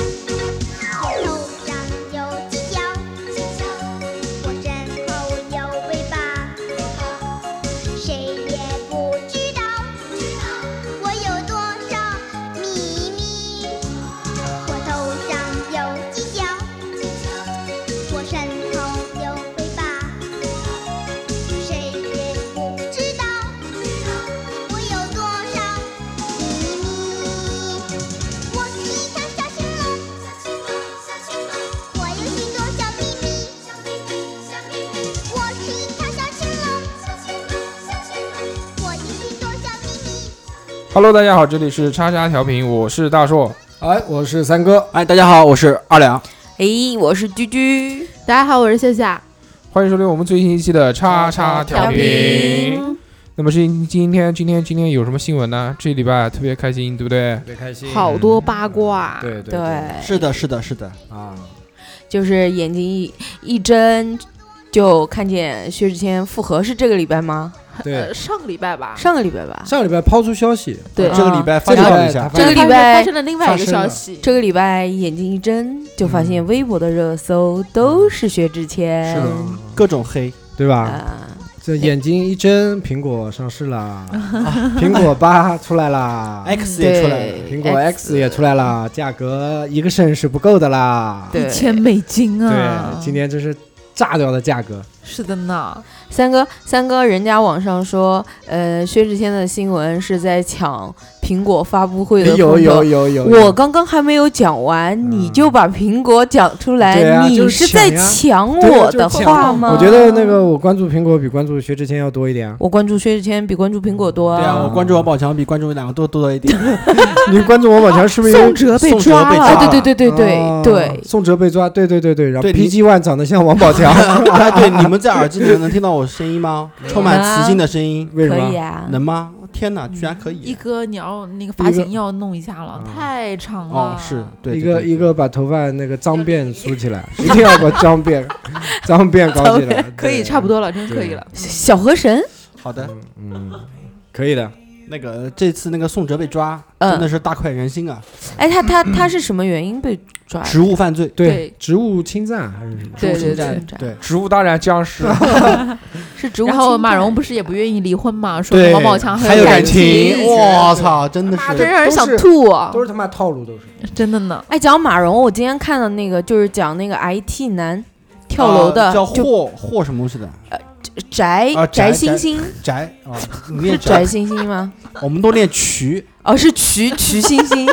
头上有犄角，我身后有尾巴，谁也不知道我有多少秘密。我头上有犄角，我身后有尾巴，谁也不知道我有多少秘密。我是一条小青龙，我有许多小秘密。我是一条小青龙，我有许多小秘密。 Hello，大家好，这里是叉叉调频，我是大硕。哎，我是三哥，哎，大家好，我是二两。哎，我是居居，大家好，我是夏夏。欢迎收听我们最新一期的叉叉调调频频。那么是今天今天今天有什么新闻呢？这礼拜特别开心，对不对？别开心，好多八卦，啊对对对，是的，是的，是的。啊，就是眼睛一一睁就看见薛之谦复合，是这个礼拜吗？对呃，，上个礼拜啊吧，上个礼拜吧。上个礼拜抛出消息，对这个啊礼拜发这酵个礼了拜一下，他发现这个礼拜发生了另外一个发生消了息，这个礼拜眼睛一睁就发现微博的热搜都是薛之谦。是的各种黑。对吧？啊，这眼睛一睁，苹果上市 啦，苹果八出来啦。 X 对也出来了，苹果哎 X 也出来啦，价格一个肾是不够的啦。对，一千美金啊！对，今年真是炸掉的价格。是的呢，三哥，三哥，人家网上说，呃，薛之谦的新闻是在抢苹果发布会的哎有风头有有有，我刚刚还没有讲完，你就把苹果讲出来，对啊你就是是抢在呀抢对啊我就是的抢话吗？。我觉得那个我关注苹果比关注薛之谦要多一点啊 我关注薛之谦比关注苹果多对啊，我关注王宝强比关注你两个多多了一点。 你关注王宝强是不是因宋为？哲被宋哲抓了，被抓啊，了对对对对对对哦，宋哲被抓，对对对对，然后对你 PG One 长得像王宝强，哎，对，你们在耳机里面能听到我声音吗？充满磁性的声音，为什可以么？啊。能吗？天哪，居然可一以！哥，你要那个发一型哥要弄一下了，嗯太长了。哦，是对一对个对一个把头发那个脏辫梳 起来，一定要把脏辫脏辫搞起来，可以，对差不。多了，真可以对了。小河神，好的。嗯，可以的。那个这次那个宋哲被抓，嗯真的是大快人心啊！哎，他他他是什么原因被抓？职务犯罪，对对，职务侵占还是什么？对是对这样对的。对对，植物大战僵尸，是植物然侵占。后马蓉不是也不愿意离婚嘛，说对，王宝强还有感情，我操，真的妈真是呃让人都想是吐啊，都是他妈套路，都是。真的呢。哎，讲马蓉，我今天看到那个就是讲那个 IT 男跳楼啊的，呃叫就霍霍什么东西的翟啊翟星星，宅啊，你念是宅翟，星星吗？我们都念渠，哦，是瞿瞿星星，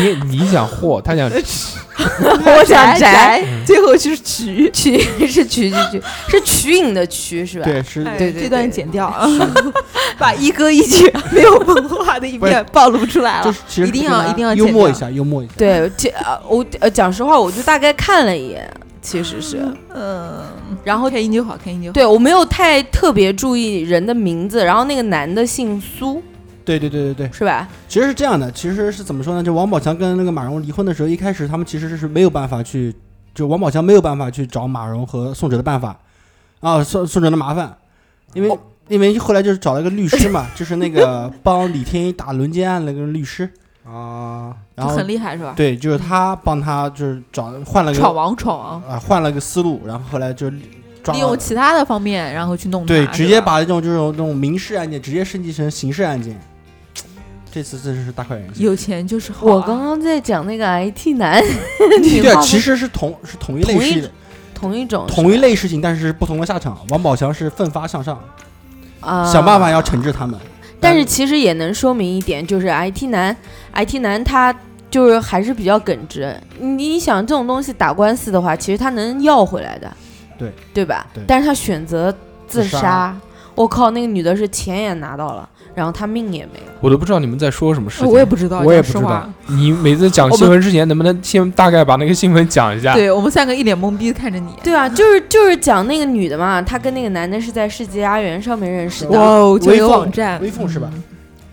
你你想嚯，他 想我想翟。宅，嗯最后就是曲。瞿是瞿瞿瞿 是瞿颖的瞿是吧？对，是哎对对这段对剪掉啊，把一哥一姐 没有文化的一不是面暴露出来就了。是其实啊一定要一定要幽剪默一掉下，幽默一下。 对，这呃我呃讲实话，我就大概看了一眼，其实是，嗯，然后开心就好，开心就好。对我没有太特别注意人的名字，然后那个男的姓苏对对对对对，是吧？其实是这样的，其实是怎么说呢？就王宝强跟那个马蓉离婚的时候，一开始他们其实是没有办法去，就王宝强没有办法去找马蓉和宋哲的办法，啊，宋宋哲的麻烦，因为、因为后来就是找了一个律师嘛，就是那个帮李天一打轮奸案的那个律师，啊，然后很厉害是吧？对，就是他帮他就是找换了个闯王闯王，啊，换了个思路，然后后来就抓利了用其他的方面，然后去弄他对，是直接吧把这种这种这种民事案件直接升级成刑事案件，这次真是大快人心。有钱就是好啊。我刚刚在讲那个 IT 男， 对啊，其实是同是同一类同一似的，同一种是吧，同一类事情，但是不同的下场。王宝强是奋发向上，啊，想办法要惩治他们。但是其实也能说明一点，就是 IT 男，IT 男他就是还是比较耿直。你你想这种东西打官司的话，其实他能要回来的，对对吧？对但是他选择自自杀杀，我靠，那个女的是钱也拿到了，然后她命也没了。我都不知道你们在说什么事情。哦我也不知道，我也讲实不知道话。你每次讲新闻之前，能不能先大概把那个新闻讲啊一下？对我们三个一脸懵逼看着你。对 啊，就是就是讲那个女的嘛，她跟那个男的是在世纪佳缘上面认识的。哇哦，微交友风网站，微风是吧？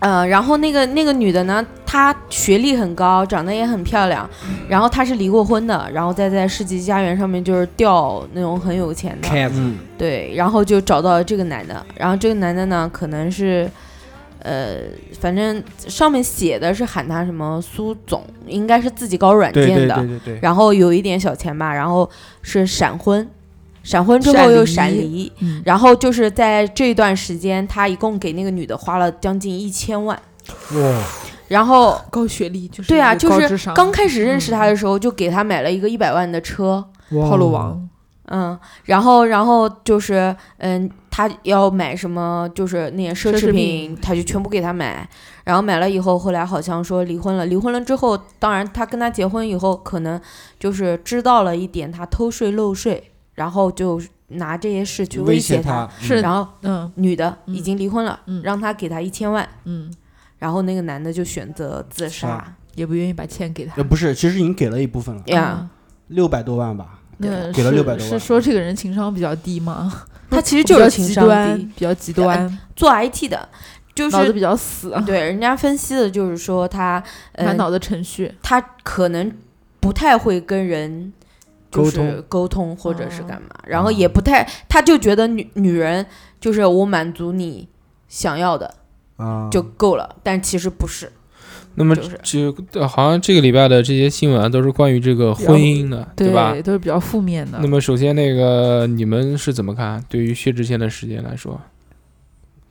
呃，然后那个那个女的呢，她学历很高，长得也很漂亮，嗯然后她是离过婚的，然后再在世纪佳缘上面就是钓那种很有钱的，开嗯，对，然后就找到了这个男的，然后这个男的呢，可能是，呃，反正上面写的是喊他什么苏总，应该是自己搞软件对的，对对对对。然后有一点小钱吧，然后是闪婚，闪婚之闪后又离闪离，嗯然后就是在这段时间，他一共给那个女的花了将近一千万。哇，然后，高学历就是对啊，有高就智是商刚开始认识他的时候，就给他买了一个一百万的车，套哦路，哦王，嗯，然后，然后就是，嗯，他要买什么，就是那些奢奢侈品侈品，他就全部给他买。然后买了以后，后来好像说离婚了。离婚了之后，当然他跟他结婚以后，可能就是知道了一点他偷税漏税，然后就拿这些事去威胁胁他。他，是然后嗯女的嗯已经离婚了，嗯让他给他一千万，嗯，然后那个男的就选择自杀啊。也不愿意把钱给他呃，。不是，其实已经给了一部分了，呀、六百多万吧。啊那给了是600多是万说这个人情商比较低吗？他其实就比是较情极商端低，比较极端，做 IT 的，就脑子是比较死，对人家分析的就是说他呃满脑子程序。他可能不太会跟人就沟是通沟通或者哦是干嘛，然后也不太，他就觉得女女人就是我满足你想要的啊，就够了，但其实不是，那么就是就呃好像这个礼拜的这些新闻啊都是关于这个婚姻的，对吧？都是比较负面的那。么首先那个你们是怎么看？对于薛之谦的事件来说，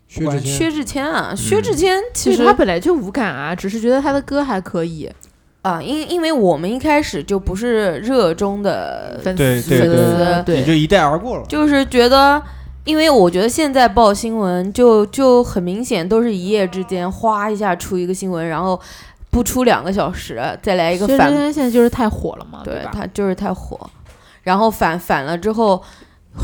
薛之谦薛之谦啊，薛之谦其其嗯实实他本来就无感啊，只是觉得他的歌还可以，啊，因因为我们一开始就不是热衷的，粉对丝对对也就一带而过了。就是觉得。因为我觉得现在报新闻就就很明显都是一夜之间，哗一下出一个新闻，然后不出两个小时再来一个薛之反谦现在就是太火了嘛，对吧？他就是太火，然后反反了之后，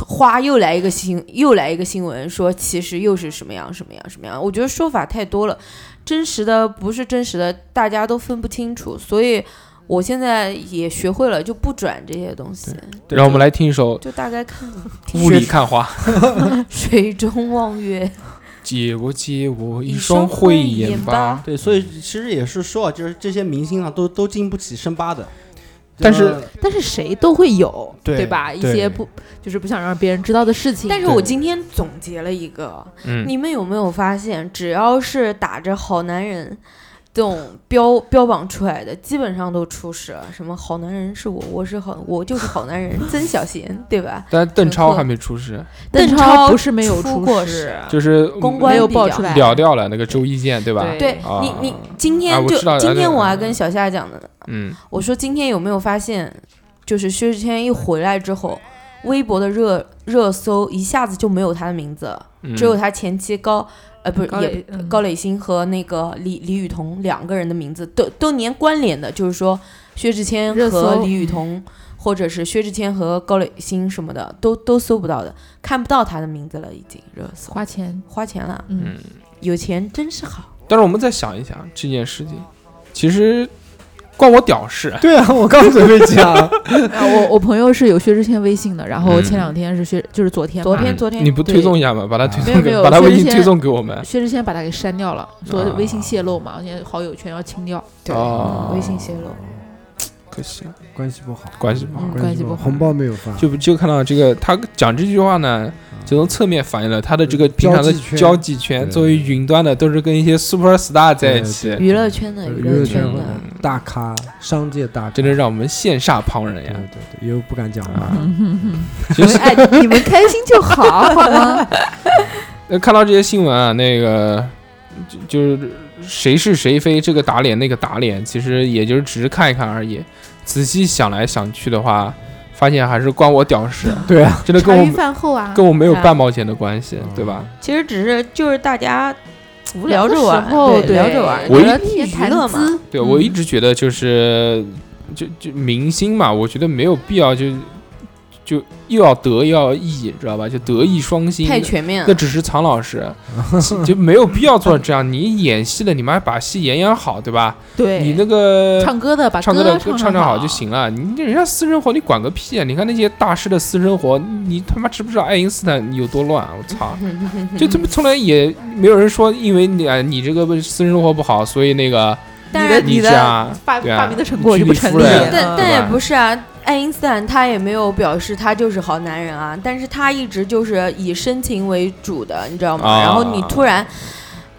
花又来一个新又来一个新闻说其实又是什么样什么样什么样，我觉得说法太多了，真实的不是真实的，大家都分不清楚，所以我现在也学会了就不转这些东西，对让我们来听一首就大概看 《雾里看花》，水中望月，借我借我一一双双慧慧眼眼吧吧。对，所以其实也是说啊，就是这些明星啊，都都经不起深扒的。但是呃但是谁都会有，对吧？一对些不就是不想让别人知道的事情。但是我今天总结了一个，嗯，你们有没有发现，只要是打着“好男人”这种标标榜出来的，基本上都出事了。什么“好男人是我，我是好，我就是好男人”，曾小贤，对吧？但邓超错还没啊出事，邓邓超超不是没有出过事事，就是公关没有低爆调出来，了掉了那个周一见，对吧？对对啊你，你今啊天我就知道今天啊对我还跟小夏讲的呢，嗯，我说今天有没有发现，就是薛之谦一回来之后，微博的热热搜一下子就没有他的名字了，嗯只有他前妻高，呃，不是高也磊嗯高磊鑫和那个李李雨桐两个人的名字都都连关联的，就是说薛之谦热和搜李雨桐，或者是薛之谦和高磊鑫什么的，都都搜不到的，看不到他的名字了，已经热搜花钱，花钱了，嗯，有钱真是好。但是我们再想一想这件事情，其实关我屌事。对啊，我刚准备 讲，啊我我朋友是有薛之谦微信的，然后嗯前两天是薛，就是昨天吧，昨天昨天嗯你不推送一下吗？啊把他推没有送没给，有 把他薛之微信谦推送给我们。薛之谦把他给删掉了，说啊微信泄露嘛，现在好友圈要清掉，对哦微信泄露，可惜了，关系不好，关系不好嗯。关系不好红包没有发，就就看到这个，他讲这句话呢，就从侧面反映了他的这个平常的嗯交际圈交际圈。对作为云端的，都是跟一些 super star 在一起，嗯娱乐圈的呃娱娱乐圈圈的，大咖，商界大咖，真的让我们羡煞旁人对呀！对对，又不敢讲话。啊，你 们哎爱你们开心就好，好吗？那看到这些新闻啊，那个就就是谁是谁非，这个打脸那个打脸，其实也就只是看一看而已。仔细想来想去的话，发现还是关我屌事，对啊，真的跟茶余我饭后啊，跟我没有半毛钱的关系，对吧？其实只是就是大家无聊着玩后对对聊着玩我一聊天娱谈乐嘛资，对我嗯一直觉得就是就就明星嘛，我觉得没有必要就就又要德又要义，知道吧？就德艺双馨，太全面那了。只是常老师，嗯就没有必要做这样。你演戏的，你们还把戏演演好，对吧？对你那个唱歌的把唱歌的唱唱唱好就。行了。你人家私生活你管个屁啊！你看那些大师的私生活，你他妈知不知道爱因斯坦有多乱啊？我 操！就这么从来也没有人说，因为你啊你这个私生活不好，所以那个你但的是你哎你这样发对啊发明的成果就不成居立里夫了人。但嗯但对也吧不是啊，爱因斯坦他也没有表示他就是好男人啊，但是他一直就是以深情为主的，你知道吗？啊然后你突然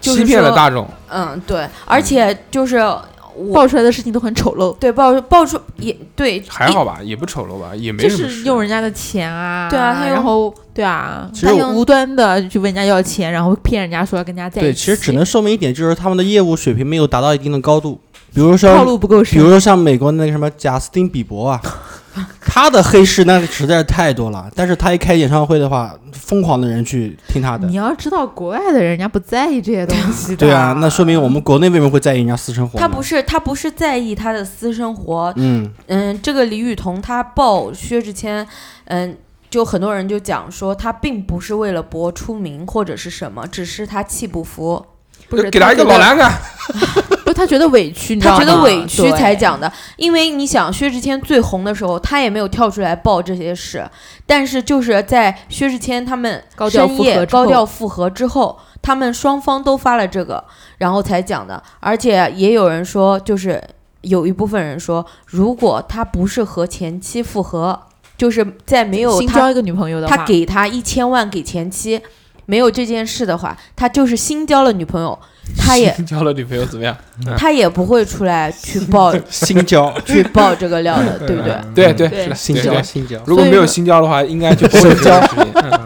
就是欺骗了说大众。嗯，对，而且就是我爆出来的事情都很丑陋，对爆爆出也对，还好吧，也不丑陋吧，也没就什么是事用人家的钱啊，对啊他用然后对啊，其实他我用无端的去问人家要钱，然后骗人家说要跟人家在一起，对，其实只能说明一点，就是他们的业务水平没有达到一定的高度。比如套说，路不够比深如。说像美国那个什么贾斯汀比伯啊，他的黑市那实在是太多了。但是他一开演唱会的话，疯狂的人去听他的你。要知道，国外的人家不在意这些东西的。对啊，那说明我们国内为什么会在意人家私生活呢？他不是他不是在意他的私生活，嗯，嗯，这个李雨桐她爆薛之谦，嗯。就很多人就讲说，他并不是为了博出名或者是什么，只是他气不服，不是给他一个老，蓝杆，不，他觉得委屈，你知他道觉得吗委屈才。对讲的。因为你想，薛之谦最红的时候，他也没有跳出来爆这些事，但是就是在薛之谦他们高调深复夜合，高调，复合之后，他们双方都发了这个，然后才讲的。而且也有人说，就是有一部分人说，如果他不是和前妻复合，就是在没有新他交一个女朋友的话他给他一千万给前妻，没有这件事的话，他就是新交了女朋友，他也 交了女朋友怎么样？他也不会出来去爆新交，去爆这个料的，对不对？ 对嗯对，嗯对是的新对对交，新啊 交。如果没有新交的话，应该就不会有这种事情。嗯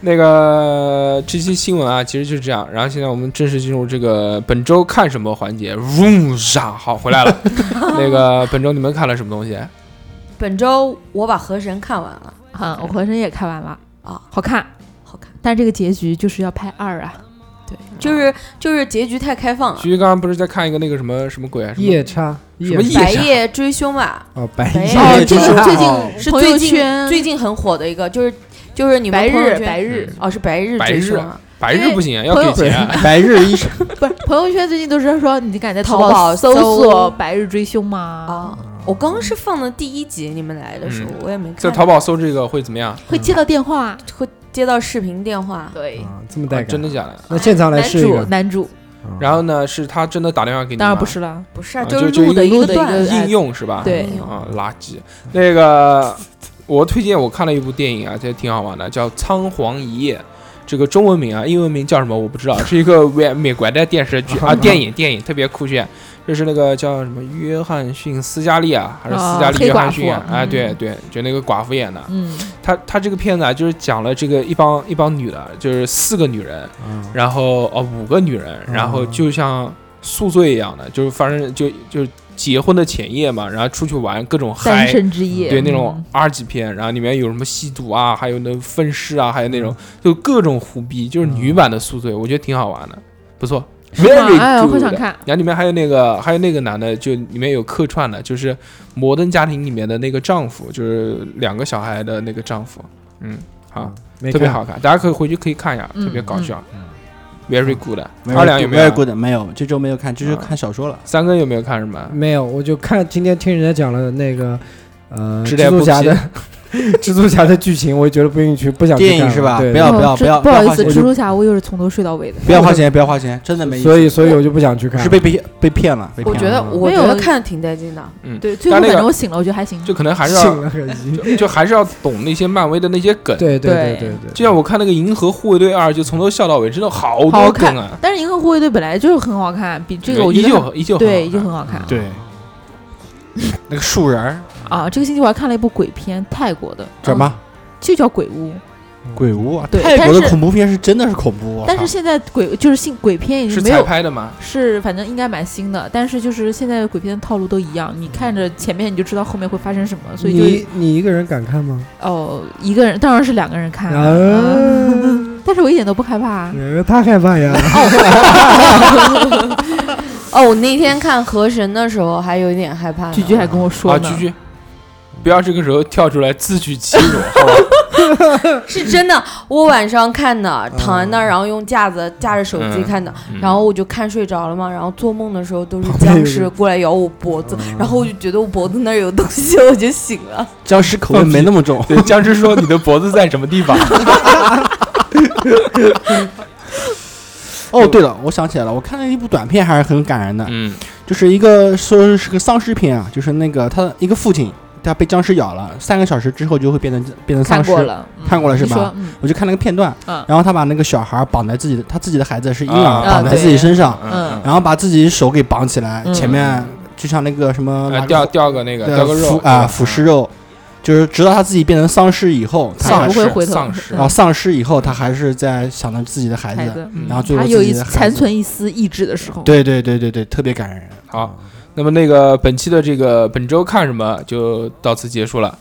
那个这期新闻啊，其实就是这样。然后现在我们正式进入这个本周看什么环节。嗡啥？好，回来 了。那个本周你们看了什么东啊西？本周我把《河神》看完了，嗯，我浑身也看完了啊，好看，好看，但这个结局就是要拍二啊，就是啊就是结局太开放了徐。徐刚刚不是在看一个那个什么什么鬼啊？什么夜叉，什么啊夜夜白叉夜追凶吧，哦，白白夜夜啊哦，夜追这个凶最哦近是朋最友近圈最近很火的一个，就是就是你们白朋友日圈白日，哦是白日白追日凶啊，白日不行啊，要哎朋给友钱啊。白日医生，不是 朋友圈最近都是说你敢在淘宝宝搜搜索“白日追凶”吗？啊，我刚刚是放的第一集，你们来的时候嗯我也没看，在淘宝搜这个会怎么样？会接到电话，会接到视频电话，对，嗯啊，这么带啊真感。的假的？那现场来男试一主个，男主然后呢，是他真的打电话给你吗？当然不是了，不是啊，啊，就是就录的录个的一段个子，应用是吧？对应用啊，垃圾。那个，我推荐我看了一部电影啊，这挺好玩的，叫《仓皇一夜》。这个中文名啊，英文名叫什么我不知道，是一个 美美国的电视 剧啊，电影电影特别酷炫，就是那个叫什么约翰逊斯嘉丽啊，还是斯嘉哦丽黑约翰寡逊妇啊？啊，嗯对对，就那个寡妇演的。嗯，他他这个片子啊，就是讲了这个一帮一帮女的，就是四个女人，嗯然后哦五个女人，然嗯后就像宿醉一样的，就是发生就就是结婚的前夜嘛，然后出去玩各种单嗨，身之夜，嗯对那种 R 级片，然后里面有什么吸毒啊，还有那分尸啊，还有那种就各种胡逼，就是女版的宿醉，我觉得挺好玩的，不错。嗯，是 Very 吗？哎，我会 good 想看，然后里面还有那个还有那个男的，就里面有客串的，就是《摩登家庭》里面的那个丈夫，就是两个小孩的那个丈夫。嗯，好，没特别看好看，大家可以回去可以看一下，嗯特别搞笑。嗯 Very good，没二两有没有？ good，没有，这周没有看，这周啊看小说了。三哥有没有看什么？没有，我就看今天听人家讲了那个呃直蜘带不蛛侠及的 蜘蛛侠的剧情，我觉得不愿意去，不想去电看影了是吧？对不要哦不要不这要，不好意不思，要花蜘钱蛛侠我又是从头睡到尾的。不要花钱，不要花钱，真的没意思。所以所以我就不想去看。是被骗被骗了，被我骗了。觉得嗯我没觉得有看的挺带劲的，对，最后但那反个正我醒了，我觉得还行。就可能还是 信要了可惜。就就还是要懂那些漫威的那些梗。对对对对对对，就像我看那个《银河护卫队二》，就从头笑到尾，真的好多好看梗啊！但是《银河护卫队》本来就很好看，比这个我觉依得旧依 旧很好嗯对依旧看很好看对，那个树人儿啊。这个星期我还看了一部鬼片，泰国的， 叫什嗯么？就叫《鬼屋》，鬼屋啊，对泰国但的是恐怖片是真的是恐怖，我但操是现在鬼就是新鬼片已是经没彩有拍的吗？是，反正应该蛮新的，但是就是现在的鬼片的套路都一样，你看着前面你就知道后面会发生什么，所以你你一个人敢看吗？就哦，一个人当然是两个人看了，啊嗯 但是我一点都不害怕啊。呃他害怕呀，哦，我那天看《河神》的时候还有一点害怕呢。菊菊还跟我说啊，呢居，居，不要这个时候跳出来自取其辱，好吧？是真的，我晚上看的，嗯躺在那儿，然后用架子架着手机看的，然后我就看睡着了嘛，然后做梦的时 候都是僵尸过来咬我脖子，嗯然后我就觉得我脖子那儿有东西，我就醒了。僵尸口味没那么重。 对，僵尸说你的脖子在什么地方？哦，对了，我想起来了，我看了一部短片，还是很感人的，嗯就是一个说是个丧尸片啊，就是那个他的一个父亲，他被僵尸咬了，三个小时之后就会变成变成丧看尸。过了，嗯看过了是吧？你说嗯我就看了个片段，嗯然后他把那个小孩绑在自己的，他自己的孩子是婴儿，啊绑在自己身上，嗯然后把自己手给绑起来，嗯前面就像那个什么拿啊，个掉掉个那个，嗯对掉个肉腐啊腐蚀肉，就是直到他自己变成丧尸以后，他他也还不是会回头，嗯丧尸然后丧尸以后，他还是在想着自己的孩孩子，子，嗯然后最后他自有己一的孩子残存一丝意志的时候，对对对对对，特别感人。好，那么那个本期的这个本周看什么就到此结束了。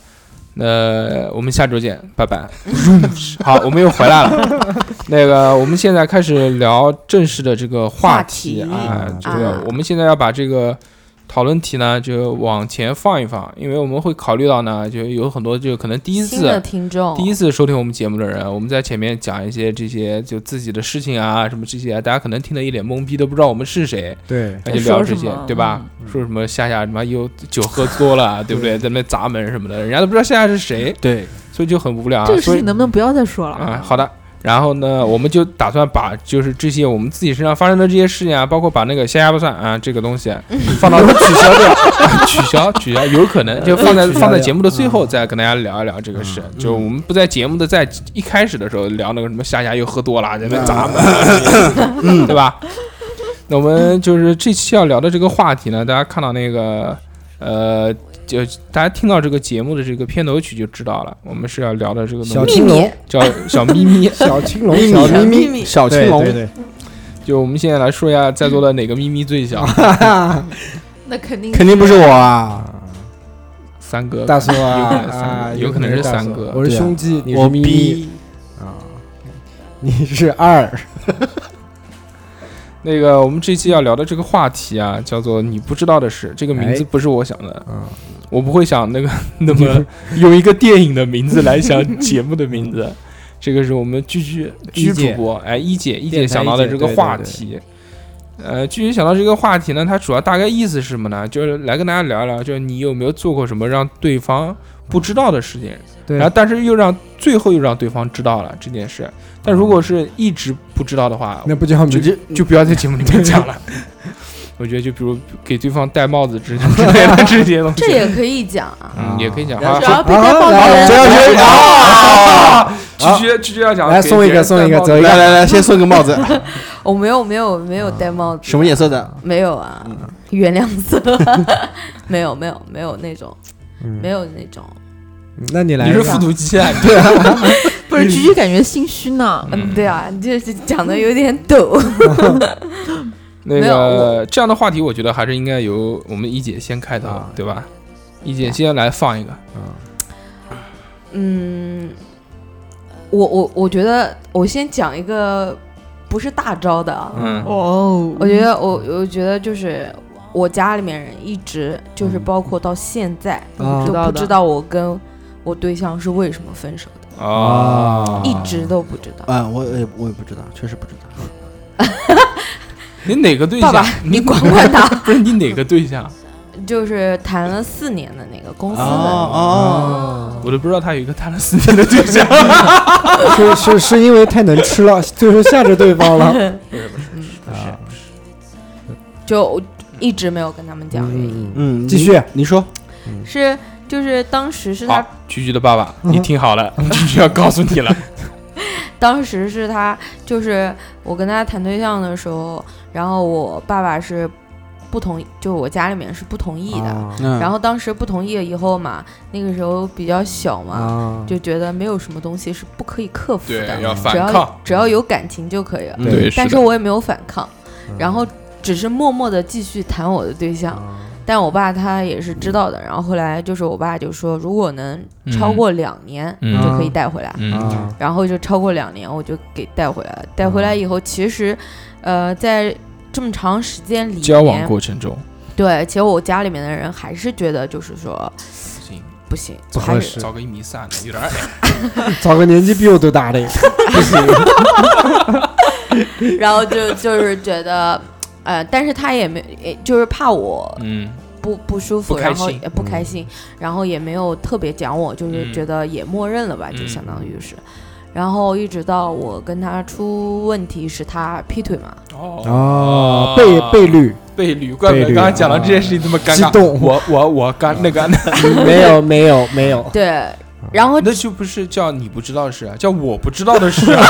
那我们下周见，拜拜。嗯好，我们又回来了。 那个，我们现在开始聊正式的这个话题话啊题，这个啊我们现在要把这个讨论题呢就往前放一放，因为我们会考虑到呢，就有很多就可能第一新的次听众，哦第一次收听我们节目的人，我们在前面讲一些这些就自己的事情啊，什么这些啊，大家可能听得一脸懵逼，都不知道我们是谁。对，那就聊说这什些么，嗯对吧？说什么夏夏什么又酒喝多了，对不对？在那边砸门什么的，人家都不知道夏夏是谁，对，所以就很无聊啊。这个事所以情能不能不要再说了啊，好的。然后呢，我们就打算把就是这些我们自己身上发生的这些事情啊，包括把那个虾虾不算啊这个东西啊放到取消掉，取消取消，有可能就放在取消放在掉节目的最后再跟大家聊一聊这个事。就我们不在节目的在一开始的时候聊那个什么夏夏又喝多了，在那砸门啊，这 些对吧？那我们就是这期要聊的这个话题呢，大家看到那个呃，就大家听到这个节目的这个片头曲就知道了，我们是要聊的这个东西小秘青密龙，。叫小咪咪小青龙，咪小咪咪咪小青对龙对对，就我们现在来说一下在座的哪个咪咪最小？那肯定肯定不是我啊，三哥，大叔有啊可能是啊，有可能是大三叔哥我是对啊胸肌，你我是咪咪逼啊，你是二，那个我们这期要聊的这个话题啊，叫做你不知道的事。这个名字哎不是我想的，啊我不会想 那个那么用一个电影的名字来想节目的名 字。这个是我们居居居一主姐播哎一姐一电姐台想一到的姐这个对对话对题。呃，居居想到这个话题呢，它主要大概意思是什么呢？就是来跟大家聊一聊，就是你有没有做过什么让对方不知道的事情，对然后但是又让最后又让对方知道了这件事。但如果是一直不知道的话，那不叫就名，就就不要在节目里面讲了。我觉得就比如给对方戴帽子之之类的这些东西，这也可以讲啊。嗯也可以讲。然好后只要被带爆啊的人这样就啊，拒绝拒绝要讲，来给送一别个人送戴一个帽子走一来个，来来，先送个帽子，我哦没有没有没有嗯戴帽子，什么颜色的？没有啊，原谅 色，没有没有没有那种，嗯没有那种，那你来你一是个复读机啊？不是菊菊感觉心虚呢，嗯，对啊，就是讲的有点抖，那没个有我这样的话题，我觉得还是应该由我们一姐先开头啊，对吧？一姐先来放一个，嗯，我我我觉得我先讲一个不是大招的啊，嗯哦，我觉得我我觉得就是我家里面人一直就是包括到现在啊都不知知道我跟我对象是为什么分手的，啊哦，一直都不知道。嗯，我也我也不知道，确实不知道。你哪个对爸象爸？你管管他， 不是你哪个对象？就是谈了四年的那个公啊司的，哦我都不知道他有一个谈了四年的对象。是是是因为太能吃了， 最后吓着对 方了，就我一直没有跟他们讲原因，嗯，嗯嗯，继续，你说，是就是当时是好他，菊菊的爸爸，嗯你听好了，菊菊要告诉你了。 当时是他就是我跟他谈对象的时候，然后我爸爸是。不同，就是我家里面是不同意的。啊嗯然后当时不同意了以后嘛，那个时候比较小嘛，啊，就觉得没有什么东西是不可以克服对，的，要反只抗要，只要有感情就可以嗯了。对对，但是的我也没有反抗，嗯然后只是默默的继续谈我的对象。啊但我爸他也是知道的，然后后来就是我爸就说，如果能超过两年嗯就可以带回来。嗯，啊然后就超过两年，我就给带回来了。带回来以后，其实，呃，在这么长时间里面，交往过程中对，其实我家里面的人还是觉得就是说不行，不行，不还合是适，找个一米三的有点矮，找个年纪比我都大的， 不 行，然后就就是觉得，呃，但是他也没，也就是怕我嗯，不不舒服，不开然后心也不开心，然后也没有特别讲我，就是嗯觉得也默认了吧，就嗯相当于是。然后一直到我跟他出问题是他劈腿嘛，啊哦，倍倍率 被绿，怪不被得绿刚刚讲到这件事情这么尴激尬。动我我我刚那个那没有没有没有，对，然后那就不是叫你不知道的事啊，叫我不知道的事啊。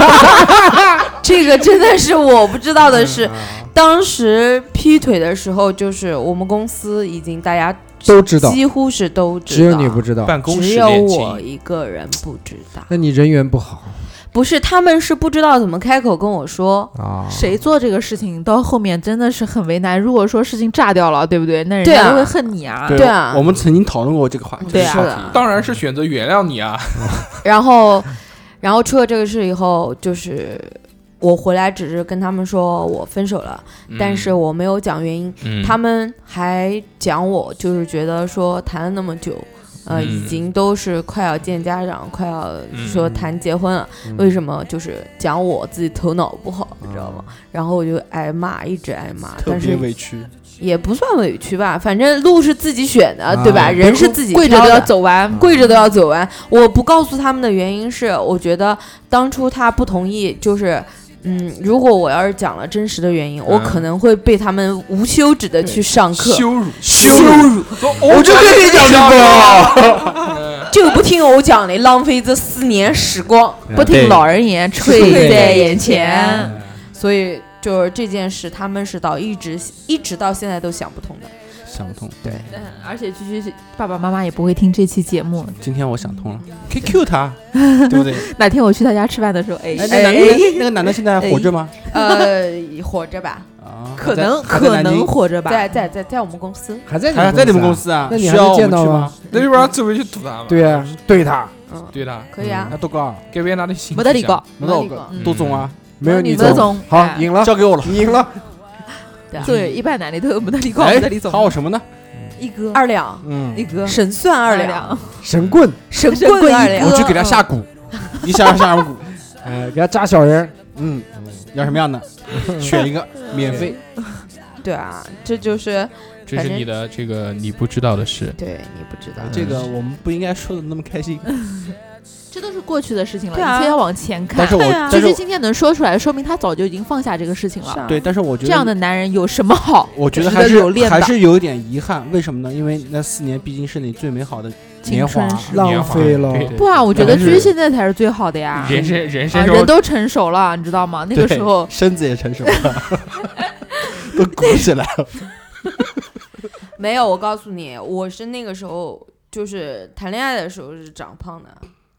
这个真的是我不知道的是，啊当时劈腿的时候，就是我们公司已经大家都知道，几乎是都知道，只有你不知道，办公只室有恋我情，一个人不知道。那你人缘不好不是，他们是不知道怎么开口跟我说。啊，谁做这个事情到后面真的是很为难。如果说事情炸掉了，对不对？那人对啊家都会恨你啊。对啊我们曾经讨论过这个嗯话题。对啊这个是话的题当然是选择原谅你啊。然后，然后出了这个事以后，就是我回来只是跟他们说我分手了，嗯但是我没有讲原因。嗯他们还讲我，就是觉得说谈了那么久，呃，嗯已经都是快要见家长，快要嗯说谈结婚了，为什么就是讲我自己头脑不好，你知道吗？然后我就挨骂，一直挨骂，特但别是委屈，也不算委屈吧，反正路是自己选的，对吧？啊人是自己跪着挑都的要，走完。跪着都要走完。我不告诉他们的原因是，我觉得当初他不同意，就是。嗯，如果我要是讲了真实的原因，我嗯可能会被他们无休止的去上课，羞辱，羞辱，我就跟你讲这就不听我讲的，浪费这四年时光。不听老人言，对吹在眼前。哎所以就是这件事，他们是到一直一直到现在都想不通的。想不通。对，嗯而且居居爸爸妈妈也不会听这期节目。今天我想通了，可以 Q 他，对不对？哪天我去他家吃饭的时候，哎哎，，那男的那个男的现在还活着吗？ 呃，活着吧，啊，可在能还在可南能京活着吧。在在在在我们公司，还在还在你们公司司啊？那你需还能要我见们到去吗吗？那要不然走回去堵他嘛。啊？对啊，对他嗯，对的，可以啊那，多高啊？给别人拿的行。没得理过，，没到没到个过多重啊？没有没你得嗯总总好哎赢了，交给我了。嗯赢了，对啊，对，一般男的都没得理 过，哎没得理，总还。有什么呢？一哥，二两，嗯一，哥，神算二两，两，哎神棍，神神棍棍二一两哥我，去给他下蛊，一下二下二 蛊。哎，给他扎小人儿，嗯，要什么样的？选一个，免费。对啊，这就是这是你的这个你不知道的事。对你不知道，这个我们不应该说的那么开心，这都是过去的事情了，对啊一切要往前看但是。我对啊但就是是我今天能说出来，说明他早就已经放下这个事情是了。啊对，但是我觉这得样的男人有什么好？我觉得值还有是练的还是有一点遗憾，为什么呢？因为那四年毕竟是你最美好的年青华春。年华浪费了对对不啊，我觉得但是居现在才是最好的呀。人生人啊，生人中都成熟了，你知道吗？那个对时候身子也成熟了， 都鼓起来了。没有。我告诉你，我是那个时候就是谈恋爱的时候是长胖的，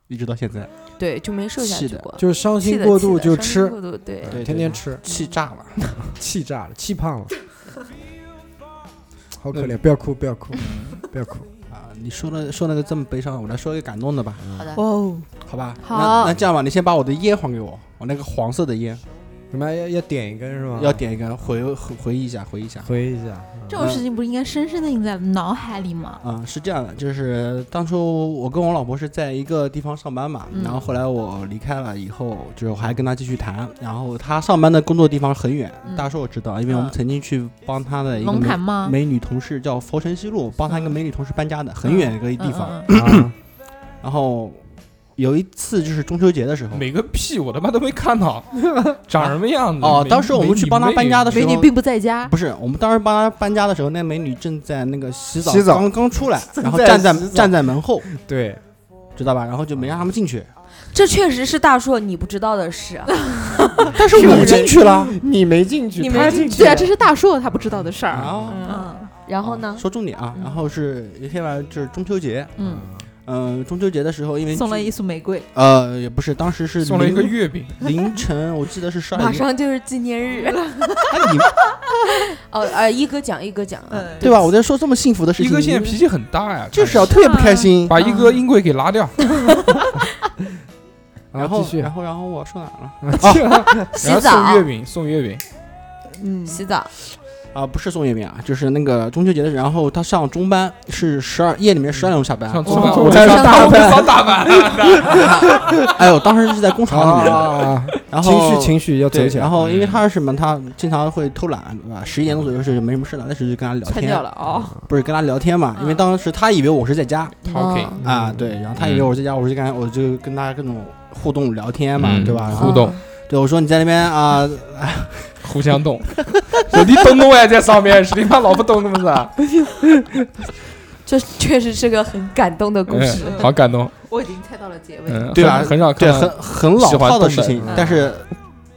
一直到现在，对，就没瘦下是去的过，就是伤气心的过气的度就伤心吃，过度对。对天天吃，气炸了。气炸了，气胖了，好可怜，不要哭，不要哭，不要哭，啊，你说了说那个这么悲伤，我来说一个感动的吧，好的，哦，好吧？好那那这样吧，你先把我的烟还给我，我那个黄色的烟，你们要要点一根是吗？要点一根，回回回忆一下，回忆一下。回忆一下，这种事情不是应该深深的印在脑海里吗？啊、是这样的，就是当初我跟我老婆是在一个地方上班嘛，嗯然后后来我离开了以后，就是我还跟她继续谈，然后她上班的工作地方很远，嗯大叔我知道，因为我们嗯曾经去帮她的一个龙美潭吗？美女同事叫佛城西路，帮她一个嗯美女同事搬家的，很远一个地方。嗯，嗯嗯啊然后有一次就是中秋节的时候，每个屁我他妈都没看到，长什么样子？哦没当时我们去帮他搬家的时美候女并不在家，不是，我们当时帮她搬家的时候，那美女正在那个洗澡，洗澡刚刚出来，然后在站在洗澡站在门后，对，知道吧？然后就没让他们进去。这确实是大硕你不知道的事啊，但是我进去 了你没进去，你没他进进去去对啊，了，这是大硕他不知道的事儿。啊。嗯然后呢？说重点啊，然后是有天晚上就是中秋节，嗯，嗯，中秋节的时候，因为送了一束玫瑰，呃也不是，当时是送了一个凌月饼，凌晨，我记得是十二马点，上就是纪念日，哎你 哦呃，一哥讲一哥讲啊，嗯，对吧？我在说这么幸福的事一情，哥现在脾气很大呀，就是要特别不开心。把一哥音轨给拉掉，然啊后继续然后然后我说哪儿了？洗然后送澡月，饼，送月饼，嗯，洗澡，啊，不是宋月饼啊，就是那个中秋节的，然后他上中班是十二夜里面十二点钟下班，上中班，哦我在上上大班上大班，哎呦，当时是在工啊厂里面，啊啊然后情绪情绪要走对，起来，然后因为他是什么，他经常会偷懒，对吧？十一点钟左右是没什么事了，那时候就跟他聊拆掉天，了哦，不是跟他聊天嘛，因为当时他以为我是在家，talking 嗯啊，对，然后他以为我是在家，我就跟他我就跟他各种互动聊天嘛，嗯对吧？然互后动，对我说你在那边啊，互相动，我你动动哎也在上面，是你妈老不动那么子，这确实是个很感动的故事。嗯好感动，我已经猜到了结尾。嗯，对吧很很少对，看很到，很老喜欢套的动事的情嗯，但是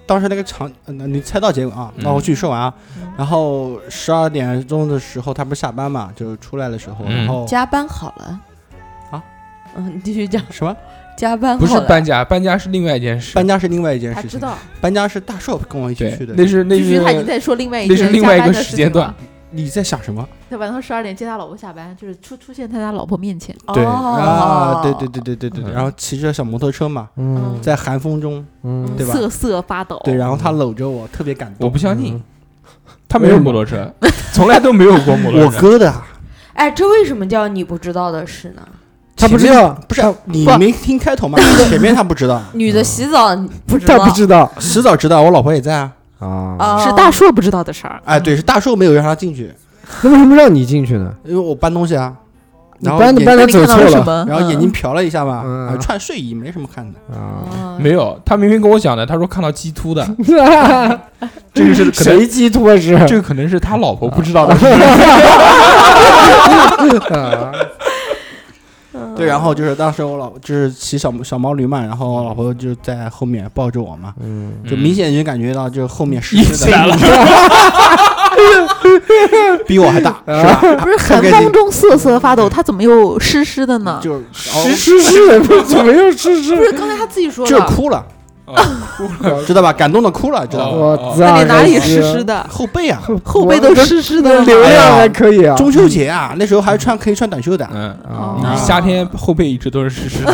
当时那个场，呃你猜到结果啊？嗯那我继续说完啊嗯。然后十二点钟的时候，他不是下班嘛，就是出来的时候，嗯然后加班好了啊？嗯，你继续讲，什么加班不是好了搬家，搬家是另外一件事，搬家是另外一件他事知情，道，搬家是大硕跟我一起对去，的。那是那其实他已经是在说另外一那是件另加外一班个的时事间情段了。你在想什么？他晚上十二点接他老婆下班，就是出出现在他老婆面前，对哦啊，对对对对对对对。嗯然后骑着小摩托车嘛，嗯在寒风中，嗯对吧瑟瑟发抖。对，然后嗯他搂着我，特别感我动。不相信，嗯他没有摩托车， 从来都没有过摩托我车，哥的啊，哎，这为什么叫你不知道的事呢？他不知啊道，不是他你不没听开头吗？前面他不知道， 女的洗澡你不知道他不知道迟早知道，我老婆也在啊。啊，啊？是大硕不知道的事儿，哎，对，是大硕没有让他进去，那为什么让你进去呢？因为我搬东西啊，你然后搬眼你搬那他你走看到错了什了么？然后眼嗯睛瞟了一下嘛，嗯啊穿睡衣没什么看的， 啊！哦没有，他明明跟我讲的，他说看到鸡突的， 这个 是可能谁鸡托是？这个可能是他老婆不知 道的，啊对，然后就是当时我老就是骑小小毛驴嘛，然后我老婆就在后面抱着我嘛，嗯，就明显就感觉到就是后面失一去起的 来了，比我还大，是 吧？不是寒风中瑟瑟发抖，他怎么又湿湿的呢？就是吃吃吃，不怎么又吃不吃？是，刚才他自己说就是了，哭了，哦 知道吧？感动的哭了，知道吧？我那操，啊里哪里啊真湿湿的，后背啊，后背都湿湿的了流吗。哎量还可以啊，中秋节啊，那时候还穿可以穿短袖的，嗯，啊你夏天后背一直都是湿湿的，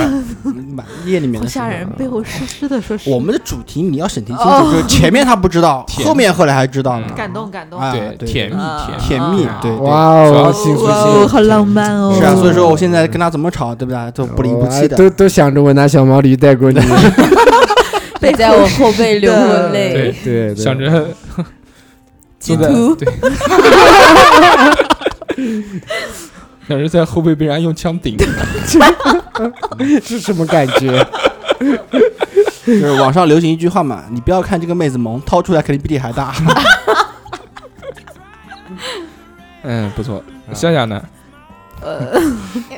满夜里面好的时候吓。人，背后湿湿的，说是我们的主题你要审听清楚，就是前面他不知道，甜后面后来还知道了，哦感动感动。哎对，对嗯甜蜜啊甜蜜，甜蜜啊，对对。哇哇哦，哦幸福哇哦，幸好浪漫哦！是啊，所以说我现在跟他怎么吵，对不对？都福，不离不弃的。我都都想着我拿小毛驴带过你，背在我后背流过对泪，对对，想着鸡坐在突对，想着在后背被人家用枪 顶，是什么感觉？就是网上流行一句话嘛，你不要看这个妹子萌，掏出来肯定比你还 大。嗯，不错。夏夏呢？呃，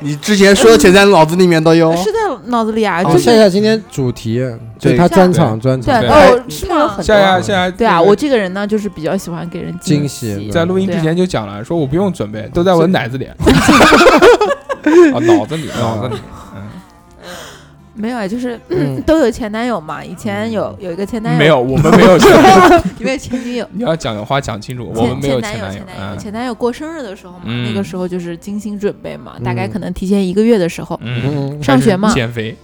你之前说的全在脑子里面都有。哎是在脑子里啊，哦就夏是夏今天主题，对就他专场专对场，对哦，哎是不是有很夏多？夏夏夏，对啊，我啊这个人呢，就是比较喜欢给人惊喜喜。在录音之前就讲了，说我不用准备，都在我的奶 子里，哦，脑子里，脑子里，没有啊，就是 嗯都有前男友嘛。以前有有一个前男友，嗯 没有，我们没有。有没有前女友？你要讲的话讲清 楚，我们前没有前男友，友前男友，嗯前男友过生日的时候嘛，嗯那个时候就是精心准备嘛，大概嗯可能提前一个月的时候嗯，嗯，上学嘛开始减肥，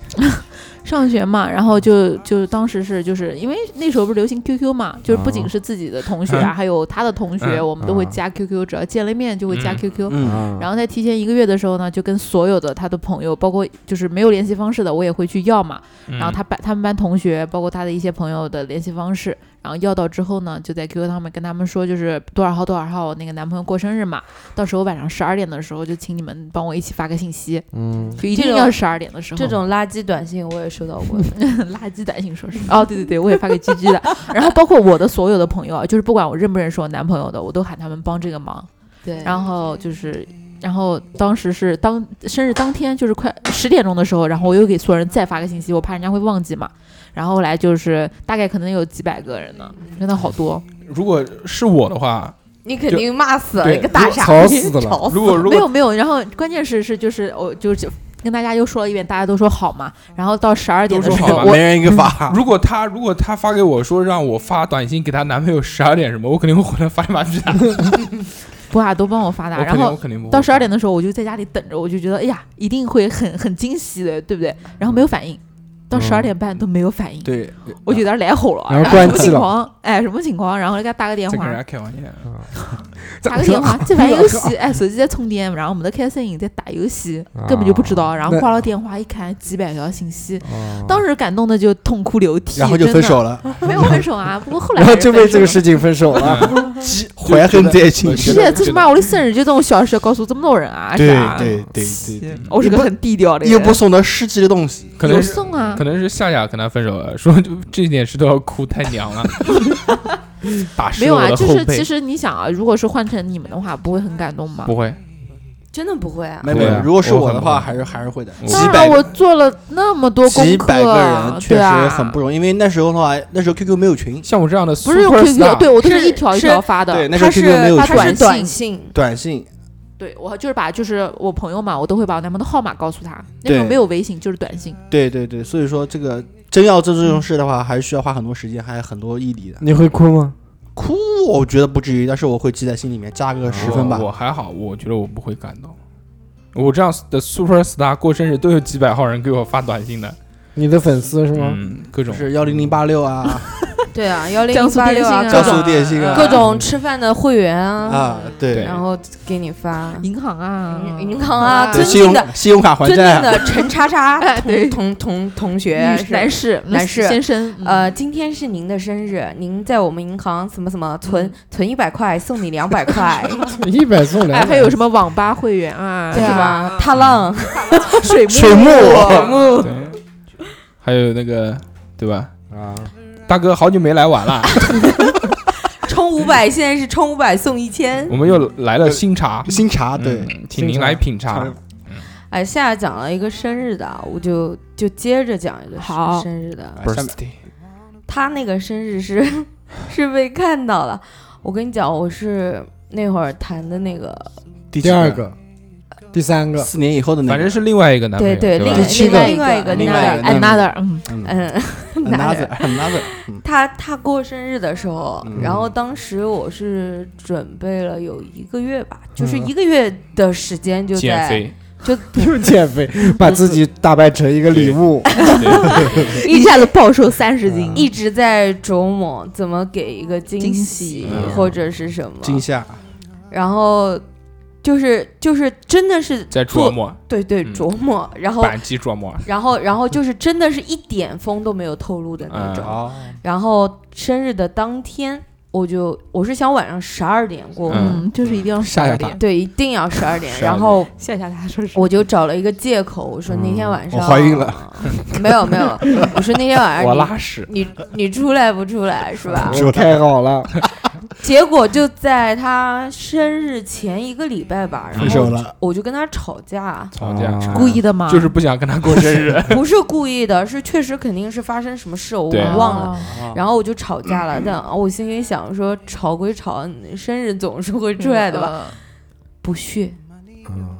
上学嘛，然后就就当时是就是因为那时候不是流行 QQ 嘛，就是不仅是自己的同学啊，还有他的同学，哦嗯我们都会啊加 QQ，只要见了面就会加嗯 QQ。嗯，然后在提前一个月的时候呢，就跟所有的他的朋友，包括就是没有联系方式的，我也会去要嘛。嗯然然后他班他们班同学，包括他的一些朋友的联系方式，然后要到之后呢，就在 QQ 上面跟他们说，就是多少号多少号我那个男朋友过生日嘛，到时候晚上十二点的时候就请你们帮我一起发个信息，嗯，就一定这种要十二点的时候。这种垃圾短信我也收到过，垃圾短信说是哦，对对对，我也发给 GG 的， 然后包括我的所有的朋友啊，就是不管我认不认识我男朋友的，我都喊他们帮这个忙，对，然后就是。然后当时是当生日当天，就是快十点钟的时候，然后我又给所有人再发个信息，我怕人家会忘记嘛。然后后来就是大概可能有几百个人呢，真的好多。如果是我的话，你肯定骂死了对一个大傻吵逼，死 了吵死如果如没果有没有，然后关键是是就是我就是跟大家又说了一遍，大家都说好嘛。然后到十二点的都时说候好，吧我每人一个啊发，如果他如果他发给我说让我发短信给他男朋友十二点什么，我肯定会回来发一把屁的。不啊都帮我发达， 我然肯定后我肯定不会到十二点的时候，我就在家里等着，我就觉得哎呀，一定会很很惊喜的，对不对？然后没有反应，到十二点半都没有反应，对，我就有点来火了。然后什关么机情了况？哎，什么情况？然后给他打个电再跟人话家，开玩笑，打个电话，这玩游戏，哎，手机在充电，然后我们在开摄影，在打游戏，根本就不知道。然后那挂了电话，一看几百条信息，哦当时感动的就痛哭流涕，嗯然后就真分的手了，没有分手啊，不过后来然后还是就为分手这个了事情分手了。嗯 怀恨在心。是啊，这他妈我的生日就这种小事告诉这么多人啊，对是吧？对对对，我是个很低调的人，又不送他实际的东西，可有能是送啊可，能是夏夏跟他分手了，说就这件事都要哭，太娘 了，打湿了没有我啊，的就后是背其。实你想啊，如果是换成你们的话，不会很感动吗？不会，真的不会啊。没对啊有。如果是我我很的不话，会还是还是会的。我几当百然，个我做了那么多功几课，对百个人确实啊很不容易，因为那时候的话，那时候 QQ 没有群，像我这样的不是用 superstar QQ，对我 都是是一条一条发的。对，那时他候是 QQ 没有他群他，是短短信信，短信对我就是把就是我朋友嘛，我都会把我男朋友的号码告诉他。那时候对没有微信，就是短信。对对对，所以说这个真要做这种事的话，还是需要花很多时间，还有很多毅力的。你会哭吗？哭，我觉得不至于，但是我会记在心里面，加个十分吧我。。我还好，我觉得我不会感动。我这样的 super star 过生日都有几百号人给我发短信的，你的粉丝是吗？嗯，各 就种是幺零零八六啊 对啊，幺零江苏八电六信啊，嗯江各苏种电信啊各种吃饭的会员啊啊，，对，然后给你发银行啊，银银行啊，对尊对信敬的用信用卡还尊敬债啊，的陈叉 叉哎对同同同同学女男是。士男士先生，嗯呃，今天是您的生日，您在我们银行什么什么存嗯存一百块，送你两百 块，一百送哎，两还百，有什么网吧会员啊，对是吧？踏浪，嗯 水水木木对，还有那个对吧？啊， 大哥好久没来玩了， 充五百，现在是充五百送一千。我们又来了新茶，新茶对嗯，，请您来品茶。哎，夏夏讲了一个生日的，我就就接着讲一个好生日的。不是他那个生日是 是被看到了，我跟你讲，我是那会儿谈的那个，第第二个，第三个，四年以后的那反个正是另外一个男朋对友，对，吧另第七另个外另外一个另外一个 another，嗯，嗯，男 ，another 人 another，啊他他过生日的时候，嗯然后当时我是准备了有一个月吧，就是嗯一个月的时间就减在肥， 就又减肥， 把自己打扮成一个礼物，嗯一下子暴瘦三十斤，一直在琢磨怎么给一个惊惊喜喜嗯或者是什么，惊吓，然后就是就是真的是在做琢磨，对对嗯琢磨，然后扳机琢磨，然后然后就是真的是一点风都没有透露的嗯那种，哦，然后生日的当天我就我是想晚上十二点过，嗯嗯，就是一定要吓吓他点，对，一定要十二点， 12然后。吓吓他嗯说是我就找了一个借口，我说那天晚上、我怀孕了，没有没有，我说那天晚上我拉屎，你你你出来不出来是吧？我太好了，结果就在他生日前一个礼拜吧，然分手后了，我就跟他吵架，吵架啊故意的吗？嗯就是不想跟他过生 日，不是故意的，是确实肯定是发生什么事我对忘了。哦，啊然后我就吵架了，但啊我心里想说，吵归吵，你生日总是 会出来的吧？吧？不屑。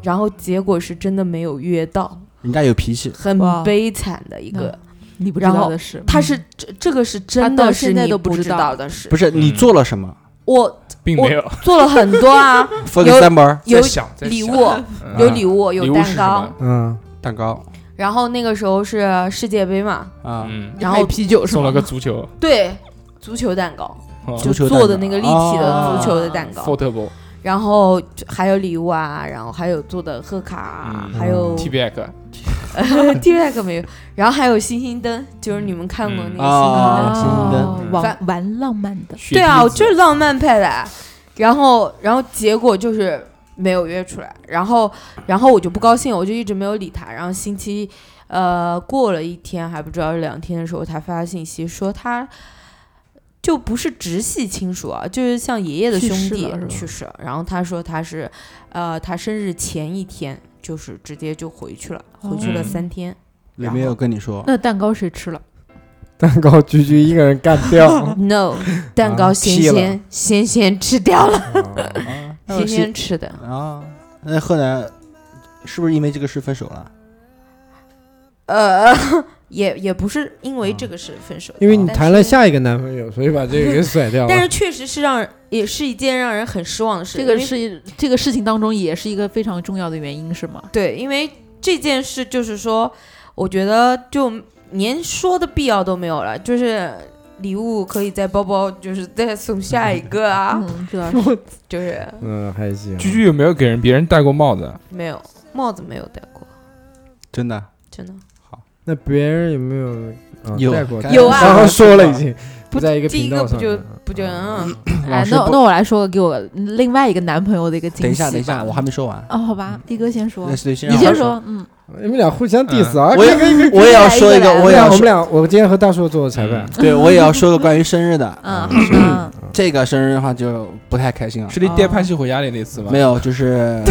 然后结果是真的没有约到，人家有脾气，很哇悲惨的一个。你不知道的是，他是这这个是真嗯他的到是现在你都不不知知道道的事不。嗯是你做了什么我 并没有做了很多啊， ？For 有 example，有在想 在礼想物，嗯有礼物，有礼物是蛋什糕么。嗯，蛋糕然后那个时候是世界杯嘛，啊，嗯，然后啤酒是送吗了个足球对足球蛋糕，哦足球就蛋做的糕那个立体的哦足球的蛋糕， ，football 然后就还有礼物啊，然后还有做的贺卡啊，嗯还有 T B X， T V 没有，然后还有星星灯，就是你们看过那嗯个星星灯，啊星星哦灯玩玩浪漫的，雪对啊，滴我子就是浪漫派的啊，然后然后结果就是没有约出来，然后然后我就不高兴，我就一直没有理他，然后星期呃过了一天还不知道是两天的时候，他发信息说他就不是直系亲属啊，就是像爷爷的去兄世弟了是吧去世，然后他说他是，呃，他生日前一天就是直接就回去了，哦回去了嗯三天。。也没有跟你说，那蛋糕谁吃了？蛋糕居居一个人干掉 No，蛋糕先踢了先先先吃掉了，啊哦那先有先谁吃的。啊，那后来是不是因为这个事分手了？呃， 也也不是因为这个是分手的，因为你但谈是了。下一个男朋友，所以把这个给甩掉但了是。确实是让人也是一件让人很失望的事。这因个为是这个事情当中也是一个非常重要的原因，是吗？对，因为这件事就是说，我觉得就连说的必要都没有了，就是礼物可以在包包，就是 再送下一个啊，嗯，知道是。 就是嗯，还行。居居有没有给人别人戴过帽子？啊没有帽子没有戴过，真的真的那别人有没有啊有带过？有啊刚刚说了已经，不在一个第频一个道不上就面。啊不就嗯，哎，那那我来说个给我另外一个男朋友的一个惊喜吧。等一下，等一下，我还没说完。哦，好吧，力哥先说那，对，先你让我先说，嗯，你们俩互相 diss 啊！嗯我也跟跟我也要说一个，我也要我们说，啊俩，我今天和大叔做裁判。对我也要说个关于生日的。嗯， 嗯 这个生日的话就不太开心了，是你带潘西回家的那次吗？没有，就是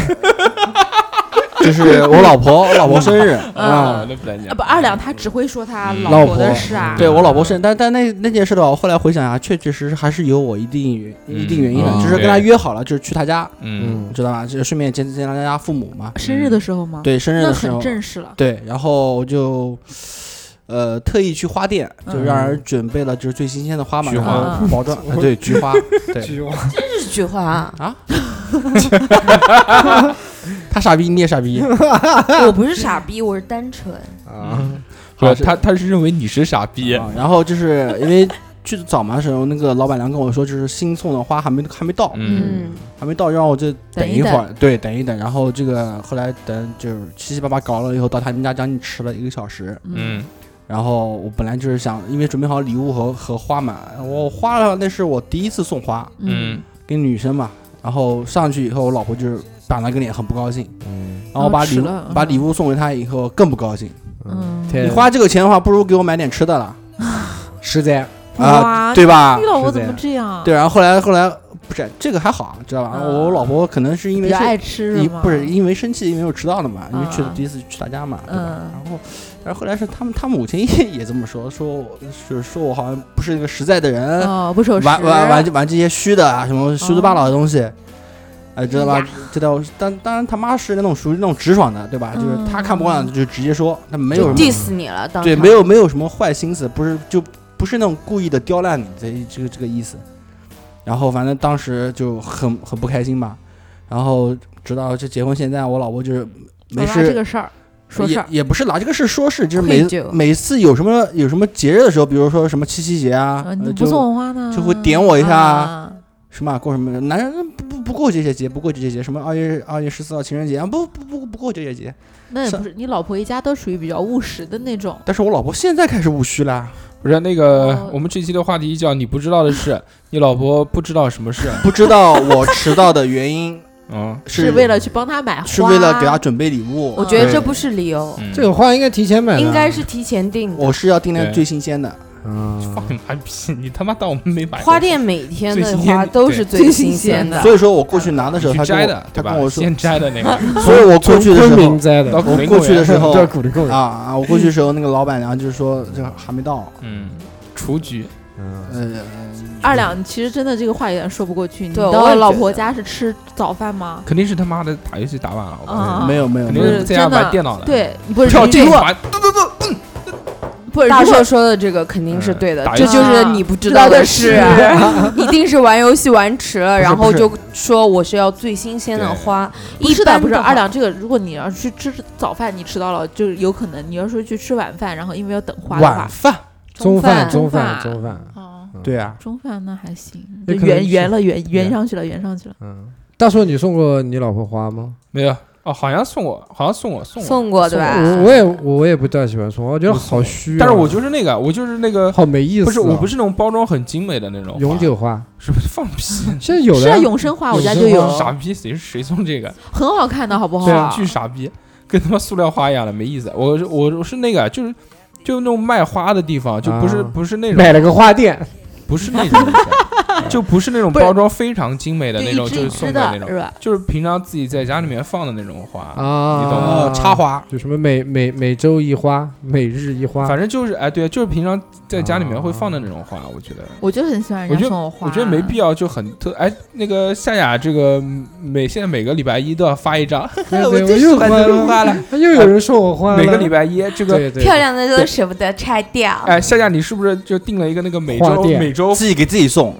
就是我老婆，我老婆生日，啊，那不能啊讲不，二两他只会说他嗯老老婆婆的事啊，对我老婆生日，但但那那件事的话，我后来回想一下，啊确确实实还是有我一定原一定原因的，嗯就是跟她约好了，就是去她家，嗯，你知道吧？就是顺便见见她家父母嘛。生日的时候吗？，对，生日那的时很候，正式 了。对，然后我就。呃，特意去花店，就让人准备了就是最新鲜的花嘛，嗯菊然花嗯后包装，啊对，菊 花，对，这是菊花啊，他傻逼，你也 傻逼，嗯我不是傻逼，我是单纯。啊，不，好是他他是认为你是傻逼，啊，然后就是因为去的早嘛的时候，那个老板娘跟我说，就是新送的花还没还没到，嗯，嗯，还没到，让我就等一一会儿，对，等一等。然后这个后来等就是七七八八搞了以后，到他们家将近迟了一个小时。嗯然后我本来就是想，因为准备好礼物和和花嘛，我花了那是我第一次送花嗯，给女生嘛。然后上去以后，我老婆就是板了个脸，很不高兴。嗯然后把礼迟物了嗯把礼物送给她以后，更不高兴。嗯天你花这个钱的话，不如给我买点吃的了实在嗯啊，哇对吧你？老婆是这怎么样这样？对，然后啊后来后来不是这个还好，知道吧？啊我老婆可能是因为比较是爱吃你吗？不是因为生气，因为我迟到了嘛，因为去啊了第一次去他家嘛，对吧？嗯然后，然后后来是他们他母亲也也这么说，说我是说我好像不是一个实在的人，哦，不守时，玩玩玩玩这些虚的啊，什嗯么虚头巴脑的东西。哎，知道吧？这道当当然他妈是那种属于那种直爽的，对吧？就是他看不惯嗯就直接说，他没有什么 diss 你了，当对，场没有没有什么坏心思，不是就不是那种故意的刁难你这这个这个意思。然后反正当时就很很不开心吧，然后直到这结婚现在，我老婆就是没好吧这事。个事儿，说事也儿，也不是拿这个事说事，就是愧每疚每次有什么有什么节日的时候，比如说什么七夕节啊，啊，呃你不就送花呢，就会点我一下啊啊，什么啊过什么，男人不不不过这些节，不过这些节，什么二月二月十四号情人节啊，不不不不过这些节。那也不是，你老婆一家都属于比较务实的那种，但是我老婆现在开始务虚啦，不是那个哦，我们这期的话题叫你不知道的事， 你老婆不知道什么事，不知道我迟到的原因嗯， 是为了去帮他买花，是为了给他准备礼物。我觉得对这不是理由， 嗯这个花应该提前买的，应该是提前订的。我是要订那对最新鲜的，啊放，你妈屁！你他妈当我们没买过花店每天最的新鲜花的都对是最最新新鲜鲜的的，所以说我过去拿的时候，你他去摘跟的我，对他吧跟？我说，先摘的那个，所以我过去的时昆候明摘到的，古林过去公园的时 候叫古灵公啊园。啊，我过去的时候，那个老板娘就是说这还没到，嗯，雏菊，嗯，呃，二两其实真的这个话有点说不过去。你对我到也老觉婆得家是吃早饭吗？肯定是他妈的打游戏打晚了，我告诉你啊，没有没有肯没定有，是在家玩电脑的，，对，你不是跳如这一果环，不是大如果硕说的这个肯定是对的嗯，打这游戏就是你不知道的事啊，一定是玩游戏玩迟了，然后不是就说我是要最新鲜的花，不是一的，般不是的话二两这个，如果你要是去吃早饭，你迟到了，就是有可能你要是去吃晚饭，然后因为要等花的晚话，饭，中饭中饭饭，中饭。哦，对啊，中饭那还行，也就可能圆是圆了，圆圆圆上去了，圆上去了。嗯，大叔，你送过你老婆花吗？没有哦，好像送我，好像送我，送我，送过对吧？我我也我也不大喜欢送花，我觉得好虚啊。但是我就是那个，我就是那个，好没意思啊。不是，我不是是那种包装很精美的那种花，永久花，是不是放屁？ 现在有是了啊，呀。永生花我家就永生有花，傻逼，谁谁送这个？很好看的好不对啊，好巨？傻逼，跟他妈塑料花一样的，没意思。我是我我是那个，就是就那种卖花的地方，就不是啊不是那种买了个花店，不是那种意思，就不是那种不是包装非常精美的啊那种，一就支一是支送的的那种，是吧？就是平常自己在家里面放的那种花。啊，你懂哦，插花，就什么每每每周一花，每日 一花，反正就是哎，对，就是平常在家里面会放的那种花，我觉得，我就很喜欢人我觉家得送我花，我觉得没必要就很特哎，那个夏雅这个每现在每个礼拜一都要发一张，对哎我对，最我又喜欢这种花花了，又有人说我花 了，每个礼拜一这个对对漂亮的都舍不得拆掉。哎，夏夏你是不是就定了一个那个每周花店每周自己给自己送，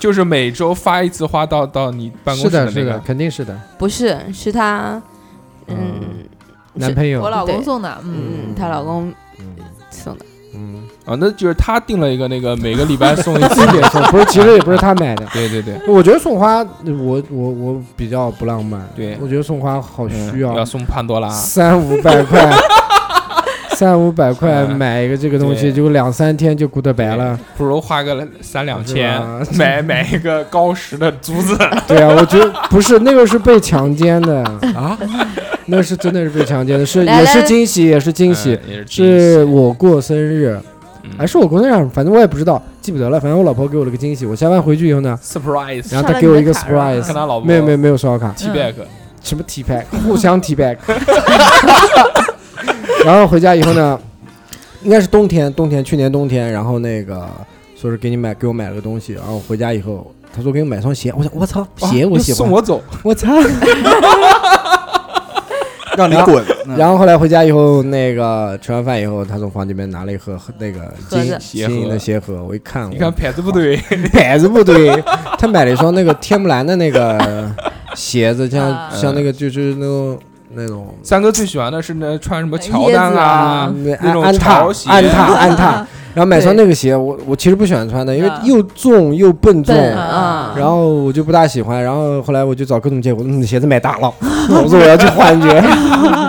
就是每周发一次花到到你办公是室的，那是的，个？肯定是的，不是，是她，嗯嗯，男朋我友，老公对送的，嗯，嗯，她老公送的，嗯，啊，那就是他定了一个那个每个礼拜送一自次。己也送，不是，其实也不是他买的。 对对对我觉得送花，我我我比较不浪漫，对我觉得送花好嗯需要，要送潘多拉，三五百块，三五百块嗯买一个这个东西，对就两三天就 good 白了。不如花个三两啊是 千吧买买一个高石的珠子。 对啊，我觉得不是那个是被强奸的啊， 那是真的是被强奸的，是来也是来惊喜，也是惊喜。嗯也是惊喜是我过生日，嗯还是我过生日？啊反正我也不知道，记不得了。反正我老婆给我了个惊喜，我下班回去以后呢， surprise，然刷后她了给你我的一个卡是啊吧 surprise，跟啊他老婆没有没有没有刷我卡， t 嗯 back， 什么 T back，互相 T back。然后回家以后呢，应该是冬天，冬天去年冬天，然后那个说是给你买给我买了个东西，然后回家以后，他说给我买双鞋，我想我操，鞋我喜啊送欢，我走，我操。让你滚。然后后来回家以后，那个吃完饭以后，他从房间里面拿了一盒那个盒金子鞋盒金银的鞋盒，我一看，你看我牌子不对，牌子不对，他买了一双那个天目蓝的那 个鞋子，像啊像那个就是那种那种三哥最喜欢的是那穿什么乔椰丹子啊啊，嗯那种安踏潮鞋，安 踏安踏，然后买双那个鞋，我我其实不喜欢穿的，因为啊又重又笨重。嗯笨啊，然后我就不大喜欢，然后后来我就找各种借口，嗯，鞋子买大了， 我说我要去换一个。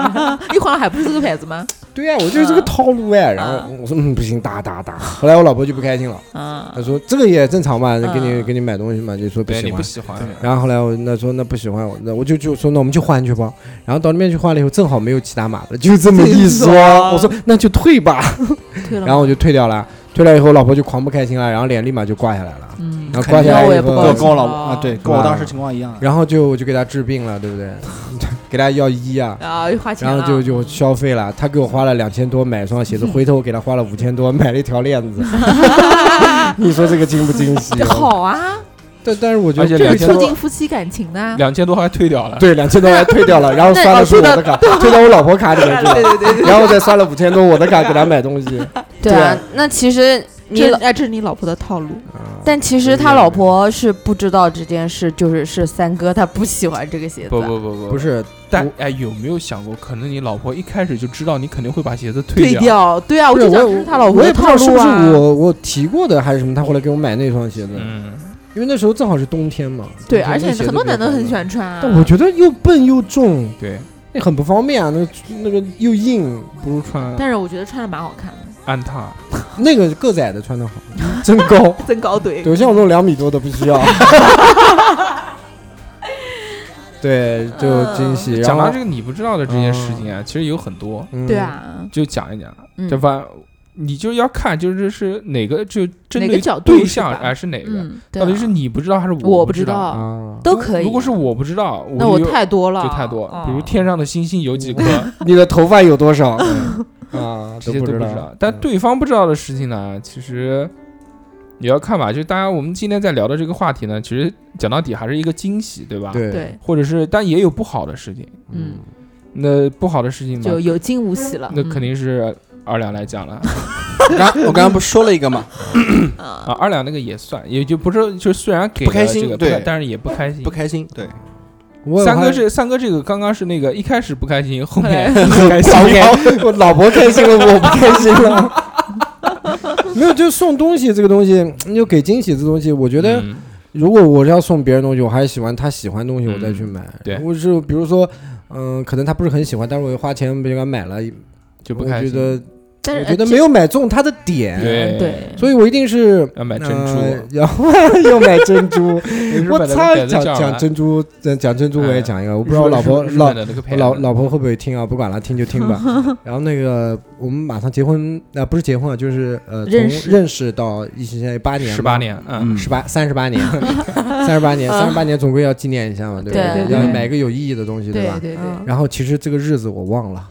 一晃还不是这个牌子吗？对呀、我就是嗯这个套路哎。然后我说嗯，不行，打打打。后来我老婆就不开心了，嗯啊她，说这个也正常嘛，给你嗯给你买东西嘛，就说不对喜你不欢。喜欢，然后后来我那说那不喜欢我，那我就就说那我们去换去吧。嗯然后到那边去换了以后，正好没有其他码了，就这么 一说，哦我说那就退吧。退嗯了吗，然后我就退掉了，退掉以后老婆就狂不开心了，然后脸立马就挂下来了，嗯，然后挂下来那我以呃也不后，高跟兴我老婆啊，对，跟我是吧当时情况一样。然后就我就给她治病了，对不对？ 给她要医啊，啊，嗯又花钱然了，后就就消费了，她给我花了两千多买一双鞋子，回头我给她花了五千多买了一条链 子， 你说这个惊不惊喜这？好啊，但但是我觉而得且这这两是千个促多进夫妻感情的。啊两千多还退掉了，对两千多还退掉了， 然后刷的是我的卡，退到我老婆卡里面去了，哦对对对，然后再刷了五千多我的卡给她买东 西，对啊，那其实你这老，哎，这是你老婆的套路，但其实他老婆是不知道这件事，就是是三哥他不喜欢这个鞋子不，不不不不，是但哎有没有想过，可能你老婆一开始就知道你肯定会把鞋子退掉，掉，对啊，我不就想我这是他老婆我也的不知道套是路不是啊。我我提过的还是什么，他后来给我买那双鞋子，嗯，因为那时候正好是冬天嘛。对，冬天而且那鞋子很多比较男的好很喜穿。欢穿啊。但我觉得又笨又重，对，那很不方便啊。那那个又硬，不如穿但是我觉得穿着蛮好看的，安踏，那个个子矮的穿的好， 真高。 增高对。对，像我这种两米多的不需要。 对，就惊喜。然呃讲后到这个你不知道的这些事情啊，其实有很多，嗯对啊，就讲一讲，嗯这反你就要看就是是哪个就针哪对个角度对是象吧哎是哪个，嗯，对啊到底是你不知道还是我不不知道？道，啊，都可以。如果是我不知道，我那我就太多了，就太多，比如嗯天上的星星有几颗，你的头发有多 少？啊，这都些都不不知道。但对方不知道的事情呢，其实也要看吧。就大家我们今天在聊的这个话题呢，其实讲到底还是一个惊喜，对吧？，对，对，或者是，但也有不好的事情。嗯，那不好的事情就呢，有惊无喜了。那嗯肯定是二两来讲了我刚我刚刚不是说了一个嘛，嗯啊。二两那个也算，也就不是，就虽然给了不开心这个，对不但是也不开心不。开心，对，我有三还 哥这三哥这个刚刚是那个一开始不开心，后面哎很开心，哦我老婆开心了，我不开心了。没有，就送东西这个东西，你就给惊喜这东西，我觉得嗯如果我是要送别人东西，我还是喜欢他喜欢东西，我再去买。对我是嗯比如说，嗯、可能他不是很喜欢，但是我又花钱给他买了，就不我开觉心。得但我是呃觉得没有买中他的嗯点，对对，所以我一定是要买珍珠啊呃要要 买 珍珠。日我本的操，牌子讲叫讲啊哎珍珠，讲讲珍珠我也讲一个，我不知道日本老婆日本老的那个牌我子老老婆会不会听啊？不管了，听就听 吧。然后那个我们马上结婚，呃，不是结婚啊，就是呃，从认识认识到一起现在八年，十八，年，嗯，嗯十八三十八年， 三十八年，三十八年总归要纪念一下嘛，对不对嗯对要对买个有意义的东西，对吧？对对，嗯然后其实这个日子我忘了。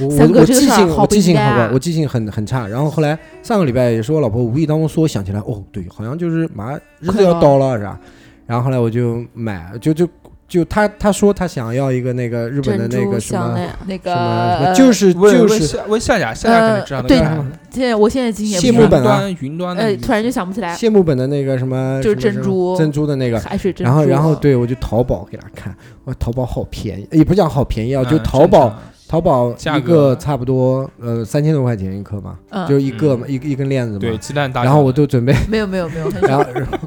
我我啊三哥我这个记事儿性好我不记应性该好吧啊，我记性很很差。然后后来上个礼拜也是我老婆无意当中说想起来，哦对，好像就是马上日子快要到到了是吧？然后后来我就买，就就就他他说他想要一个那个日本的珍那珠个什项么链，那什么什个呃么，就是是问就问是呃夏问夏雅，夏雅肯定知道那对个牌子现在我现在已经也谢不幕知云道本啊端云端的呃，意思，突然就想不起来，谢幕本的那个什么，就是什么珍珠珍珠的那个。海水珍珠，啊然后，然后对我就淘宝给他看，我淘宝好便宜，也不讲好便宜啊，嗯就淘宝，正淘宝价一格个差不多呃三千多块钱一颗嘛，嗯，就一个嘛，嗯一一根链子常对嘛。鸡蛋大小的，然后我就 准备，没有没有没有，很然少，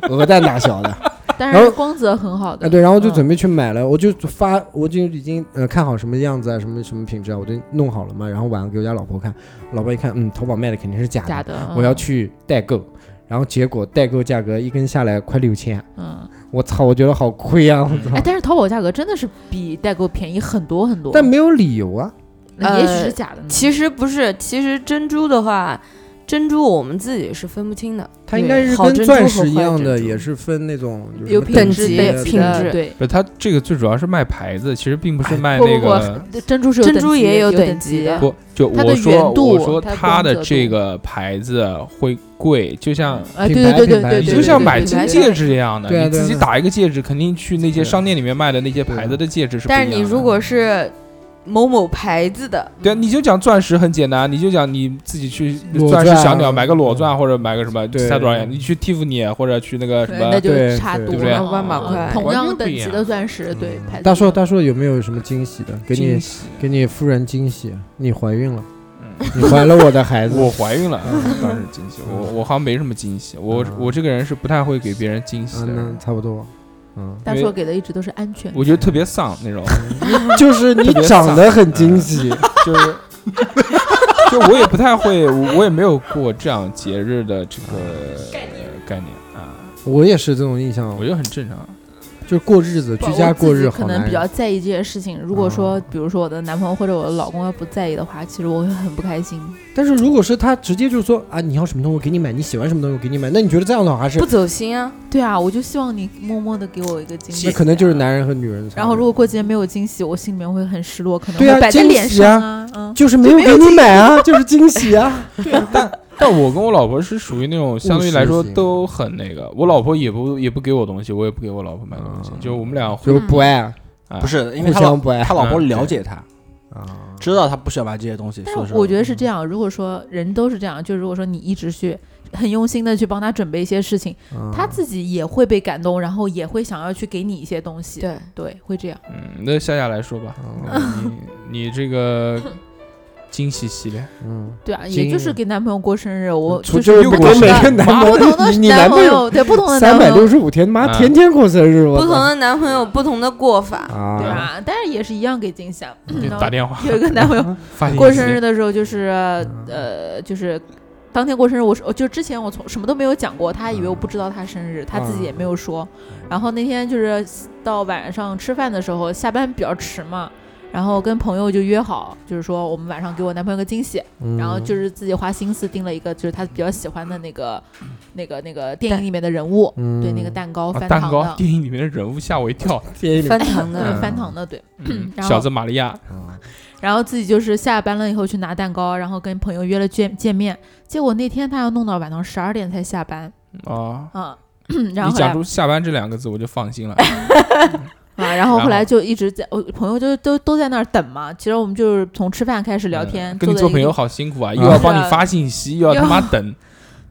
后鹅蛋大小的， 但然是后光泽很好的，啊，对，然后就嗯准备去买了，我就发，我就已经呃看好什么样子啊，什么什么品质啊，我就弄好了嘛，然后晚上给我家老婆看，老婆一看，嗯，淘宝卖的肯定是假的，假的，我要嗯，去代购，然后结果代购价格一根下来快六千，嗯，我操，我觉得好亏啊，嗯我操哎，，但是淘宝价格真的是比代购便宜很多很多， 但没有理由啊，那也许呃是假的呢，其实不是，其实珍珠的话，珍珠我们自己是分不清的。它应该是好跟珍珠钻和石一坏样的，珍珠也是分那种就是什有么品等质级的等品级啊的质，对，不是，它这个最主要是卖牌子，其实并不是卖哎不那不 个。不，珍珠是有珍等珠级也有有等等级的的，不，就它的我说圆度我说它的它光的泽这度个牌子会贵，就像啊，品对对牌对品对牌对你对，就像对买对金对戒指一样的，对啊你对啊自己对啊打一个戒指，肯定去那些是商店里面卖的那些对啊牌子的戒指是不一但样是的。你如果是某某牌子的，对啊，你就讲钻石很简单，你就讲你自己去裸钻石钻小鸟啊买个裸钻或者买个什么，对才多少钱？你去蒂芙尼或者去那个什对那么，就对差对多对不对了，万把嗯块同完全样不等一级样的钻石，呃对，牌子嗯大不一硕，样大硕有没有什么惊喜的？给惊你喜。给你夫人惊喜，你怀孕了，嗯你怀了我的孩子，我怀孕了，嗯当时惊喜。我我好像没什么惊喜，我嗯我这个人是不太会给别人惊喜嗯，的人。那差不多， 嗯。大因为硕给的一直都是安全，我觉得特别丧那种，就是你长得很惊喜，就是。就我也不太会，我我也没有过这样节日的这个概念啊，我也是这种印象我，觉得很正常。就是过日子，不居家我过自己日可好能难比较在意这些事情。如果说哦，比如说我的男朋友或者我的老公要不在意的话，其实我会很不开心。但是如果是他直接就说啊，你要什么东西我给你买，你喜欢什么东西我给你买，那你觉得这样的话还是不走心啊。对啊，我就希望你默默的给我一个 惊喜。啊那可能就是。男人和女人差别。然后如果过节没有惊喜，我心里面会很失落，可能对啊会摆在惊脸喜上啊。嗯，就是没有给你买啊，就是惊喜啊。但我跟我老婆是属于那种相对来说务实型都很那个，我老婆也不也不给我东西，我也不给我老婆买东西，嗯就我们俩会就是不爱啊，啊不是，因为互他老相不爱他老婆嗯了解他，啊。知道他不需要买这些东西。但说是实我话觉嗯得是这样。如果说人都是这样，就如果说你一直去很用心的去帮他准备一些事情，嗯他自己也会被感动，然后也会想要去给你一些东西。对，对，会这样。嗯，那夏夏来说吧，嗯你你这个惊喜系列，嗯，对啊，经也就历是给男朋友过生日，我除就是就不不同同每的个男妈朋不同友，的你你男男朋友友对不同的男三朋百友六十五天，妈啊天天过生日，我不操同的男朋友，不同的过法。对啊，啊，但是也是一样给惊喜啊。你然后打电话有一个男朋友发啊信息过生日的时候，就是呃，就是当天过生日，我是我就之前我从什么都没有讲过，他还以为我不知道他生日，他自己也没有说。然后那天就是到晚上吃饭的时候，下班比较迟嘛。然后跟朋友就约好，就是说我们晚上给我男朋友个惊喜，嗯然后就是自己花心思订了一个，就是他比较喜欢的那个、那个、那个电影里面的人物，嗯对那个蛋糕啊翻蛋糖糕，的，电影里面的人物吓我一跳，天翻糖的， 对翻糖的，对。嗯然后小子玛利亚，然后自己就是下班了以后去拿蛋糕，然后跟朋友约了见见面，结果那天他要弄到晚上十二点才下班啊， 啊、然你后后讲来出下班这两个字我就放心了。啊，然后然后来后就一直在，我朋友就都都在那儿等嘛。其实我们就是从吃饭开始 聊天，嗯跟你坐做在一朋嗯个友地好辛苦啊，啊又要帮你发信息，又要要他妈 等等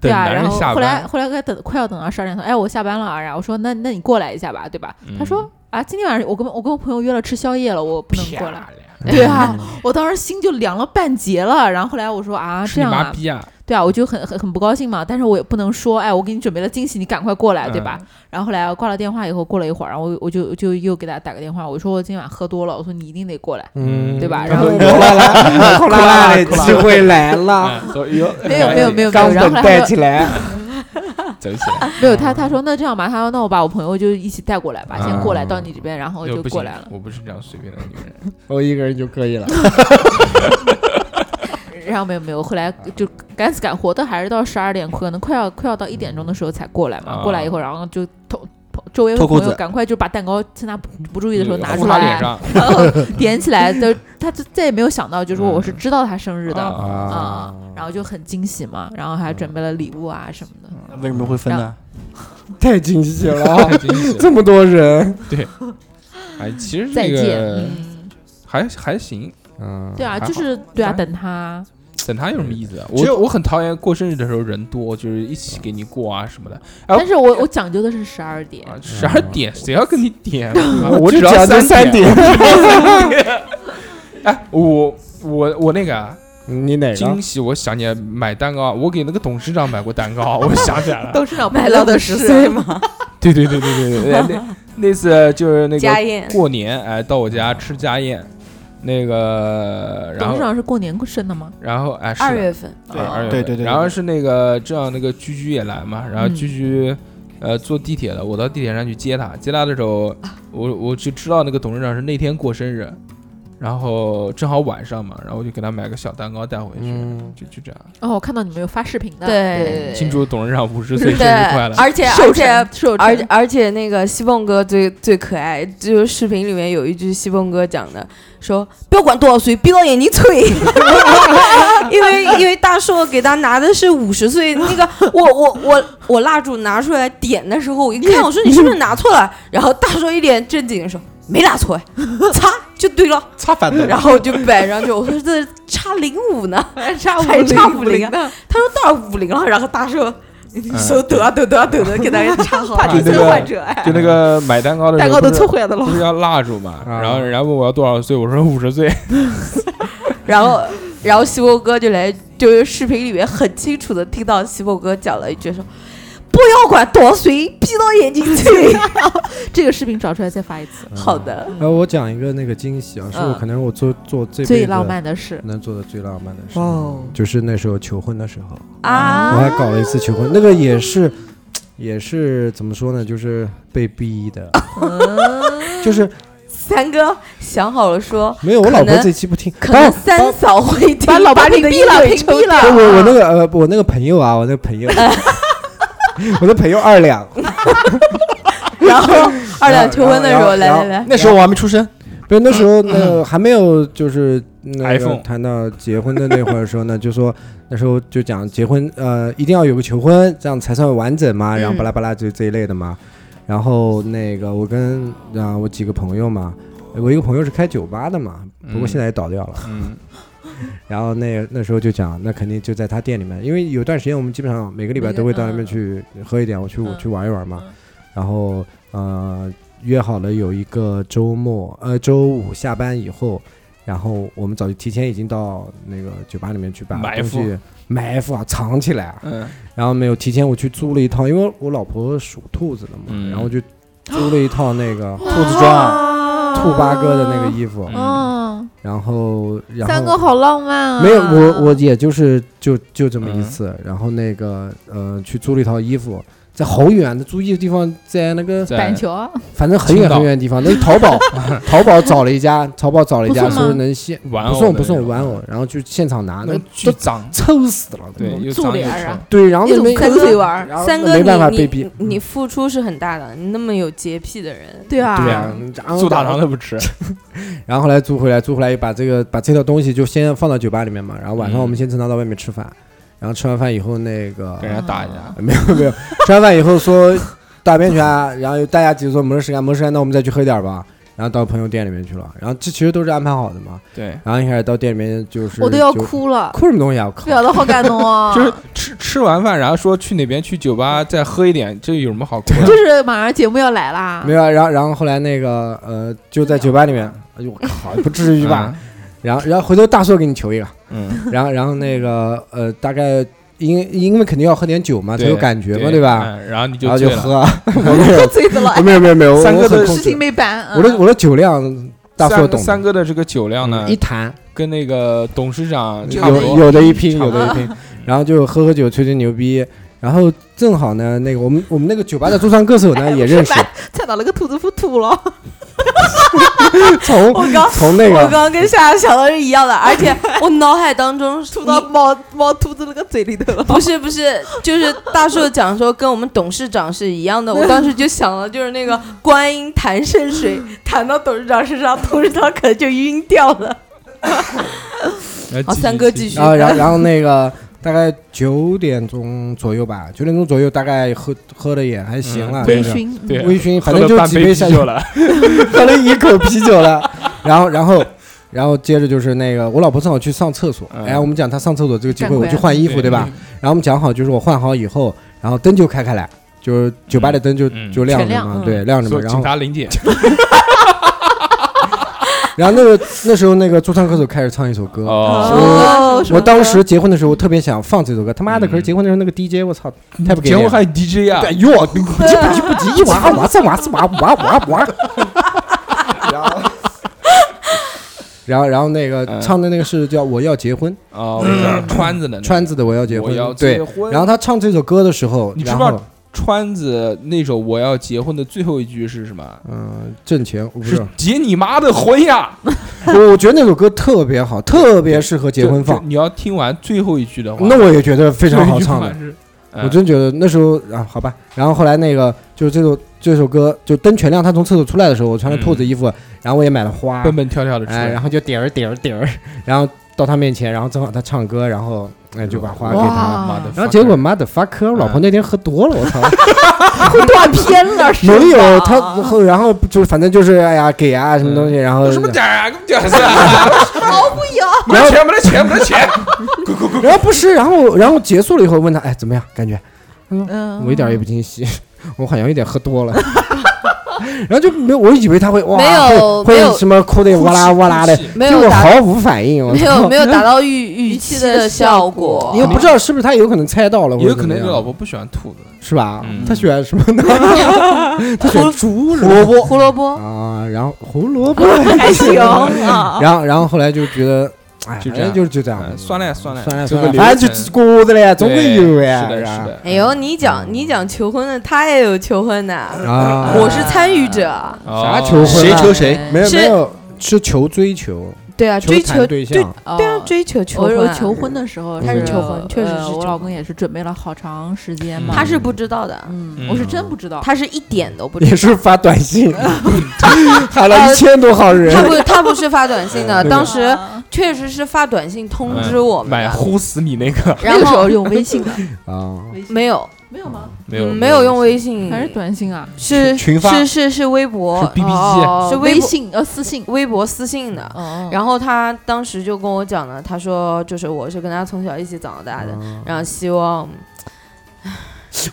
对啊，男然人后下后来班，后来快等快要等到十二点，他说哎我下班了啊，然后我说那嗯那你过来一下吧，对吧？他说啊今天晚上我跟我跟我朋友约了吃宵夜了，我不能过漂来。亮 对啊，我当时心就凉了半截了。然后后来我说啊，是你这样妈啊，逼啊！对啊，我就很很很不高兴嘛。但是我也不能说，哎，我给你准备了惊喜，你赶快过来，对吧？嗯然后后来我挂了电话以后，过了一会儿，然后我我就就又给他打个电话，我说我今晚喝多了，我说你一定得过来，嗯对吧？然 后来 了，后来的机会来了， 嗯所以有啊没有没有没有没有，钢然后后来本带他起说来，走起来，没有他他说那这样吧，他说那我把我朋友就一起带过来吧，先过来嗯到啊你这边，然后又就不过行来了。我不是这样随便的女人。我一个人就可以了。然后没有没有，后来就赶死赶活的，还是到十二点，可能快要快要到一点钟的时候才过来嘛。啊过来以后，然后就偷。偷周围的脱裤朋友子赶快就把蛋糕趁他不不注意的时候拿呼出他脸来，上然后点起来，都他就再也没有想到，就是嗯我是知道他生日的啊、啊！然后就很惊喜嘛，然后还准备了礼物啊什么的。那为什么会分呢？太惊 喜了 啊太！惊喜了！这么多人，哎，其实再这见，个嗯，还还行，嗯，对啊，还好就是对啊，反等他，等他有什么意思啊？其实我我很讨厌过生日的时候人多，就是一起给你过啊什么的。哎但是我我讲究的是十二点，啊，十二点谁要跟你点？啊我就只要讲究三三点。点，哎，我我我那个啊嗯你哪个惊？喜，我想起来买蛋糕，我给那个董事长买过蛋糕，我想起来了。董事长买不知道到的是十岁吗？对对对对对对，那那次就是那家个宴过年，哎，到我家吃家宴，那个然董事后长是过年生的吗？然后哎是二的月份，啊对二月对份对对对然后是那个这样，那个居居也来嘛，然后嗯居居。呃，坐地铁了，我到地铁上去接他。接他的时候，我我就知道那个董事长是那天过生日，然后正好晚上嘛，然后我就给他买个小蛋糕带回去，嗯就就这样。哦，我看到你们有发视频的，啊对庆祝董事长五十岁对生日快乐！，而且受而且惩受而惩而且那个西凤哥最最可爱，就是视频里面有一句西凤哥讲的，说不要管多少岁，闭到眼睛吹， 因为因为大硕给他拿的是五十岁那个，我我我我蜡烛拿出来点的时候，我一看我说你是不是拿错了？然后大硕一脸正经地说没拿错，擦就对了，擦反的。然后我就摆上去，我说这差零五呢，差五还零差五五零零啊的，他说到五零了，然后大硕。你手抖啊抖抖啊抖的，给大家插啊好。就那患个者哎，就那个买蛋糕的时蛋候，糕都不是凑回来 的了不。是要蜡烛嘛？啊然后人家问我要多少岁，我说五十岁。然后，然后西凤哥就来，就是视频里面很清楚的听到西凤哥讲了一句说：“不要管多随，闭到眼睛去。这个视频找出来再发一次。”嗯 好的，然呃后我讲一个那个惊喜啊，是我嗯可能我做做这辈子最浪漫的事，能做的最浪漫的事，哦就是那时候求婚的时候，我还啊，搞了一次求婚，那个也是，也是怎么说呢，就是被逼的，哦就是三哥想好了说，没有我可老婆能这期不听，可把能我三嫂会听把老婆你屏的蔽了，音屏轨抽蔽了。不我我那个呃我那个朋友啊，我那个 朋友，我的朋友二两，然后二两求婚的时候，来嗯然后来来，那时候我还没出生，不是那时候 呢，还没有就是那个 iPhone 谈到结婚的那会儿的时候呢，就说那时候就讲结婚呃一定要有个求婚，这样才算完整嘛，然后嗯巴拉巴拉就这一类的嘛。然后那个我跟啊、我几个朋友嘛，我一个朋友是开酒吧的嘛，不过嗯现在也倒掉了。嗯，然后那那时候就讲，那肯定就在他店里面，因为有段时间我们基本上每个礼拜每个都会到那边嗯去喝一点，我去我嗯去玩一玩嘛嗯。然后呃约好了有一个周末，呃周五下班以后，然后我们早就提前已经到那个酒吧里面去把埋东伏西埋伏啊藏起来啊。嗯，然后没有提前我去租了一套，因为我老婆属兔子的嘛，嗯然后就租了一套那个兔子装哦啊，兔八哥的那个衣服，嗯，然后然后三哥好浪漫啊！没有，我我也就是就就这么嗯一次，然后那个呃，去租了一套衣服，在好远的租衣服地方，在那个在板球啊反正很远青岛很远的地方，那淘 宝淘宝找了一家，淘宝找了一家不送吗说是能现玩不偶送的不那送种玩偶，然后去现场拿，那那巨都脏，臭死了，嗯对，又助脏又理臭啊。对，然后一那种边坑嘴玩然后儿。三哥，没办法你被逼嗯你你付出是很大的，你那么有洁癖的人，对啊，对啊，然后做大堂都不吃，然后后来租回来，租回来把这个把这套东西就先放到酒吧里面嘛，然后晚上嗯我们先正常到外面吃饭，然后吃完饭以后那个给人家打一嗯架。 没有没有，吃完饭以后说打边拳啊，然后大家几个说没事干没啊事干，那我们再去喝点儿吧。然后到朋友店里面去了，然后这其实都是安排好的嘛。对，然后一开始到店里面就是我都要就哭了，哭什么东西啊！我靠，表的好感动 啊！就是吃吃完饭，然后说去哪边去酒吧再喝一点，这有什么好 哭 就的？是马上节目要来啦没，有啊。然后然后后来那个呃就在酒吧里面，哎呦我靠，不至于吧？嗯？然后然后回头大硕给你求一个，嗯， 然后然后那个呃，大概因因为肯定要喝点酒嘛，才有感觉嘛，对吧？嗯然后你就然后就醉了喝， 我没 有，醉死了我，没有没有没有，我三哥我很的控事情制，没办，我的我的酒量大硕三懂的，三哥的这个酒量呢嗯一，坛跟那个董事长差不有多。有的一拼，有的 一拼，然后就喝喝酒，吹吹牛逼。然后正好呢，那个我们我们那个酒吧的驻唱歌手哎呢也认识，踩到了个兔子夫吐了，从我刚从那我个刚跟夏夏想的是一样的，而且我脑海当 中是吐到 猫猫兔子那个嘴里头了。不是不是，就是大硕讲说跟我们董事长是一 样的，我当时就想了，就是那个观音弹圣 水，弹到董事长身上，董事长可能就晕掉 了。然后好，三哥继续。然啊后然后然后那个大概九点钟左右吧，九点钟左右大概喝喝的也还行了，嗯微就是醺，对微醺，喝反正了就半几杯杯啤下去酒， 了，喝了一口啤酒了，然后然后。然后接着就是那个，我老婆正好去上厕所，嗯哎，我们讲她上厕所这个机干会，活我呀去换衣服，对吧？？然后我们讲好，就是我换好以后，然后灯就开开来，就是酒吧的灯就嗯就亮全着亮嘛嗯，对，亮着嘛。做然警后察临检，然后那个那时候那个驻唱歌手开始唱一首歌，哦，哦，我当时结婚的时候特别想放这首歌，他妈的！嗯可是结婚的时候那个 DJ 我操，太不给结脸婚了。还有 DJ 啊哎？呦，不急不急不急，一玩二玩三玩四玩五玩五玩五玩。 然后，然后然后那个嗯唱的那个是叫《我要结婚哦，我知道川子的那》，个川子的《我要嗯结我婚要》对结。婚，然后他唱这首歌的时候，你知然不知道后川子那首《我要结婚》的最后一句是什么？嗯，挣钱我不是是，结你妈的婚呀！我觉得那首歌特别好，特别适合结就婚就放。你要听完最后一句的话，那我也觉得非最后常一句好唱的话，是。嗯我真觉得那时候啊，好吧。然后后来那个就是这首这首歌，就灯全亮，他从厕所出来的时候，我穿了嗯兔子衣服，然后我也买了花，蹦蹦跳跳的出哎，来然，后就点儿点儿点儿，然后到他面前，然后正好他唱歌，然后哎就把花给他了。哇妈啊的，然后结果妈的 fuck，我老嗯婆那天喝多了，我操，会断片了， 是吧没有他，后然后就是反正就是哎呀给啊什么东西，然嗯后有什么点儿啊？给我点儿是啊！ 没然后钱，没得钱，没得 钱。然后不是，然后然后结束了以后问他哎怎么样感觉，嗯，我一点儿也不惊喜， 我好像有点喝多了。 然后就没有，我以为他会哇，没有会没有会什么哭的哇啦哇啦的，没结有果达毫无反应，我没有操没有达到预预期期的的效效果你，又不知道是不是他有可能猜到了，也有可能你你老婆不喜欢兔子，是吧嗯？他喜欢什么呢？他喜欢猪是吧萝卜胡萝卜 啊，然后胡萝卜，哦还行啊，然后然后后来就觉得，哎，就这反正样就是就这样嗯，算了算了哎算了这算个了，流反正程就过的嘞，总归有哎，对是的，吧是的。哎呦，你讲你讲求婚的，他也有求婚的，啊，我是参与者。哦啥求婚谁啊 求谁？哦没有是没有，是求追求，对啊，追求谈对嗯对象，哦对啊，追求求我婚说啊，求婚的时候，他是求婚确实呃是求我老公婚也是准备了好长时间嘛。他是不知道的，嗯嗯，我是真不知道。他是一点都不知道 也。是发短 信， 喊了一千多号人他，不，他不是发短信 的，嗯当时啊确实是发短信通知嗯我们买的，呼死你那个那然个时后候用微信的，啊，没有 没有吗？没有嗯没有用微信，还是短信啊？是群发是是是微博是 B 啊哦是微嗯微博信呃私信。微博私信的。哦，然后他当时就跟我讲了，他说就是我是跟他从小一起长大的，嗯然后希望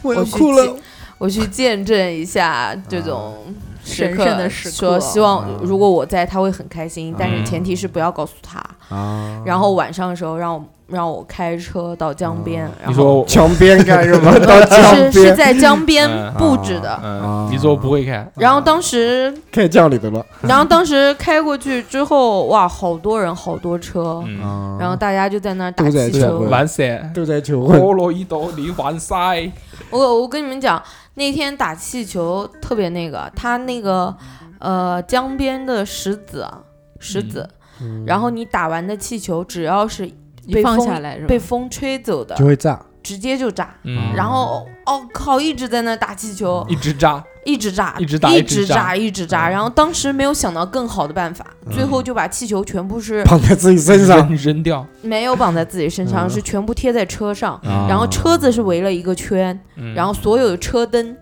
我要哭了。 我去见证一下这嗯种时神刻。圣的时说刻希望如果我在，他会很开心，嗯但是前提是不要告诉他。啊，然后晚上的时候让我让我开车到江边，然你后说墙 边干什么？到墙是是边在江边嗯布置的。嗯，你说我不会开，然后当时，开酱里头了然后当时开过去之后，哇，好多人，好多车，嗯，啊，然后大家就在那儿打都在汽车车。嗯完赛，都在求婚，菠萝一刀你完赛，我我跟你们讲，那天打气球特别那个，它那个呃江边的石子啊，石子，嗯然后你打完的气球只要是被一放封下来是吧？被风吹走的 就，会炸， 直接就炸。嗯，然后哦靠，一直在那打气球，嗯一直扎，一直炸，一直打一一直直炸炸，一直炸。然后当时没有想到更好的办法，嗯最后就把气球全部是绑在自己身上，扔扔掉，没有绑在自己身嗯上，是全部贴在车上。啊然后车子是围了一个圈，嗯然后所有的车灯，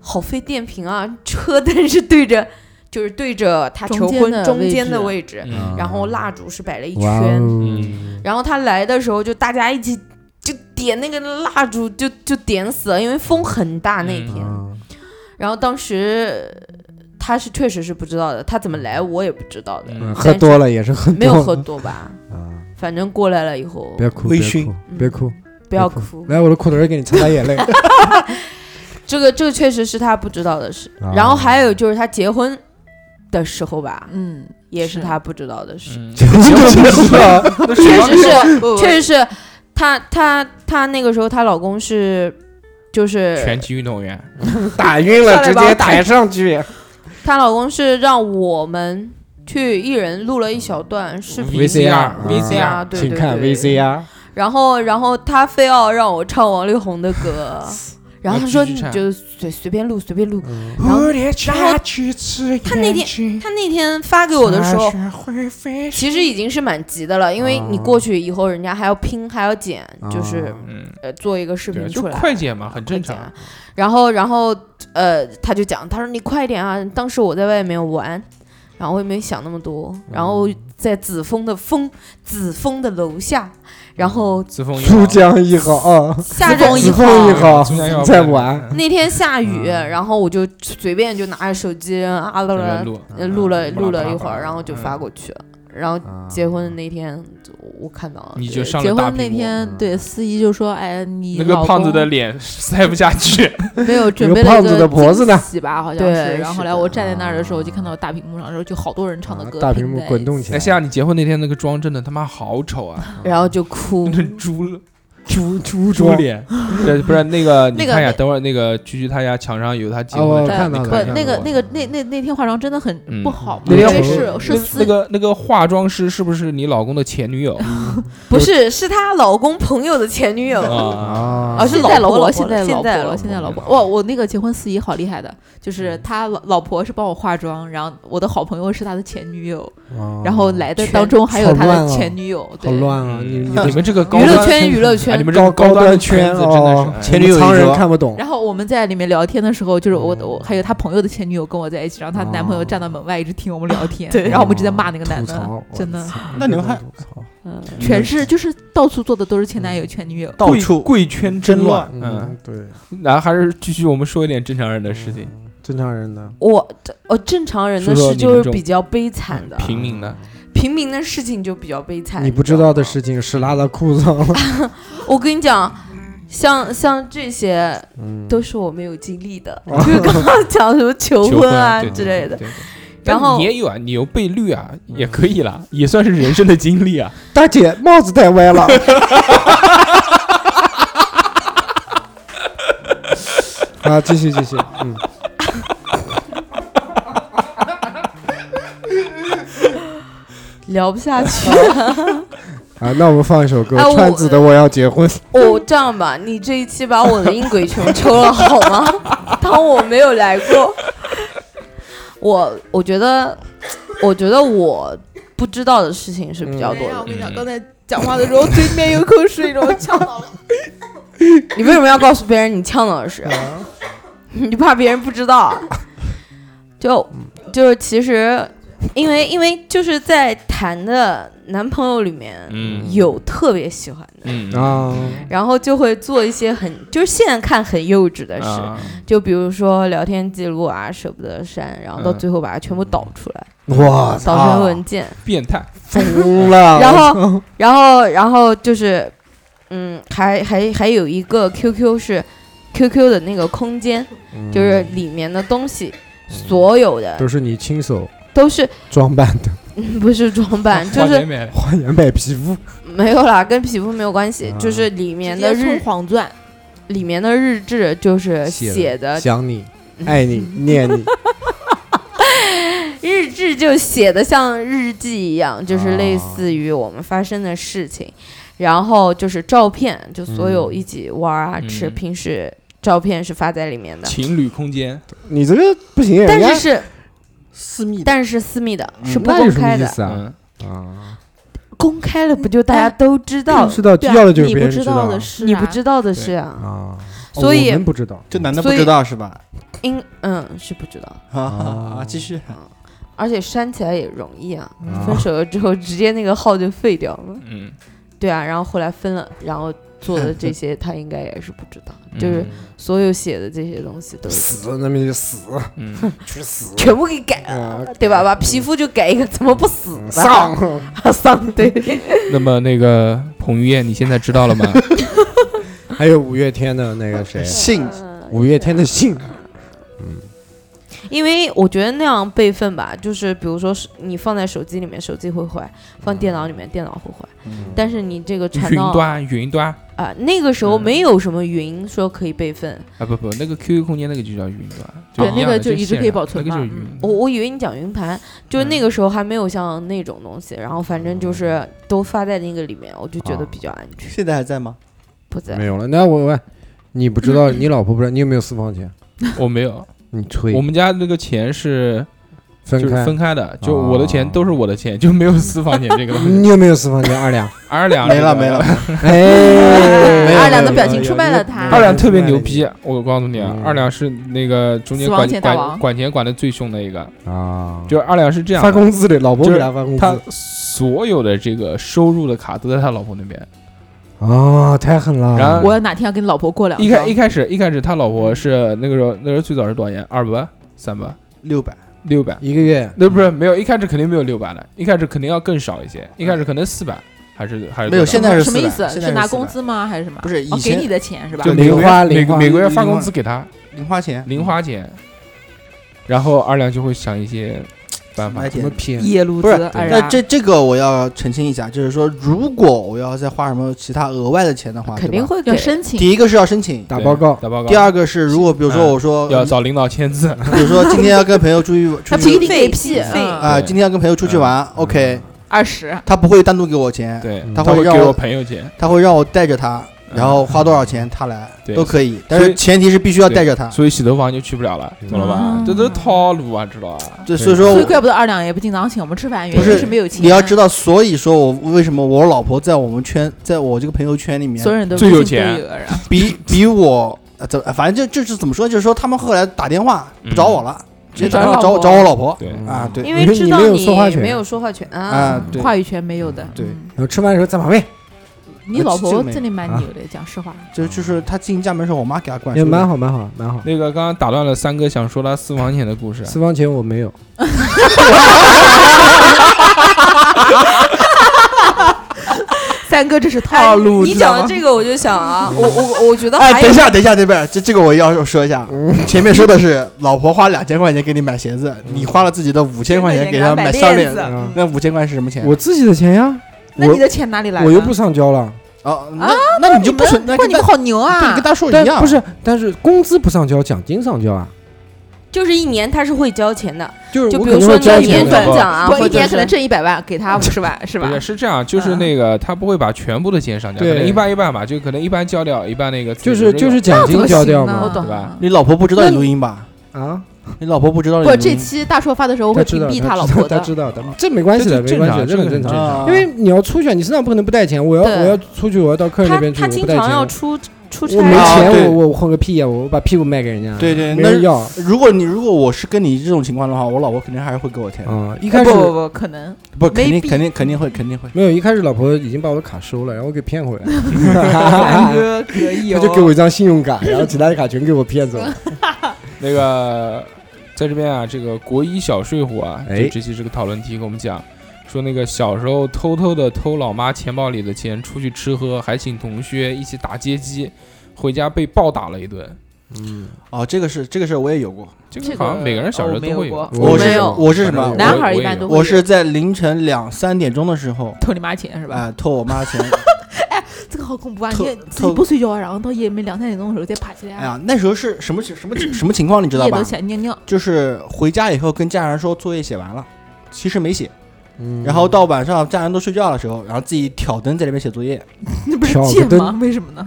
好费电瓶啊！ 车灯是对着，就是对着他求中间婚的中位间的置位置，嗯然后蜡烛是摆了一啊哇圈。哦，嗯，然后他来的时候，就大家一起就点那个蜡烛，就哦啊就点死了，因为风很大那嗯天。然后当时呃他是确实是不知道的，他怎么来我也不知道的。嗯喝多了也是喝多了啊没有喝多吧？反正过来了以后，别哭，别哭，别哭，不要别哭来我的裤腿儿给你擦擦 眼泪。这个这个确实是他不知道的事。啊然后还有就是他结婚的时候吧，嗯，也是他不知道的嗯事。嗯结婚不知道那确谁实知是道，确实是她她她那个时候她老公是就是拳击运动员，打晕上了，来直把我接打抬上去。 她老公是让我们去一人录了一小段视频 VCR， VCR 对啊请对看对。 VCR。然后然后他非要让我唱王力宏的歌，然后他说继续你唱就随随便录随便录，然后然后他那天他那天发给我的时候，其实已经是蛮急的了，因为你过去以后，人家还要拼还要剪，就是呃做一个视嗯对，啊频就出来。快剪嘛，很正常。啊然后然后呃他就讲，他说你快点啊，当时我在外面玩。然后我也没想那么多，然后在紫峰的峰，紫峰的楼下，然后紫峰珠江一号啊，下周一子号凤一珠江一号号在玩。那天下雨，嗯然后我就随便就拿着手机啊啦啦录呃录了嗯录了啪一会啪啪儿，然后就发过去了。然后结婚的那天，我看到了，嗯你对就上了呃结大婚那屏幕嗯天，对司仪就说：“哎，你那个老胖子公的脸塞不下 去，啊没有准备了一个惊喜吧，好像对是。然后是后来的我站在那儿的时候，嗯我就看到大屏幕上，然后就好多人唱啊啊的歌，拼在一起。哎，夏，你结婚那天那个妆真的他妈好丑啊！然后就 哭，猪嗯猪猪猪脸，对，不是那 个，你那个看一下，那等会儿那个居居他家墙上有他结哦婚我的照看片，到你了看不一下，那个那个那那那天化妆真的很嗯不好嘛，那因天为我是是那那司个那个化妆师是不是你老公的前女友？不是是她老公朋友的前女友啊啊，是现在老老婆现在老老婆婆了了，现在老婆。哇，我那个结婚司仪好厉害的，就是他老老婆是帮我化妆，然后我的好朋友是他的前女友，哦啊然后来的当中还有他的前女友，好对，乱啊！你你们这个高娱乐端圈圈娱乐圈哎你们这个高高端端圈圈子真的哦是哎前女友一说我们常人看不懂然后我们在里面聊天的时候，就是我的我还有他朋友的前女友跟我在一起，然后她男朋友站到门外一直听我们聊天，对然后我们就在骂那个男吐槽的我，真的操。那你们还嗯全是就是到处坐的都是前男友前女友，贵贵圈真真乱乱，嗯嗯，对，然后还是继续我们说一点正常人的事情，正常人的我哦，正常人说的说事你就们是这比种嗯较悲惨的，平民的，平民的事情就比较悲惨。你不知道的事情屎拉到裤子上了。 我跟你讲，像像这些嗯都是我没有经历的，就是刚刚讲什么求求婚婚啊对对之类的对对。然但后嗯你也有啊，你有被绿啊，也可以啦，也算是人生的经历啊。大姐帽子戴歪了， 啊，继续继续，嗯，聊不下去了。啊，那我们放一首歌哎，我川子的《我要结婚》。哦，这样吧，你这一期把我的音轨全抽了好 吗？当我没有来过。我我觉得，我觉得我不知道的事情是比较多的。我跟你讲，刚才讲话的时候嘴里面有口水，然后呛到了。 你为什么要告诉别人你呛到的事？ 你就怕别人不知道啊？就就是其实，因为因为就是在谈的男朋友里面，嗯有特别喜欢的，嗯啊，然后就会做一些很就是现在看很幼稚的事，啊就比如说聊天记录啊，舍不得删，然后到嗯最后把它全部导出来，哇导操成文件，变态，疯了然 后，然后，然后就是，嗯，还还还有一个 QQ 是 QQ 的那个空间，就是里面的东西，所有的都是你亲手都是装扮的，嗯不是装 扮，就花是钱买花言买皮肤，没有啦，跟皮肤没有关系，就是里面的直接日黄钻，里面的日志就是写的嗯想你、爱你、念 你，日志就写的像日记一样，就是类似于我们发生的事情，然后就是照片，就所有一起玩啊、嗯吃，平时照片是发在里面嗯的，情侣空间，你这个不行，但人是家是私密，但是是私密的，嗯是不那有公什么开意的。思啊？啊，公开了不就大家都知道？不知道对啊嗯要的就是别你人不知知道道啊的事，你不知道的事啊。啊，所以我们不知道，这男的不所以知道是吧？应嗯是不知道，啊啊，继续。而且删起来也容易啊嗯。分手了之后，直接那个号就废掉了。嗯，对啊，然后后来分了，然后做的这些，他应该也是不知道，嗯就是所有写的这些东西都是死，那么就死，嗯去死，全部给改了，对吧？把皮肤就改一个，怎么不死呢？丧 丧对，那么那个彭于晏，你现在知道了 吗？ 还有五月天的那个谁，啊信五月天的信，因为我觉得那样备份吧，就是比如说是你放在手机里面，手机会坏；放电脑里面，电脑会坏。但是你这个传云到端，云端啊，那个时候没有什么云说可以备份，啊，不不，那个 QQ 空间那个就叫云端，对就一那样个的就一直可以线上保存那个嘛嗯就是云。我我以为你讲云盘，就是嗯那个时候还没有像那种东西，然后反哦正就是都发在那个里面，我就觉得比较安全。现在还在吗？不在，没有了。那我问，你不知道，你老婆不知道，你有没有私房钱？我没有，你吹我们家那个钱是分就是开分开的，就我的钱都是我的钱，就没有私房钱这个东西。 你有没有私房钱？二两，二两没了这个没了，嗯 哎，二两的表情出卖了他二两特别牛逼，我告诉你啊，二两是那个中间死亡管钱大管王管钱管的最凶的一个，啊！就是二两是这样发的，工资的，老婆就是给他发工他资所有的这个收入的卡都在他老婆那边。啊，太狠了。然后我哪天要跟老婆过两一开招一，开始一开始他老婆是那个时候那时候最早是多少钱？二百、三百、六百，六百？一个月那不是没有，一开始肯定没有六百的，一开始肯定要更少一些，一开始可能四百还是还是没有多少现在是什么意思？ 400现在是拿是400工资吗？还是什么？不是以哦，给前你的钱是吧？就零每个月花每零个花每个月发工资给他零花钱，零花钱，然后二两就会想一些办法买。什点么骗？夜路不子是，哎那呀这这个我要澄清一下，就是说，如果我要再花什么其他额外的钱的话，肯对定吧。会给要。申请第一个是要申请，打报告，打报告。第二嗯个是如果比如说嗯我说，要找领导签字，比如说今天要跟朋友出去出 他去不一定费给屁费啊，对嗯今天要跟朋友出去玩，OK， 二十，他不会单独给我 钱，对，嗯他他会嗯给让我我朋友钱，他会让我带着他，嗯然后花多少钱他来对都可以，但是前提是必须要带着他。所以洗头房就去不了了，懂了吧？嗯这都是套路啊，知道吧？对，所以说所以我怪不得二两也不经常请我们吃饭，原哦不因是是没有钱。你要知道，所以说我为什么我老婆在我们圈，在我这个朋友圈里面所有人都最不有信钱队友啊比比我呃怎么反正就就是怎么说，就是说他们后来打电话嗯不找我了，直嗯接打电话找找老我找我老婆婆对，啊，对因为知道你没有你说话权没有说话权啊，啊对，话语权没有的。对嗯然后吃饭的时候在旁边，你老这婆个没有真的蛮牛的，讲实话。就就是他进家门的时候，我妈给他灌输也的，蛮好，蛮好，蛮好。那个刚刚打断了三哥想说他私房钱的故事，私房钱我没有，三哥这是哎套路，你知道讲的吗这个，我就想啊，我我我觉 得哎，还等有一下，等一下，这边这这个我要说一下，啊嗯前面说的是老婆花两千块钱给你买鞋子，你花了自己的五千块钱给她买项链，嗯那五千块是什么钱？我自己的钱呀，那你我的钱哪里来的？我又不上交了，哦，那那你就不存，那哇，跟你们大好牛对你啊跟！大叔一但样，不是，但是工资不上交，奖金上交啊，就是一年他是会交钱的，就是就我比肯如定说会你交的一年部钱分转的奖啊，我或一者年可能是挣一百万，给他五十万是吧不？是是这样，就是嗯那个他不会把全部的钱上交，可对能一半一半吧，就可能一半交掉，一半那个自己就留是着就用是奖金交掉我嘛懂对吧了。你老婆不知道你录音吧？啊，你老婆不知道你录不，音这期大硕发的时候他会知屏道蔽他老知婆道他的。知道的，这没关系的，这没正关系常的，这这很正正常。啊因为你要出去，你身上不可能不带钱。我要对我要出去，我要到客人那他边去，他我不经带常要钱。出出差我没啊对钱，我我混个屁呀！我把屁股卖给人家，对对没那人要如果你如果我是跟你这种情况的话，我老婆肯定还是会给我钱，啊。一开始不不不，可能不肯定 Maybe 肯定肯定会肯定会。没有，一开始老婆已经把我的卡收了，然后我给骗回来，三哥可以他哦。就给我一张信用卡，然后其他的卡全给我骗走了。那个在这边啊，这个国一小睡虎啊，哎就这期这个讨论题给我们讲。说那个小时候偷偷的偷老妈钱包里的钱出去吃喝，还请同学一起打街机，回家被暴打了一顿。哦，这个是这个事儿我也有过，这这个个好像每个人小时候都哦会没有过我我没是有我是什么？男我孩儿一也般有都会我有是在凌晨两三点钟的时候，偷你妈钱是吧？啊，偷我妈 钱。这个好恐怖啊！你偷也自己不睡觉，然后到夜里面两三点钟的时候再爬起来啊哎，呀，那时候是什么情什么情什么情况，你知道夜吧都？起来尿尿。就是回家以后跟家人说作业写完了，其实没写。嗯然后到晚上家人都睡觉的时候，然后自己挑灯在那边写作业， 那不是挑个贱吗？灯为什么呢？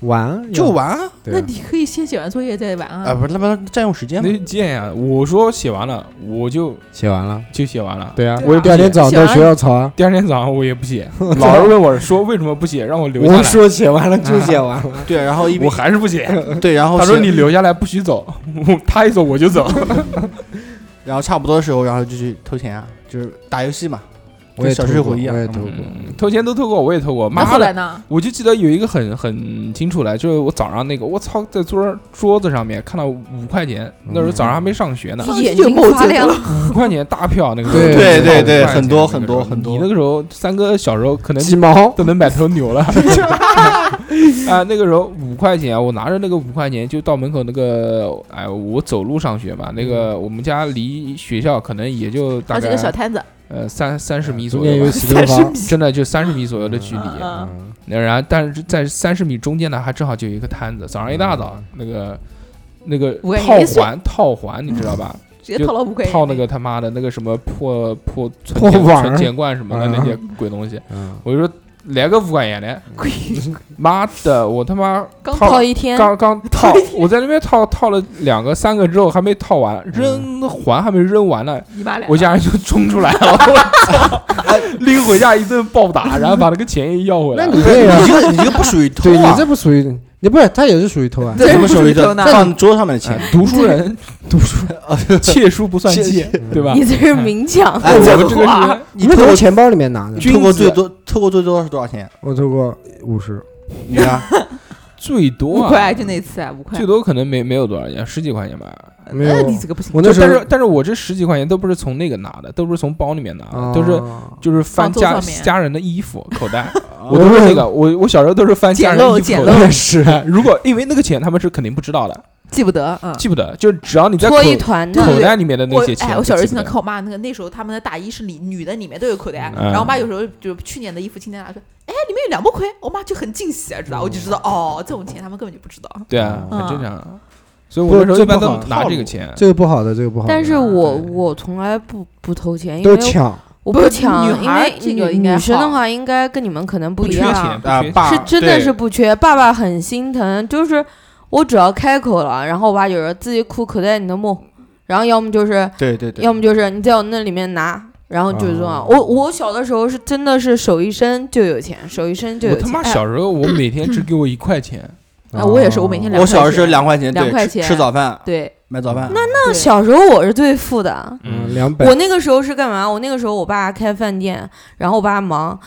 玩就要玩啊，对那啊你可以先写完作业再玩啊啊。不是那不占用时间那吗？就贱呀！我说写完了，我就写完了，就写完了。对啊对啊我第二天早写上完到学校吵啊，第二天早上我也不写，老师问我说为什么不写，让我留下我来，说写完了就写完了，对，然后一我还是不写。对，然后他说写你，留下来不许走，他一走我就走。然后差不多的时候，然后就去偷钱啊，就是打游戏嘛， 我也小偷时候过回忆啊我也偷过。嗯偷钱都偷过，我也偷过。那妈后的来呢？我就记得有一个很很清楚的，就是我早上那个，我操，在桌桌子上面看到五块钱，那时候早上还没上学嗯呢，眼睛发亮，五块钱大票那 个时候，对对对5对块钱很那个多时候很多很多你那个时候三哥小时候可能鸡毛都能买头牛 了，啊，那个时候五块钱，我拿着那个五块钱就到门口那个，哎，我走路上学嘛，那个我们家离学校可能也就大好几概嗯个小摊子，呃三三十米中左间右有吧，洗头房，真的就三十米左啊右的距离。嗯，那然后，但是在三十米中间呢，还正好就有一个摊子。早上一大早，嗯那个那个五块钱套一碎环套环，你知道吧？直接套了五块钱，套那个他妈的那个什么破破存破钱碗儿存钱罐什么的嗯那些鬼东西。嗯，我就说来个五块钱的，贵，妈的，我他妈 刚套泡一嗯天，刚 刚套，我在那边套套了两个三个之后还没套完，扔嗯环还没扔完呢，你妈俩，我家 人就冲出来了，我 操！拎回家一顿暴打，然后把那个钱也要回来哎那了。你这你 这个个，你这个不属于偷啊对你啊，这不属于，你不是，他也是属于偷啊。这怎么属于这不属于偷偷？呢放桌上面的钱哎，读书人，读书 人，窃书不算窃，对吧你？这是嗯明抢，哎，我们这个是你们从钱包里面拿的？君偷过子最多偷过最多是多少钱？啊我偷过五十，你看，最多五啊块就那次啊，五块最，多可能没没有多少钱，十几块钱吧。没那有。你这个不行，我就那时但候是但是我这十几块钱都不是从那个拿的，都不是从包里面拿啊的，都是 就是翻放桌家上面家人的衣服口袋，我我都都是是那个我我小时候都是翻家人的衣捡服漏口捡袋。也是， 如果因为那个钱他们是肯定不知道的，记不得，嗯。记不得，就是只要你在口搓一团的对，口袋里面的我那些钱就记不哎，得，我小时候经常看我妈那个，那时候他们的大衣是里女的里面都有口袋，嗯然后我妈有时候就是去年的衣服今天拿出来，哎，里面有两毛块，我妈就很惊喜啊，知道？我就知道哦，这种钱他们根本就不知道。对啊，嗯很正常。所以我那时候一般都拿这个钱，这个不好的，这个不好的。但是我我从来不不偷钱，因都为抢，我不不是抢女，因孩为这个女应该女生好的话应该跟你们可能不不一缺样钱，，不啊缺，爸是真的对是不缺。爸爸很心疼，就是我只要开口了，然后我爸有时候自己哭口袋里的梦，然后要么就是对对对要，么就是你在我那里面拿。然后就是这样，啊我我小的时候是真的是手一伸就有钱，手一伸就有我钱。他妈哎小时候，我每天只给我一块钱，啊，我也是，我每天两我块小时候钱两块钱，对两块吃钱吃早饭，对，买早饭。那对小时候我是最富的，嗯两百我，那个时候是干嘛？我那个时候我爸开饭店，然后我爸忙，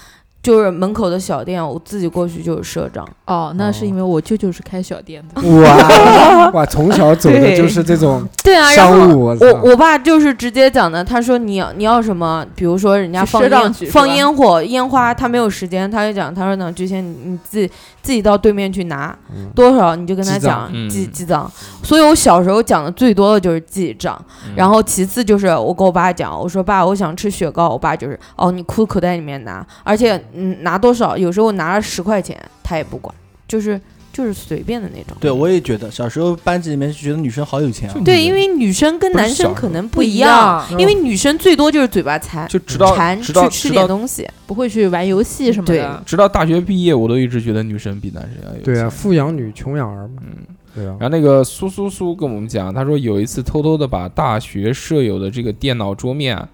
就是门口的小店，我自己过去就是赊账。哦，那是因为我舅舅是开小店的，哇哇，从小走的就是这种对啊，然商后务，我操我我爸就是直接讲的，他说你要你要什么，比如说人家去放赊账烟去是放吧烟火烟花，他没有时间，他就讲他说呢，之前你你自己自己到对面去拿嗯多少，你就跟他记账讲嗯记记账。所以我小时候讲的最多的就是记账，然后其次就是我跟我爸讲，我说爸，我想吃雪糕，我爸就是哦，你裤口袋里面拿，而且嗯拿多少，有时候拿了十块钱他也不管，就是就是随便的那种。对，我也觉得小时候班级里面就觉得女生好有钱啊，对，因为女生跟不是男小生时可能不不一一样嗯样，因为女生最多就是嘴巴馋，就直到馋直到去直吃点到东西。不会去玩游戏什么的。直到大学毕业，我都一直觉得女生比男生要有对啊，钱富养女穷养儿嘛，嗯对啊，然后那个苏苏苏跟我们讲，他说有一次偷偷的把大学舍友的这个电脑桌面啊，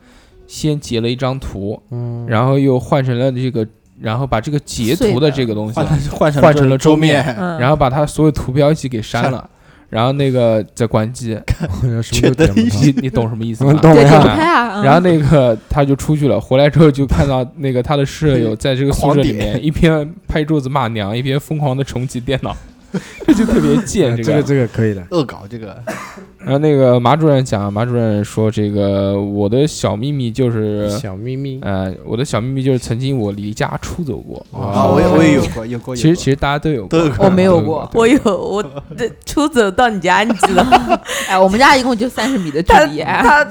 先截了一张图，嗯，然后又换成了这个，然后把这个截碎图的的这个东西换啊，嗯成换成换成了周桌面嗯，然后把他所有图标一起给删删了，然后那个再关 机，好像嗯什么都点不你到，你懂什么意思嗯吗？懂对，呀解不开啊。嗯然后那个他就出去了，回来之后就看到那个他的舍友在这个 宿舍里狂面一边拍桌子骂娘，一边疯狂的重启电脑， 这就特别啊贱。这个这个可以的，恶搞这个，然后那个马主任讲，马主任说这个我的小秘密就是，小秘密，呃，我的小秘密就是曾经我离家出走过。啊，我也我也有过，有过。有哦其实过其实大家都有都有过过我没有过，对我有我这出走到你家，你知道吗？哎，我们家一共就三十米的距他离，哎他，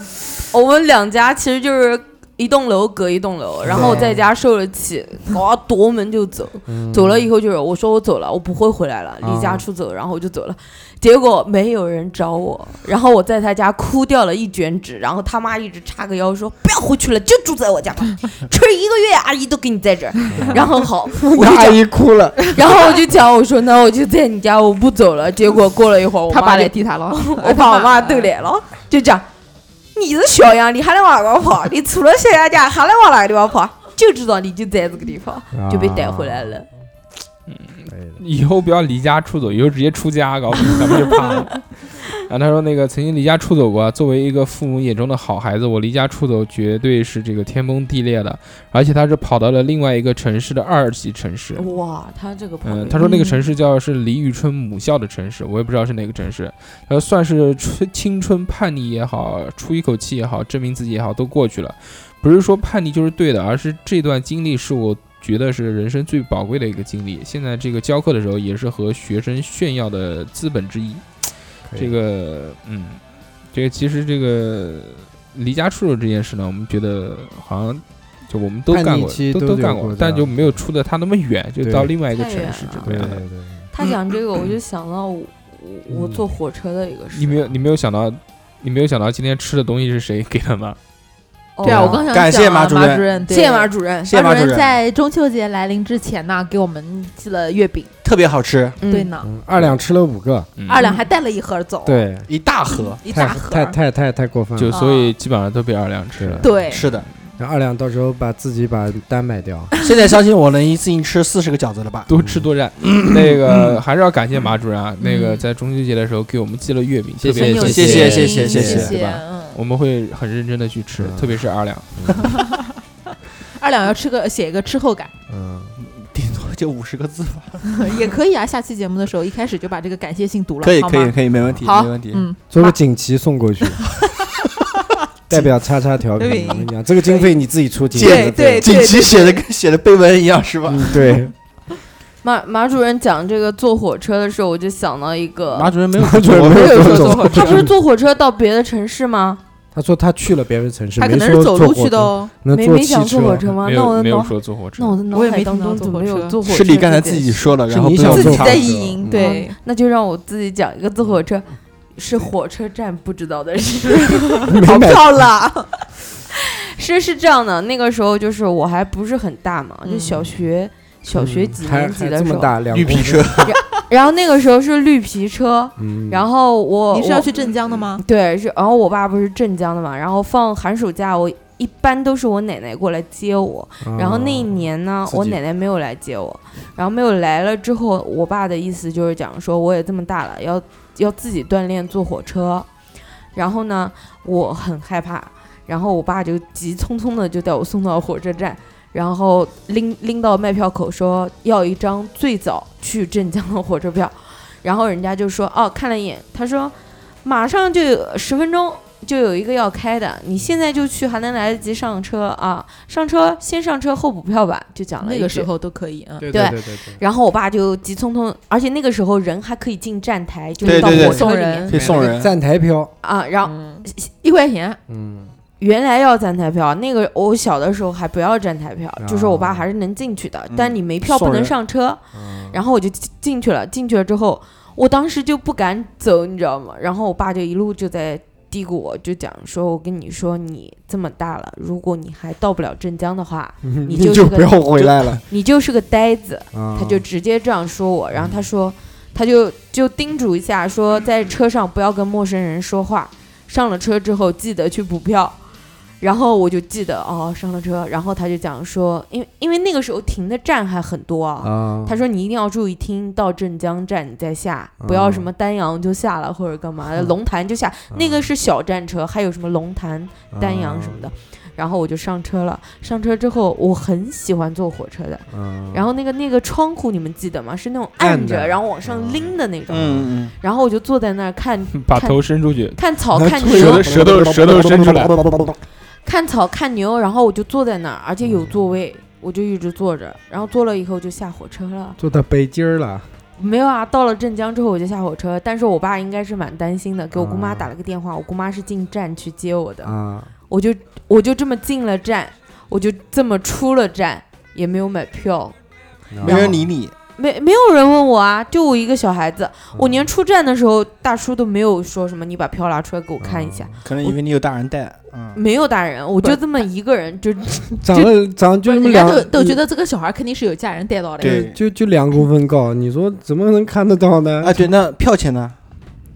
我们两家其实就是一栋楼隔一栋楼，然后我在家受了气，我夺门就走。嗯走了以后就是我说我走了，我不会回来了，离啊家出走，然后我就走了。结果没有人找我，然后我在他家哭掉了一卷纸，然后他妈一直叉个腰说不要回去了，就住在我家吧，吃一个月阿姨都给你在这儿。嗯然后 好，我就那阿讲，姨哭了，然后我就讲我说那我就在你家，我不走了。结果过了一会儿，我他妈把来脸踢他了， 我怕我嗯妈斗来了，就讲你是小样，你还能往哪跑？你除了小样家，还能往哪个地方跑？就知道你就在这个地方，就被带回来了。啊，可以的以后不要离家出走，以后直接出家，搞不好咱们就怕了。啊，他说那个曾经离家出走过，作为一个父母眼中的好孩子，我离家出走绝对是这个天崩地裂的，而且他是跑到了另外一个城市的二级城市。哇，他这个跑嗯，得他说那个远城市叫是李宇春母校的城市，我也不知道是哪个城市。他说算是春青春叛逆也好，出一口气也好，证明自己也好，都过去了。不是说叛逆就是对的，而是这段经历是我觉得是人生最宝贵的一个经历。现在这个教课的时候，也是和学生炫耀的资本之一。这个，嗯，这个其实这个离家出走这件事呢，我们觉得好像就我们都叛逆干过期，都都都有干过过的，但就没有出的他那么远，就对到另外一个太城远市了这对边对了。对，他讲这个，我就想到我我我坐火车的一个事。你没有，你没有想到，你没有想到今天吃的东西是谁给的吗？哦对啊，我刚想感谢讲啊马马主任任，对谢谢马主任，谢谢马主任在中秋节来临之前呢，给我们寄了月饼，特别好吃，嗯对呢，二两吃了五哦个，嗯二两还带了一盒走，对，一大盒。一太大盒太儿，太太太过分就嗯了。所以基本上都被二两吃了。对，是的，然后二两到时候把自己把单 买掉，现在相信我能一次性吃四十个饺子了吧？多吃多 占，那个还是要感谢马主任啊！那嗯个在中秋节的时候给我们寄了月饼，特别很有谢谢谢谢谢谢谢谢谢，对吧嗯，我们会很认真的去吃，嗯特别是二两。二两要吃个写一个吃后感嗯，顶多就五十个字吧。也可以啊，下期节目的时候一开始就把这个感谢信读了，可以好可以吗？可以，没问题好没问题。嗯，做个锦旗送过 去，代表叉叉调对频。我跟你讲，这个经费你自己出，锦旗对的对对费锦旗写的跟写的碑文一样是吧？嗯， 对，，马马主任讲这个坐火车的时候，我就想到一个，马主任没有主任我没们有有说说走坐火他不是坐火车到别的城市吗？他说他去了别的城市，他可没能是说走坐路去火的车，哦，能没坐没汽想坐火车车。吗？没那有我的没脑有海，说坐火车那，我的脑我也没海当听到中坐怎么火没有车坐火车？是你刚才自己说了，是然后你不要想自做己差在不意多淫，嗯对哦，那就让我自己讲一个坐火车，嗯是火车站不知道的事， 没逃买票 了。是是这样的，那个时候就是我还不是很大嘛，就嗯小学小学几嗯还年级还的这时么候，大，两绿皮公车分，然后那个时候是绿皮车，嗯，然后我你是要我去镇江的吗？对是，然后我爸不是镇江的嘛，然后放寒暑假我。一般都是我奶奶过来接我，嗯然后那一年呢，自己我奶奶没有来接我，然后没有来了之后，我爸的意思就是讲说我也这么大了，要要自己锻炼坐火车，然后呢，我很害怕，然后我爸就急匆匆的就带我送到火车站，然后拎拎到卖票口说要一张最早去镇江的火车票，然后人家就说哦看了一眼，他说马上就有十分钟。就有一个要开的，你现在就去还能来得及上车啊！上车先上车后补票吧，就讲了那一个句时候都可以，嗯，对对对对对，然后我爸就急匆匆，而且那个时候人还可以进站台，就对是到对对火车送里面人可以送人，站台票，啊。然后嗯一块钱，嗯，原来要站台票，那个我小的时候还不要站台票，就是我爸还是能进去的，但你没票不送能人上车。然后我就进进去了，进去了之后，我当时就不敢走，你知道吗？然后我爸就一路就在嘀咕我，就讲说：“我跟你说，你这么大了，如果你还到不了镇江的话，你你就是就个不要回来了。嗯你就是个呆子。”他他就直接这样说我，然后他说，他就就叮嘱一下，说在车上不要跟陌生人说话，上了车之后记得去补票。然后我就记得哦，上了车，然后他就讲说，因为因为那个时候停的站还很多啊，啊，他说你一定要注意听，到镇江站你再下，不要什么丹阳就下了或者干嘛的，龙潭就下，那个是小战车，还有什么龙潭、丹阳什么的。然后我就上车了，上车之后我很喜欢坐火车的，嗯，然后那个那个窗户你们记得吗？是那种按按着的然后往上拎的那种。嗯嗯然后我就坐在那儿看 把头伸出去，看草看舌头牛，舌头舌头伸出 来，看草看牛，然后我就坐在那儿，而且有座位，我就一直坐着。然后坐了以后就下火车了。坐到北京儿了，没有啊，到了镇江之后我就下火车，但是我爸应该是蛮担心的，给我姑妈啊打了个电话，我姑妈是进站去接我的。啊，我就我就这么进了站，我就这么出了站，也没有买票，嗯，没人理你，没没有人问我啊，就我一个小孩子，我连出站的时候，大叔都没有说什么，你把票拿出来给我看一下，可能以为你有大人带，嗯，没有大人，我就这么一个人，就长了长就那么人家两呃都都觉得这个小孩肯定是有家人带到的，对就就两公分高，你说怎么能看得到呢？啊，对，那票钱呢？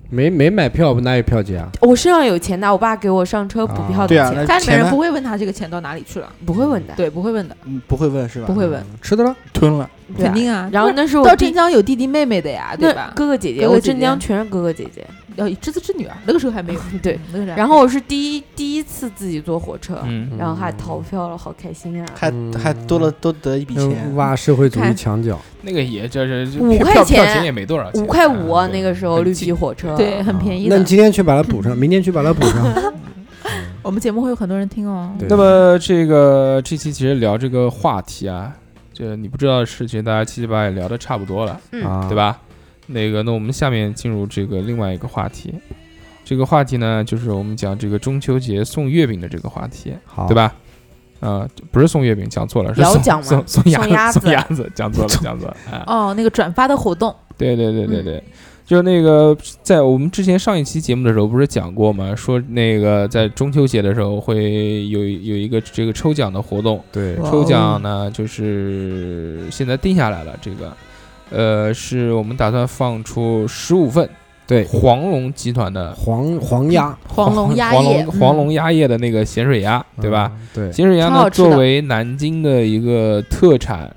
没没买票，不哪有票价？啊我身上有钱的，我爸给我上车补票的对啊，钱，那家里面钱人呢不？会问他这个钱到哪里去了，不会问的，对，不会问的，嗯不会问是吧？不会问，吃的了，吞了，对啊肯定啊。然后那是我到弟镇江有弟弟妹妹的呀，对那吧？哥哥姐姐，哥哥姐我姐镇江全是哥哥姐姐，要知子之女啊，那个时候还没 有。对，那个时候还没有然后我是第一第一次自己坐火车，嗯然后还逃票了，好开心啊！还还多了多得一笔钱，嗯挖社会主义看墙角，那个也就是就五票块票票钱也没多少钱，嗯五块五啊，那个时候绿皮火车，对，很便宜啊那的你。今天去把它补上，明天去把它补 上。我们节目会有很多人听哦。对那么这个这期其实聊这个话题啊，这你不知道的事情，大家七七八八也聊得差不多了，嗯啊对吧？那个，那我们下面进入这个另外一个话题，这个话题呢，就是我们讲这个中秋节送月饼的这个话题，好对吧？啊、不是送月饼，讲错了，是摇送奖嘛送送送鸭 鸭送子鸭子，讲错了，讲错了啊。哦，那个转发的活动，对对对对对，就那个在我们之前上一期节目的时候不是讲过吗？说那个在中秋节的时候会有有一个这个抽奖的活动，对抽哦奖呢就是现在定下来了，这个呃是我们打算放出十五份。对黄龙集团的黄黄鸭 黄龙鸭黄叶龙黄龙鸭叶的那个咸水鸭，对吧？嗯 对咸水鸭超呢，好吃的作为南京的一个特产，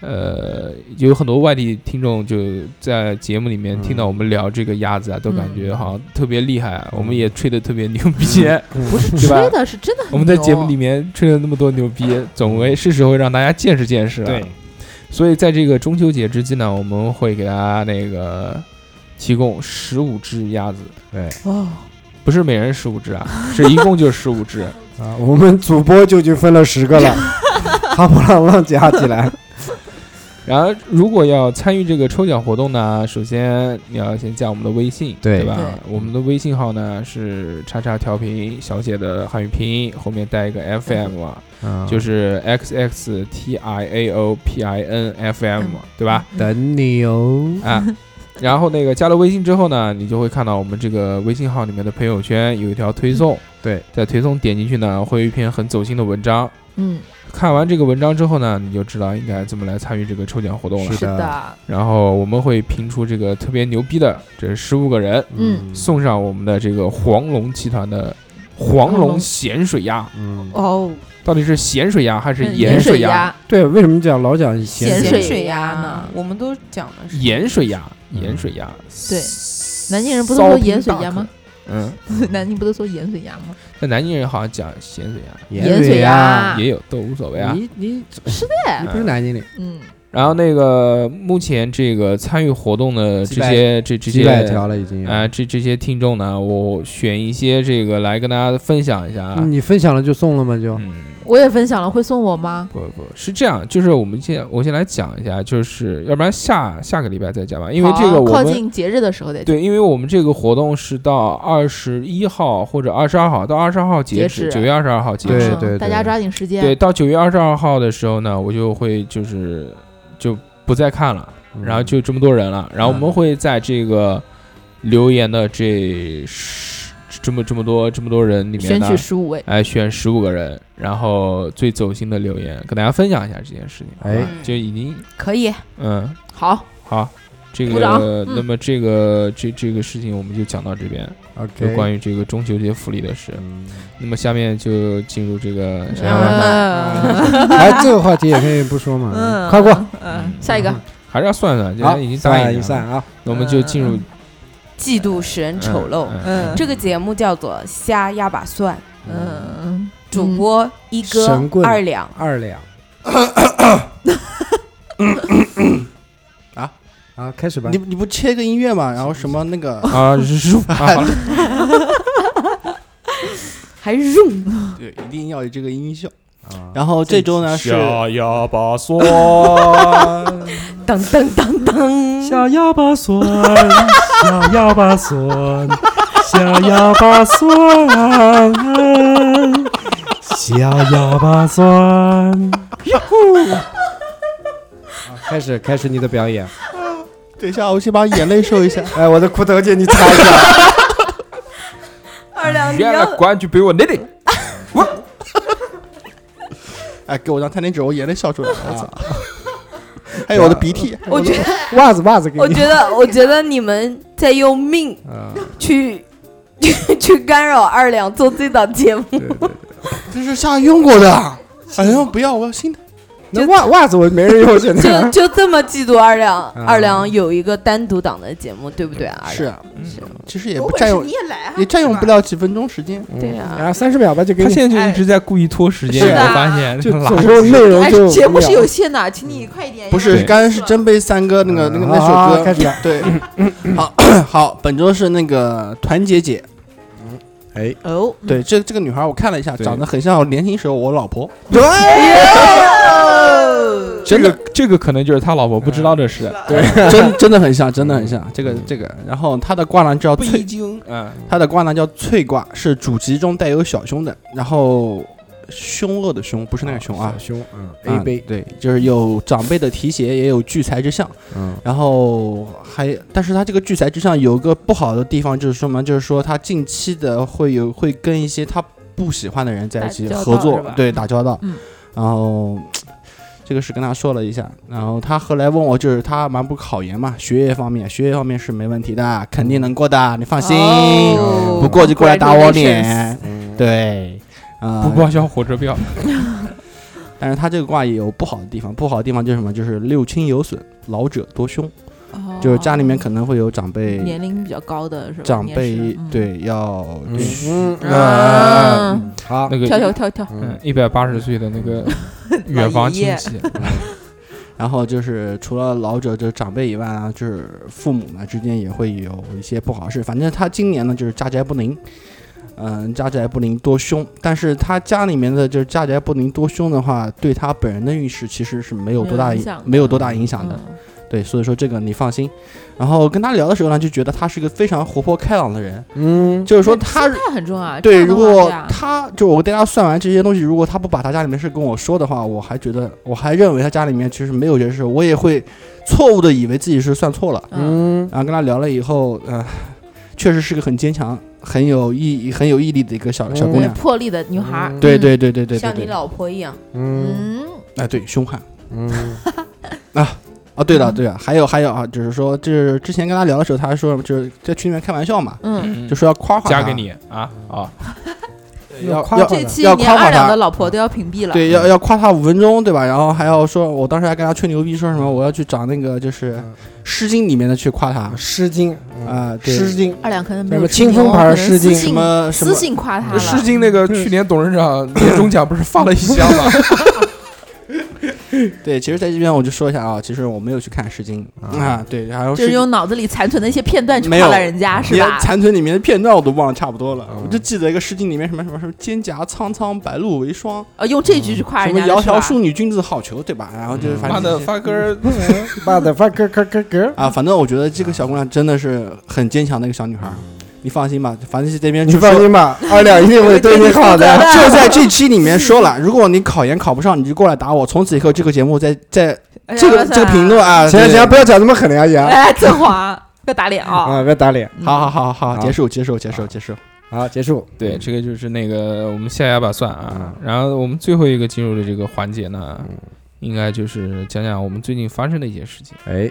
呃，有很多外地听众就在节目里面听嗯到我们聊这个鸭子啊，都感觉好像特别厉害，啊我们也吹得特别牛逼，不是对吧吹的，是真的很我们在牛节目里面吹了那么多牛逼，总为是时候让大家见识见识了。对，所以在这个中秋节之际呢，我们会给大家那个提供十五只鸭子，对，哦，不是每人十五只啊， 是一共就十五只。啊，我们主播就已经分了十个 了，哈不浪浪加起来，然后，如果要参与这个抽奖活动呢，首先你要先加我们的微信，对吧对我们的微信号呢是叉叉调频小写的汉语拼音，后面带一个 FM 啊，啊就是 X X T I A O P I N F M，、对吧？嗯等你哦。啊。然后那个加了微信之后呢，你就会看到我们这个微信号里面的朋友圈有一条推嗯送，对，在推送点进去呢，会有一篇很走心的文章。嗯，看完这个文章之后呢，你就知道应该怎么来参与这个抽奖活动了。是的的，然后我们会评出这个特别牛逼的这十五个人，嗯，送上我们的这个黄龙集团的黄黄龙龙咸水鸭，嗯，哦，到底是咸水鸭还是嗯盐水鸭？鸭，对，为什么讲老讲咸咸水？水鸭鸭呢呢？我们都讲的是盐水鸭，嗯盐水鸭。对南京人不是骚说逼盐水大鸭吗？嗯， 南京不是说盐水鸭吗？那南京人好像讲咸水鸭盐嗯水鸭也有，都无所谓啊。你你是的你，不是南京的，嗯，然后那个目前这个参与活动的几这百些这这几百些条了已经。哎啊、这这些听众呢，我选一些这个来跟大家分享一下嗯啊。嗯你分享了就送了吗？就嗯，我也分享了，会送我吗？不不是这样，就是我们先我先来讲一下，就是要不然下下个礼拜再讲吧，因为好这个我靠们近节日的时候再对，因为我们这个活动是到二十一号或者二十二号到二十二号截截止，止九月二十二号截对止。嗯对对大家抓紧时间。对，到九月二十二号的时候呢，我就会就是就不再看了，嗯然后就这么多人了，然后我们会在这个留言的这十这么这么多这么多人里面选呢取，十五位，哎，选十五个人，然后最走心的留言，跟大家分享一下这件事情。哎好吧就已经，嗯可以，嗯，好，好，这鼓掌个，那么这个这这个事情我们就讲到这边，就 OK，关于这个中秋节福利的事。嗯那么下面就进入这个，嗯 哎，这个话题也可以不说嘛，嗯，快过，，嗯，下一个，还是要算算，好这，已经答散应一了散啊，那我们就进入嫉妒使人丑陋。嗯，这个节目叫做《瞎压把蒜》，嗯，主播一哥神棍二两，二两。啊，开始吧你。你不切个音乐嘛，然后什么那个啊，是啊，好了，还是润对，一定要有这个音效。啊然后这周呢是哑巴蒜，噔噔 噔噔，小哑巴酸，小哑巴酸，小哑巴酸，小哑巴酸。开始，开始你的表演。等一下，我先把眼泪收一下。哎，我的裤头姐，你擦一下。二两你原来要冠军被我内定。哎，给我张探针纸，我眼泪笑出 来了。我操！ 还有我的鼻涕，我觉得， 袜子，袜子给我你。觉得，我觉得你们在用命嗯啊，去 去干扰二两 做这档节目。对对，这是夏用过的。哎呦，不要，我要新的。那袜袜子我没人用，现在就 就这么嫉妒二两，嗯啊二两有一个单独档的节目，对不对啊？是啊是其实也有不本占事用，你也来啊也占用不了几分钟时间。嗯对呀啊然后啊三十秒吧，就给他你。现在就一直在故意拖时间，是的我发现 就这个总垃圾共内嗯容哎就，节目五是秒有限的，请你快一点。不是，对刚才是真被三哥那个那个那啊首歌开始了对，好 好，本周是那个团结姐，哎，哦，对，这这个女孩我看了一下，对长得很像我年轻时候我老婆，哦这个这个可能就是他老婆不知道这事，真真的很像，真的很像，这个这个，然后她的卦呢叫翠经，嗯，它的卦呢叫翠卦，是主吉中带有小凶的，然后凶恶的凶，不是那个凶啊。凶，嗯啊，A 杯，对，就是有长辈的提携，也有聚财之象。嗯，然后还，但是它这个聚财之象有个不好的地方，就是什么？就是说它近期的会有会跟一些他不喜欢的人在一起打交道合作是吧，对，打交道。嗯然后这个是跟他说了一下，然后他后来问我，就是他蛮不考研嘛，学业方面，学业方面是没问题的，肯定能过的，你放心。哦不过就过来打我脸 Congratulations，对，啊、不报销火车票，但是他这个卦也有不好的地方，不好的地方就是什么？就是六亲有损，老者多凶，哦就是家里面可能会有长辈，嗯年龄比较高的是吧？长年辈事嗯对要去嗯，啊嗯好，那个跳跳跳跳，嗯，一百八十岁的那个远房亲戚，然后就是除了老者就是长辈以外啊，就是父母呢之间也会有一些不好事。反正他今年呢就是家宅不宁，嗯，家宅不宁多凶。但是他家里面的就是家宅不宁多凶的话，对他本人的运势其实是没有多大没有影影响的没有多大影响的。嗯对，所以说这个你放心。然后跟他聊的时候呢，就觉得他是一个非常活泼开朗的人，嗯，就是说他心态很重要啊。对，这样的如话果对啊他就我给大家算完这些东西，如果他不把他家里面事跟我说的话，我还觉得我还认为他家里面其实没有这些事，我也会错误的以为自己是算错了。嗯嗯，然后跟他聊了以后，呃，确实是个很坚强、很有毅、很有毅力的一个小嗯小姑有娘。魄力的女孩儿，对对对对对对像你对，老婆一样，嗯，嗯，哎对，凶悍。嗯，啊，对嗯了对了，还有还有啊，就是说，就是之前跟他聊的时候，他还说就是在群里面开玩笑嘛，嗯嗯，就说要夸夸他，嫁给你啊啊，要夸要夸这他期要连夸夸二两他的老婆都要屏蔽了。嗯对，要要夸他五分钟，对吧？然后还要说，我当时还跟他吹牛逼，说什么我要去找那个就是《嗯诗经》里面的去夸他《诗经》啊、对，嗯诗经》二两可能没什有么吃清风牛牌可能诗私经信什么什么私。信夸他了， 《诗经》那个去年董事长年终奖不是发了一箱吗？对，其实在这边我就说一下啊，其实我没有去看《诗经》啊，对，然后就是是用脑子里残存的一些片段去没有夸了人家，是连吧？残存里面的片段我都忘了差不多了，嗯我就记得一个《诗经》里面什么什么什么蒹葭苍苍，白露为霜，呃，用这句去夸什人么家的窈是窕吧淑女，君子好逑，对吧？然后嗯就是反妈正的，这些发根把的发哥哥哥哥，啊，反正我觉得这个小姑娘真的是很坚强的一个小女孩儿，你放心吧，反正这边你就放说心吧，二两一定会对你好的。就在这期里面说了，如果你考研考不上，你就过来打我。从此以后，这个节目在在哎呀这个哇塞这个评论啊，行了对行了，不要讲这么狠了，阿姨 啊，哎，振华，不要打脸啊！啊，别打脸。嗯好好好好，好结束结束结束结束。好，结束。对，这个就是那个我们下下吧算啊。然后我们最后一个进入的这个环节呢，应该就是讲讲我们最近发生的一些事情哎，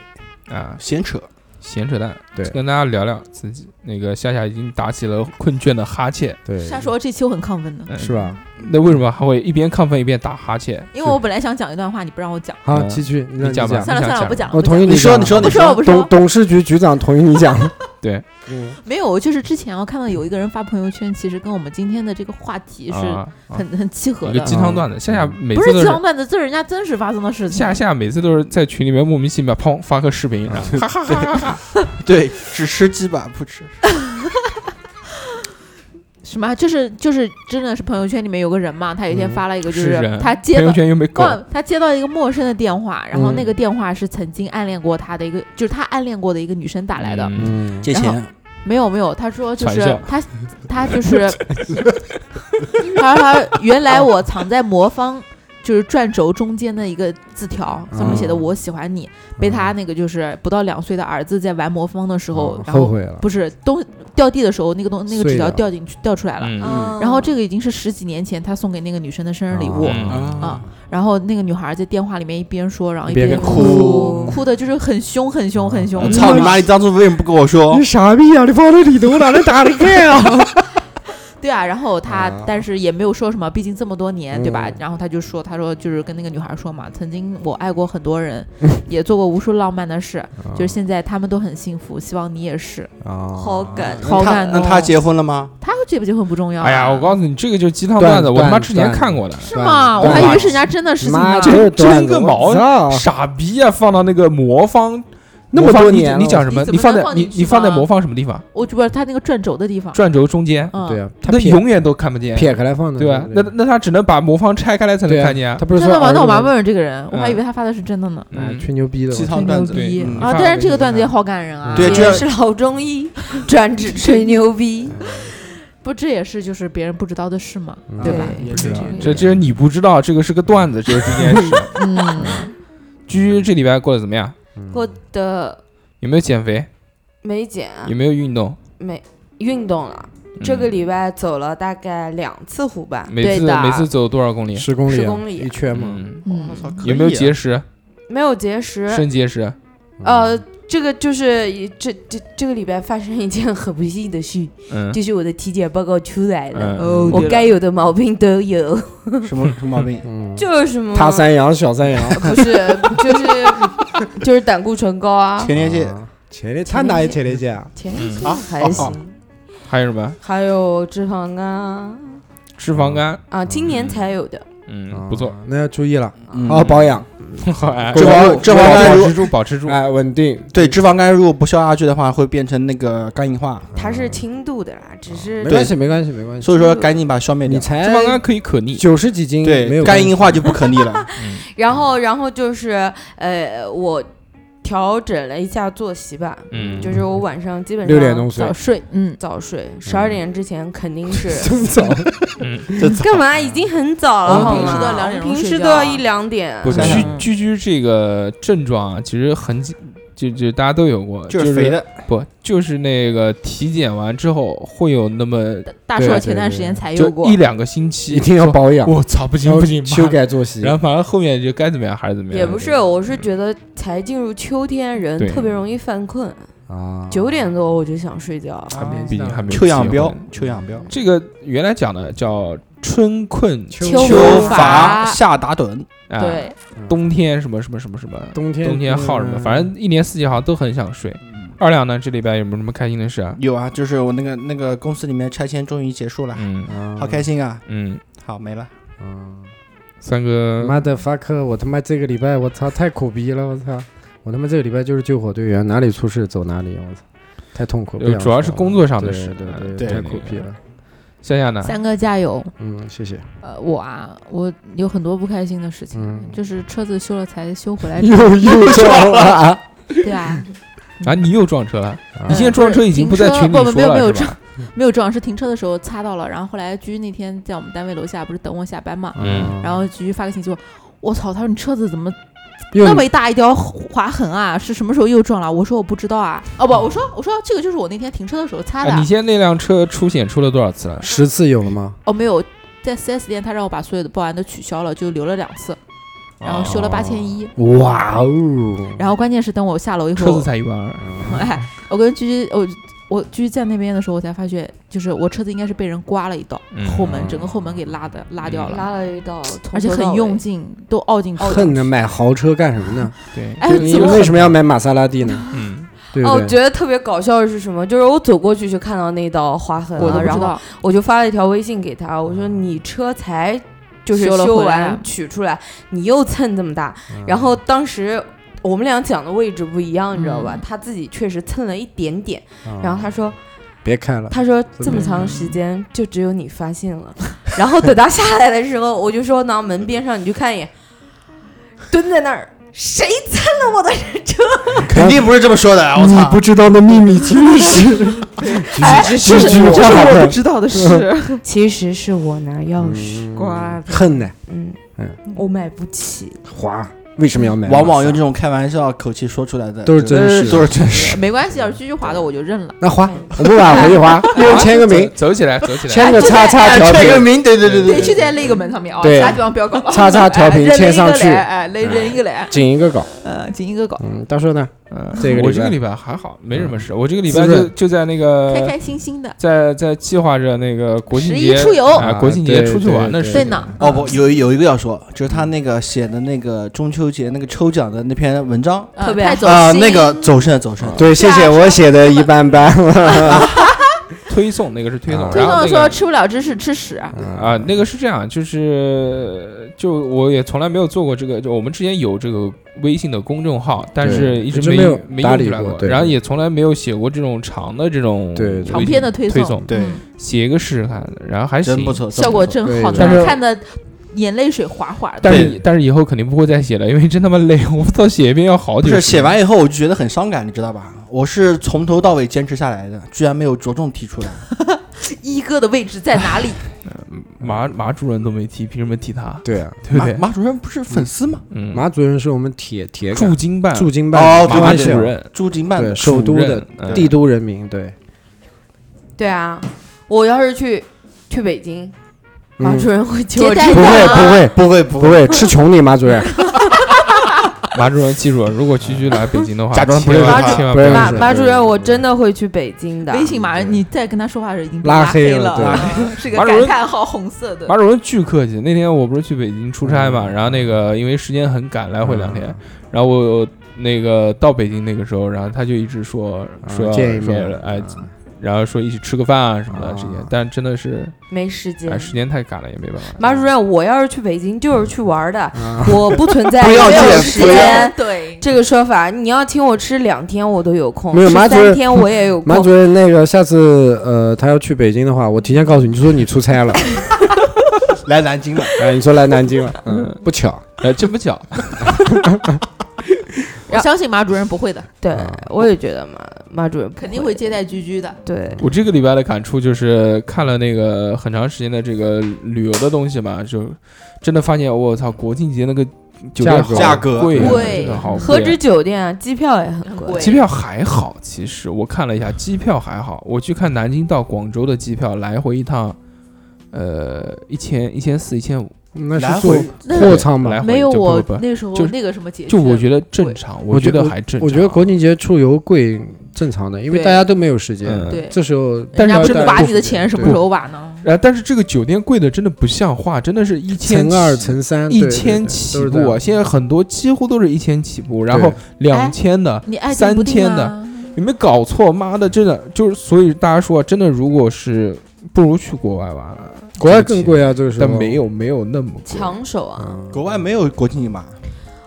啊，闲扯，闲扯淡，对跟大家聊聊自己。那个夏夏已经打起了困倦的哈欠，对，瞎说，这期我很亢奋的，嗯是？吧？那为什么还会一边亢奋一边打哈欠？因为我本来想讲一段话，你不让我讲，好，嗯继续，你让你讲吧算了你想算了，讲我不讲了。我不同意讲你你说啊讲你说了，我不你说我说，不董说，董事局局长同意你讲。对，嗯，没有，就是之前我看到有一个人发朋友圈，其实跟我们今天的这个话题是啊，啊很很契合一个的，鸡汤段子。夏夏每不次是都鸡是汤段子，这是人家真实发生的事情夏。夏每次都是在群里面莫名其妙砰发个视频，然后哈哈哈哈哈。对，只吃鸡吧，不吃。哎什么？就是就是，真的是朋友圈里面有个人嘛，他有一天嗯发了一个，就是人他接朋友到圈又没狗，哦，他接到一个陌生的电话，然后嗯那个电话是曾经暗恋过他的一个，就是他暗恋过的一个女生打来的。嗯嗯，借然后钱，没有没有，他说就传是销他他就是， 他说他原来我藏在魔方。就是转轴中间的一个字条，上面写的“嗯我喜欢你”，被他那个就是不到两岁的儿子在玩魔方的时候，然哦后后悔了。不是东掉地的时候，那个东那个纸碎条了掉进去掉出来了。嗯嗯然后这个已经是十几年前他送给那个女生的生日礼哦物，嗯啊，然后那个女孩在电话里面一边说，然后一一边哭，哭哭的就是很凶、很凶、很嗯凶。我操你嗯妈！你当初为什么不跟我说你？傻逼啊！你放到里头哪能打得开啊？对啊，然后他啊但是也没有说什么，毕竟这么多年，对吧嗯？然后他就说，他说就是跟那个女孩说嘛，曾经我爱过很多 人，也做过无数浪漫的事，啊就是现在他们都很幸福，希望你也是。哦好感好感哦那动。他结婚了吗？他结不结婚不重要啊。哎呀，我告诉你，这个就是鸡汤段子，段我他妈段之前段看过的。是吗？我还以为是人家真的事情呢。这段真子个我毛操嗯傻逼啊！放到那个魔方，那么魔方多你年你了讲什么？你怎你么放能在放你进你去放在吗魔方什么地方？我就不是他那个转轴的地方。转轴中间，嗯对啊，那撇永远都看不见，撇开来放的，对啊吧？那那他只能把魔方拆开来才能对啊看见啊他。不是真说的吗？儿那我子蛮吗问问这个人，我还以嗯为他发的是真的呢。哎嗯，吹牛逼的，鸡我汤吹段牛子，逼嗯啊！发但是了这就个段是子也好感人啊。对也这是老中医， 专治吹牛逼。不，这也是就是别人不知道的事嘛，嗯对吧？对也是对啊这这这是你不知道，这个是个段子，这是这 件事。嗯，居这礼拜过得怎么样？我的有没有减肥？没减啊有没有运动？没运动了，这个嗯礼拜走了大概两次湖畔，每次对的每次走多少公里？十公里啊， 10公里一圈嘛，嗯，嗯我操，可有没有以啊节食？没有节食，肾结石？呃，这个就是一这这这个礼拜发生一件很不幸的事，嗯，就是我的体检报告出来了，嗯哦我该有的毛病都有，什么什么毛病？嗯，就是嘛，大三阳、小三阳，不是 就是就是胆固醇高啊，前列腺啊前列，他哪有前列腺啊？前列腺啊还哦哦行，还有什么？还有脂肪肝啊脂肪肝？啊，今年才有的，嗯，不 错啊，，那要注意了，嗯啊好好保养，好哎脂肪脂肪肝保如持住，保持住。哎，稳定，对脂肪肝如果不消下去的话，会变成那个肝硬化，它是轻度的啦，只是哦没关系，没关系，没关系，所以说赶紧把它消灭掉。你脂才肪肝可以可逆，九十几斤，没对，有肝关系硬化就不可逆 了。然后，然后就是呃，我调整了一下作息吧，嗯就是我晚上基本上六点钟睡早，睡，嗯，早睡，十二点之前肯定是这么早，干嘛？已经很早了，我好平时都吗？两点钟平时睡都觉要一两点。不是嗯想居想居居这个症状啊，其实很就就大家都有过，就就是肥的，不就是那个体检完之后会有那么大对硕对前段时间对才有就过一，两个星期，一定要说保养，我操，不行然后不行，修妈的。改作息然，后反正后面就该怎么样还是怎么样。也不是，我是觉得才进入秋天，人对特别容易犯困。啊，九点多我就想睡觉，还没，毕竟还没臭氧结婚标，臭氧标，这个原来讲的叫春困秋秋乏乏夏打盹，啊，对，冬天什么什么什么什么，冬天嗯冬天耗什么，反正一年四季好像都很想睡。二两呢，这礼拜有没有什么开心的事啊？有啊，就是我那个那个公司里面拆迁终于结束了，嗯正好开心啊！嗯，好没了，嗯三哥，妈的 fuck！我他妈这个礼拜我操太苦逼了，我操！我他妈这个礼拜就是救火队员，哪里出事走哪里，我操！太痛苦，呃不想主要说是了工作上的对事对嗯对，对太苦逼了。夏夏呢？三哥加油。嗯，谢谢。呃，我啊，我有很多不开心的事情，嗯，就是车子修了才修回 来 又又撞了啊，对吧？啊，你又撞车了？啊你现在撞车已经不在群里不嗯是停车不说没有没有了是吧？没有撞，是停车的时候擦到了。然后后来居那天在我们单位楼下不是等我下班嘛，嗯然后居发个信息我，我操，他说你车子怎么又那么一大一条划痕啊？是什么时候又撞了？我说我不知道啊。哦不，我说我说这个就是我那天停车的时候擦的啊，啊。你现在那辆车出险出了多少次了？十次有了吗？哦没有，在 4S 店他让我把所有的报案都取消了，就留了两次，然后修了八千一。哇哦！然后关键是等我下楼以后，车子才一万二。哎，我跟居居，我我居居在那边的时候，我才发觉，就是我车子应该是被人刮了一道，嗯后门整个后门给拉的拉掉了，拉了一道，从而且头到很尾用。劲，都凹进去了。恨呢，买豪车干什么呢？对，哦哎，你怎么为什么要买玛莎拉蒂呢？嗯，对哦，不我觉对？得特别搞笑的是什么？就是我走过去就看到那道划痕我都了，不然知后道？嗯我就发了一条微信给他，我说你车才就是修了修回来完取出来，啊你又蹭这么大。嗯嗯然后当时我们俩讲的位置不一样，你知道吧嗯？他自己确实蹭了一点点，啊然后他说别看了，他说么这么长时间就只有你发现了。然后等他下来的时候，我就说呢门边上你去看一眼，蹲在那儿。谁蹭了我的车？ 肯定不是这么说的啊，我你操！嗯不知道的秘密其实是，其实是这好我的不知道的事，其实哦是我拿钥 匙，嗯瓜恨呢，嗯嗯我买不起。花为什么要买？往往用这种开玩笑口气说出来的都是真实，都是真 实。没关系，要是居居划的我就认了。那花，我们挽回一 花，一人签个名，走走起来，走起 来。签个叉叉调签个频，名，对对对对，对就在那个门上面啊，对其他地方不要搞。叉叉调频 哎扔一个签上来去哎，扔扔一个来，紧一个搞。呃，仅一个搞。嗯，大硕呢？嗯，这个我这个礼礼拜还好，没什么事。我这个礼拜就滋润就在那个开开心心的。在在计划着那个国庆十一节出游啊，国庆节对出去对玩的事对情。呢，哦不，有有一个要说，就是他那个写的那个中秋节那个抽奖的那篇文章呃特别太走啊，心那个走肾走肾，对，啊谢谢我写的一般 般。推送那个是推送啊，推然后送那说个吃不了芝士吃屎，嗯啊，那个是这样，就是就我也从来没有做过这个，就我们之前有这个微信的公众号，但是一直一直没有没搭用理出来过对然后也从来没有写过这种长的这种对微信长篇的推推送，送，对嗯写一个试试看，然后还行真不。错，哎效果真真对好，对当但时是看的眼泪水哗哗的。但是但是以后肯定不会再写了，因为真他妈累，我操，写一遍要好不久。错。不是写完以后我就觉得很伤感，你知道吧？我是从头到尾坚持下来的，居然没有着重提出来。一哥的位置在哪里？马马主任都没提，凭什么提他？对啊，嗯对不对？马马主任不是粉丝吗？嗯，马主任是我们铁铁杆驻京办驻京哦办对马马对主对任，朱金办对的，首都的主任嗯帝都人民对。对啊，我要是去去北京，马嗯主任会接我接吃待饭不会不会不会不不会，吃穷你马 主任，马主任记住，如果区区来北京的话，假装不千认识万他千万不要认识马马主任，我真的会去北京的。微信马上你再跟他说话的时候已经被拉黑黑了对嗯 是个马主感任叹号红色的。马主任巨客气。那天我不是去北京出差嘛，然后那个因为时间很赶，来回两天，然后我那个到北京那个时候，然后他就一直说嗯说见一说面，哎啊，然后说一起吃个饭啊什么的啊这些，但真的是没时间哎，时间太赶了，也没办法。马主任，我要是去北京就是去玩的，啊我不存在 不没要有见时不要间对，这个说法。你要请我吃两天我都有空，没有吃马主三任天我也有马空主。任，那个下次呃，他要去北京的话，我提前告诉你，就说你出 差了，来南京了，哎，你说来南 京了，嗯，不巧，哎，真不巧，我相信马主任不会的，对，啊我也觉得马马主任不肯定会接待居居的。对。我这个礼拜的感触就是看了那个很长时间的这个旅游的东西嘛，就真的发现我操，国庆节那个酒店好价格贵啊，贵真的好贵啊，何止酒店啊，机票也很贵。贵机票还好，其实我看了一下，机票还好。我去看南京到广州的机票，来回一趟，呃，一千一千四一千五，那来是坐回货舱吧来？回没有就我不不不那时候就是那个什么节制，就我觉得正常，我我觉得我还正常。我觉得国庆节出游贵正常的，因为对大家都没有时间嗯，对这时候人家不是大家把都你的钱什么时候把呢？呃，但是这个酒店贵的真的不像话，真的是一千乘二乘三一嗯对千对起对都是这步啊！样现在很多几乎都是一千起步，然后两千的，你爱三定不定天的啊？有没有搞错？妈的，真的就是，所以大家说，真的如果是不如去国外玩了，国外更贵啊，这个时候但没有没有那么贵。抢手啊！嗯国外没有国庆嘛？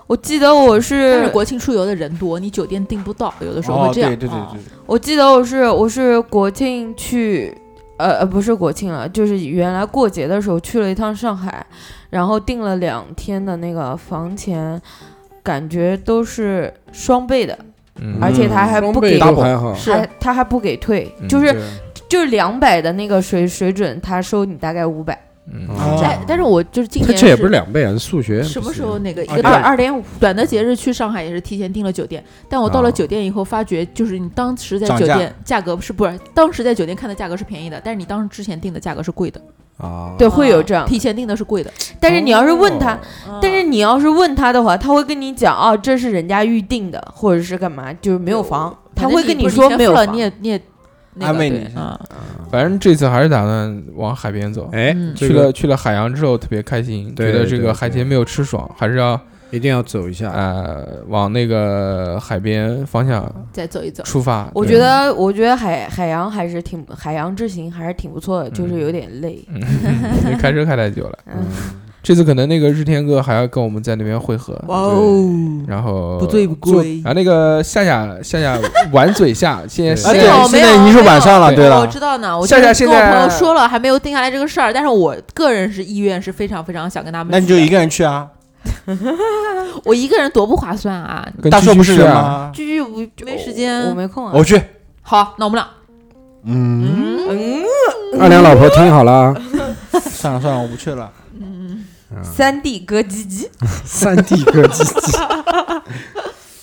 我记得我但是是，国庆出游的人多，你酒店订不到，有的时候哦，会对这样。对对啊对，我记得我是，我是国庆去，呃呃，不是国庆了，就是原来过节的时候去了一趟上海，然后订了两天的那个房钱，感觉都是双倍的，嗯而且他还不装备给，都还好，还他还不给退，嗯就是对就是两百的那个水水准，他收你大概五百，嗯哦但但是我就是今他年这也不是两倍啊，是数学什么时候那个一二个二短二点五，短的节日去上海也是提前订了酒店，但我到了啊酒店以后发觉，就是你当时在涨酒价店价格是不是当时在酒店看的价格是便宜的，但是你当时之前订的价格是贵的，啊？对，会有这样。提前订的是贵的，但是你要是问他，但是嗯你要是问他的话，他会跟你讲啊，这是人家预定的，或者是干嘛，就是没有房，他反正会你跟不是说先没有付了，房你。也你也那安个慰对你一下啊，反正这次还是打算往海边走。哎嗯，这去个了去了海洋之后特别开心，对觉得这对个海对啊鲜没有吃爽，还是要一定要走一啊下。呃往那个海边方向再走一走，出发。我对觉得，我觉得海海洋还是挺海洋之行还是挺不错的，就是有点累。嗯，因为开车开太久了，嗯，这次可能那个日天哥还要跟我们在那边会合，哇哦，然后啊不醉不归然后那个夏夏夏夏玩嘴夏，现在对夏啊没有夏对，没现有在已经是晚上了，没有对我了知，道呢，我夏就是夏现跟我朋友在说了，还没有定下来这个事儿，但是我个人是意愿是非常非常想跟他们去的，那你就一个人去啊？我一个人多不划算啊，跟大叔硕不是人啊，吗？居居不没时间我，没空啊哦我。去，好，那我们俩嗯，嗯，二两老婆听好了啊， 算了算了，我不去了。三弟哥唧唧，三 D 科技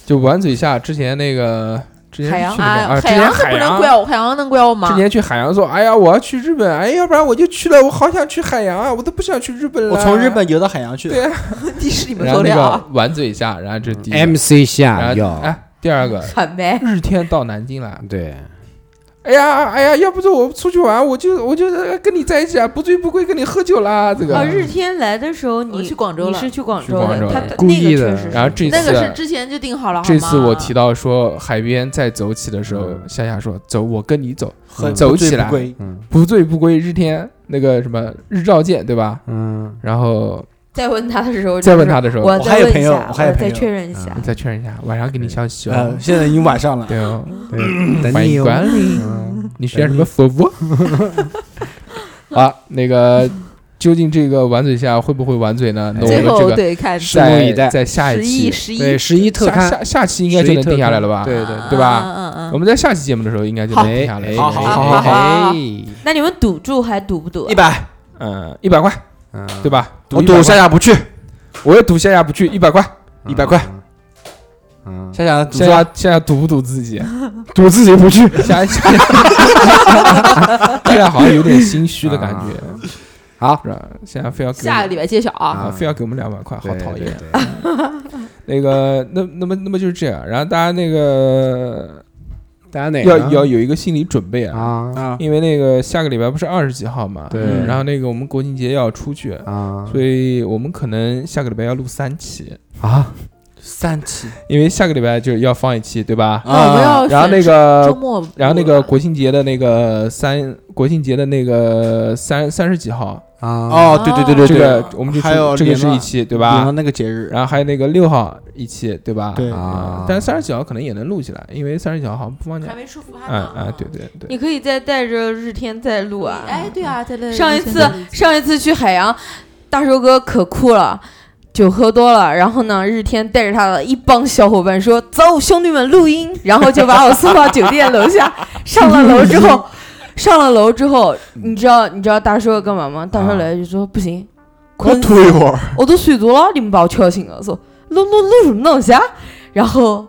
就玩嘴夏之前那个之前海洋去那边啊啊，，之海前洋海不能洋怪我，海洋能怪我吗之？前去海洋说，哎呀，我要去日本，哎，要不然我就去了，我好想去海洋啊，我都不想去日本了。我啊从日本游到海洋去，对迪士尼哎然后那个玩嘴一下，然后这第一个， MC 然下后药，哎，第二个，很呗。日天到南京来，对，哎呀哎呀，要不是我出去玩，我就我就呃跟你在一起啊，不醉不归，跟你喝酒啦，这个。嗯啊，日天来的时候我你去广州你了是去广去州广州的，他了那故个意确的实是然后这那个是次之前就定好了，好这次吗我提到说海边再走起的时候，夏夏说走，我跟你走，很走不醉起不来归嗯不醉不归。日天那个什么日照见，对吧？嗯，然后再问他的时候，再问他，的时候，我我还再有问朋一友下，我还有朋再友确认一下我。再确认一下，晚上给你消息哦呃，。现在已经晚上了，对哦，欢对，等你迎哦光临。嗯你需要什么服务？ 啊，那个究竟这个玩嘴下会不会玩嘴呢？那我最们这后个对看拭目以在待在下一十一期，十一对，十一特下刊，下下期应该就能定下来了吧？对对对对吧嗯嗯我嗯，们在下期节目的时候应该就能定下来了。好好好好好好那你们赌注还赌不赌啊？一百，嗯，一百块，嗯，对吧？我一百赌块夏，夏不去，我也赌夏夏不去，一百块。嗯， 100块嗯，嗯，夏夏赌夏是吧夏夏夏赌不赌自己？赌自己不去，夏夏夏夏好像有点心虚的感觉，好是吧？夏夏非要给我们下个礼拜揭晓啊，啊，啊非要给我们两百块，好讨厌。对，对对 那个，那那么那么就是这样，然后大家那个大家哪个要要有一个心理准备啊，啊啊，因为那个下个礼拜不是二十几号嘛，对嗯然后那个我们国庆节要出去，啊所以我们可能下个礼拜要录三期，啊，三期因为下个礼拜就要放一期，对吧？那啊我们要啊然后那选周个，末，然后那个国庆节的那个三，国庆节的那个三三十几号，啊，哦，对对对对这对个，我们就还有出这个是联一络期，对对吧？那个节日，然后还有那个六号一期，对吧？对啊啊，但三十九号可能也能录起来，因为三十九号好像不放假还。没出伏案嗯啊，对对对，你可以再带着日天再录嗯啊。哎，对啊，在那上一次上一次去海洋，大寿哥可酷了。酒喝多了，然后呢，日天带着他的一帮小伙伴说：“走，兄弟们，录音。”然后就把我送到酒店楼下。上了楼之后，上了楼之后，你知道你知道大寿哥干嘛吗？大寿来就说：“不行，我困死吐一会儿，我都睡着了，你们把我敲醒了，说录录录什么东西啊？然后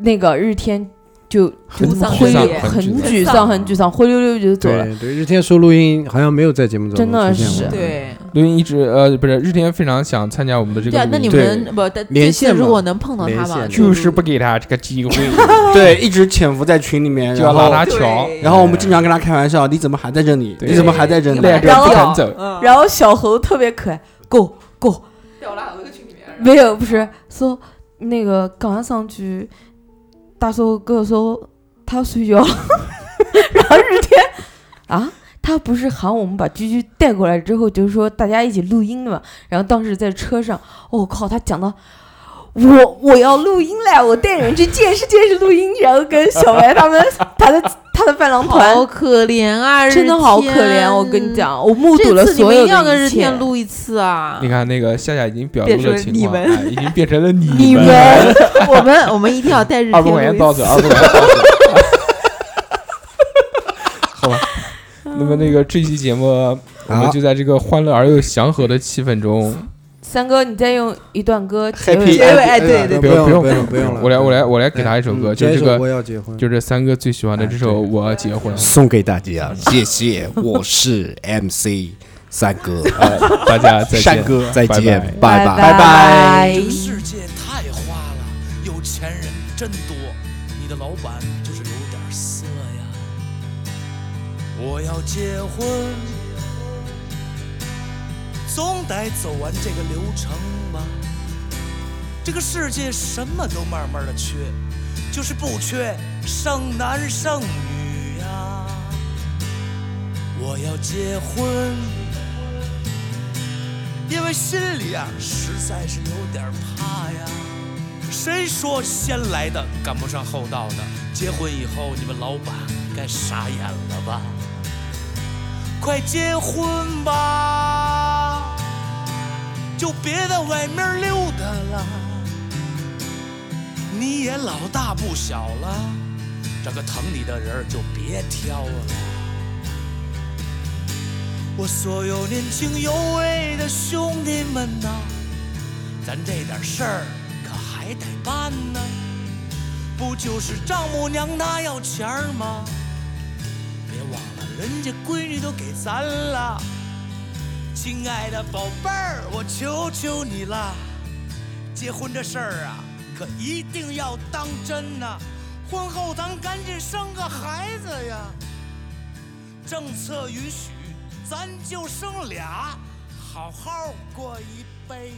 那个日天就就很灰沮丧溜，很很沮沮丧丧，很沮丧，灰溜溜就走了。对对，日天说录音好像没有在节目中真的出现是过对录音一直呃不是日天非常想参加我们的这对个啊，录那音，你对们不但连这次线如嘛果能碰到他连嘛，线就是不给他这个机会， 对，一直潜伏在群里面， 就要拉然后他瞧，然后我们经常跟他开玩笑，你怎么还在这里？对你怎么还在这里？赖着然后不肯嗯走。然后小猴特别可爱，Go Go，没有不是说那个刚刚上去，大寿哥说他睡觉了， 然后日天啊。他不是喊我们把居居带过来之后，就是说大家一起录音的嘛。然后当时在车上，我、靠，他讲到我我要录音嘞，我带你们去见识见识录音，然后跟小白他们他的他的伴郎团好可怜啊，真的日好可天怜，我跟你，讲，我目睹了这次你所们有一定要的跟一日切天。录一次啊你！看那个夏夏已经表露了变成情况，你们哎已经 变成了你你们们，我们我们一定要带日二天百块钱录到一次。手，二百块钱到手。 好吧，那么那个这期节目，我啊们就在这个欢乐而又祥和的气氛中，三哥，你再用一段歌结 Happy 尾。 ending 哎对对不不用用用不不用不不用了我来我来我来给他一首歌，嗯就这是首这个我哎要结婚，就是三哥最喜欢的这首《我要结 婚》。送给大家，谢谢，我是 MC 三哥，哎大家再见善。哥，再见，拜拜。拜这个世界太花了，有钱人真多，你的老板就是有点色呀。我要结婚，总得走完这个流程吧。这个世界什么都慢慢的缺，就是不缺剩男剩女呀。我要结婚。因为心里啊实在是有点怕呀。谁说先来的赶不上后到的？结婚以后，你们老板该傻眼了吧？快结婚吧，就别在外面溜达了。你也老大不小了，这个疼你的人儿就别挑了。我所有年轻有为的兄弟们呐、咱这点事儿可还得办呢。不就是丈母娘她要钱儿吗？别忘了，人家闺女都给咱了。亲爱的宝贝儿，我求求你啦，结婚这事儿啊，可一定要当真呐、婚后咱赶紧生个孩子呀！政策允许，咱就生俩，好好过一辈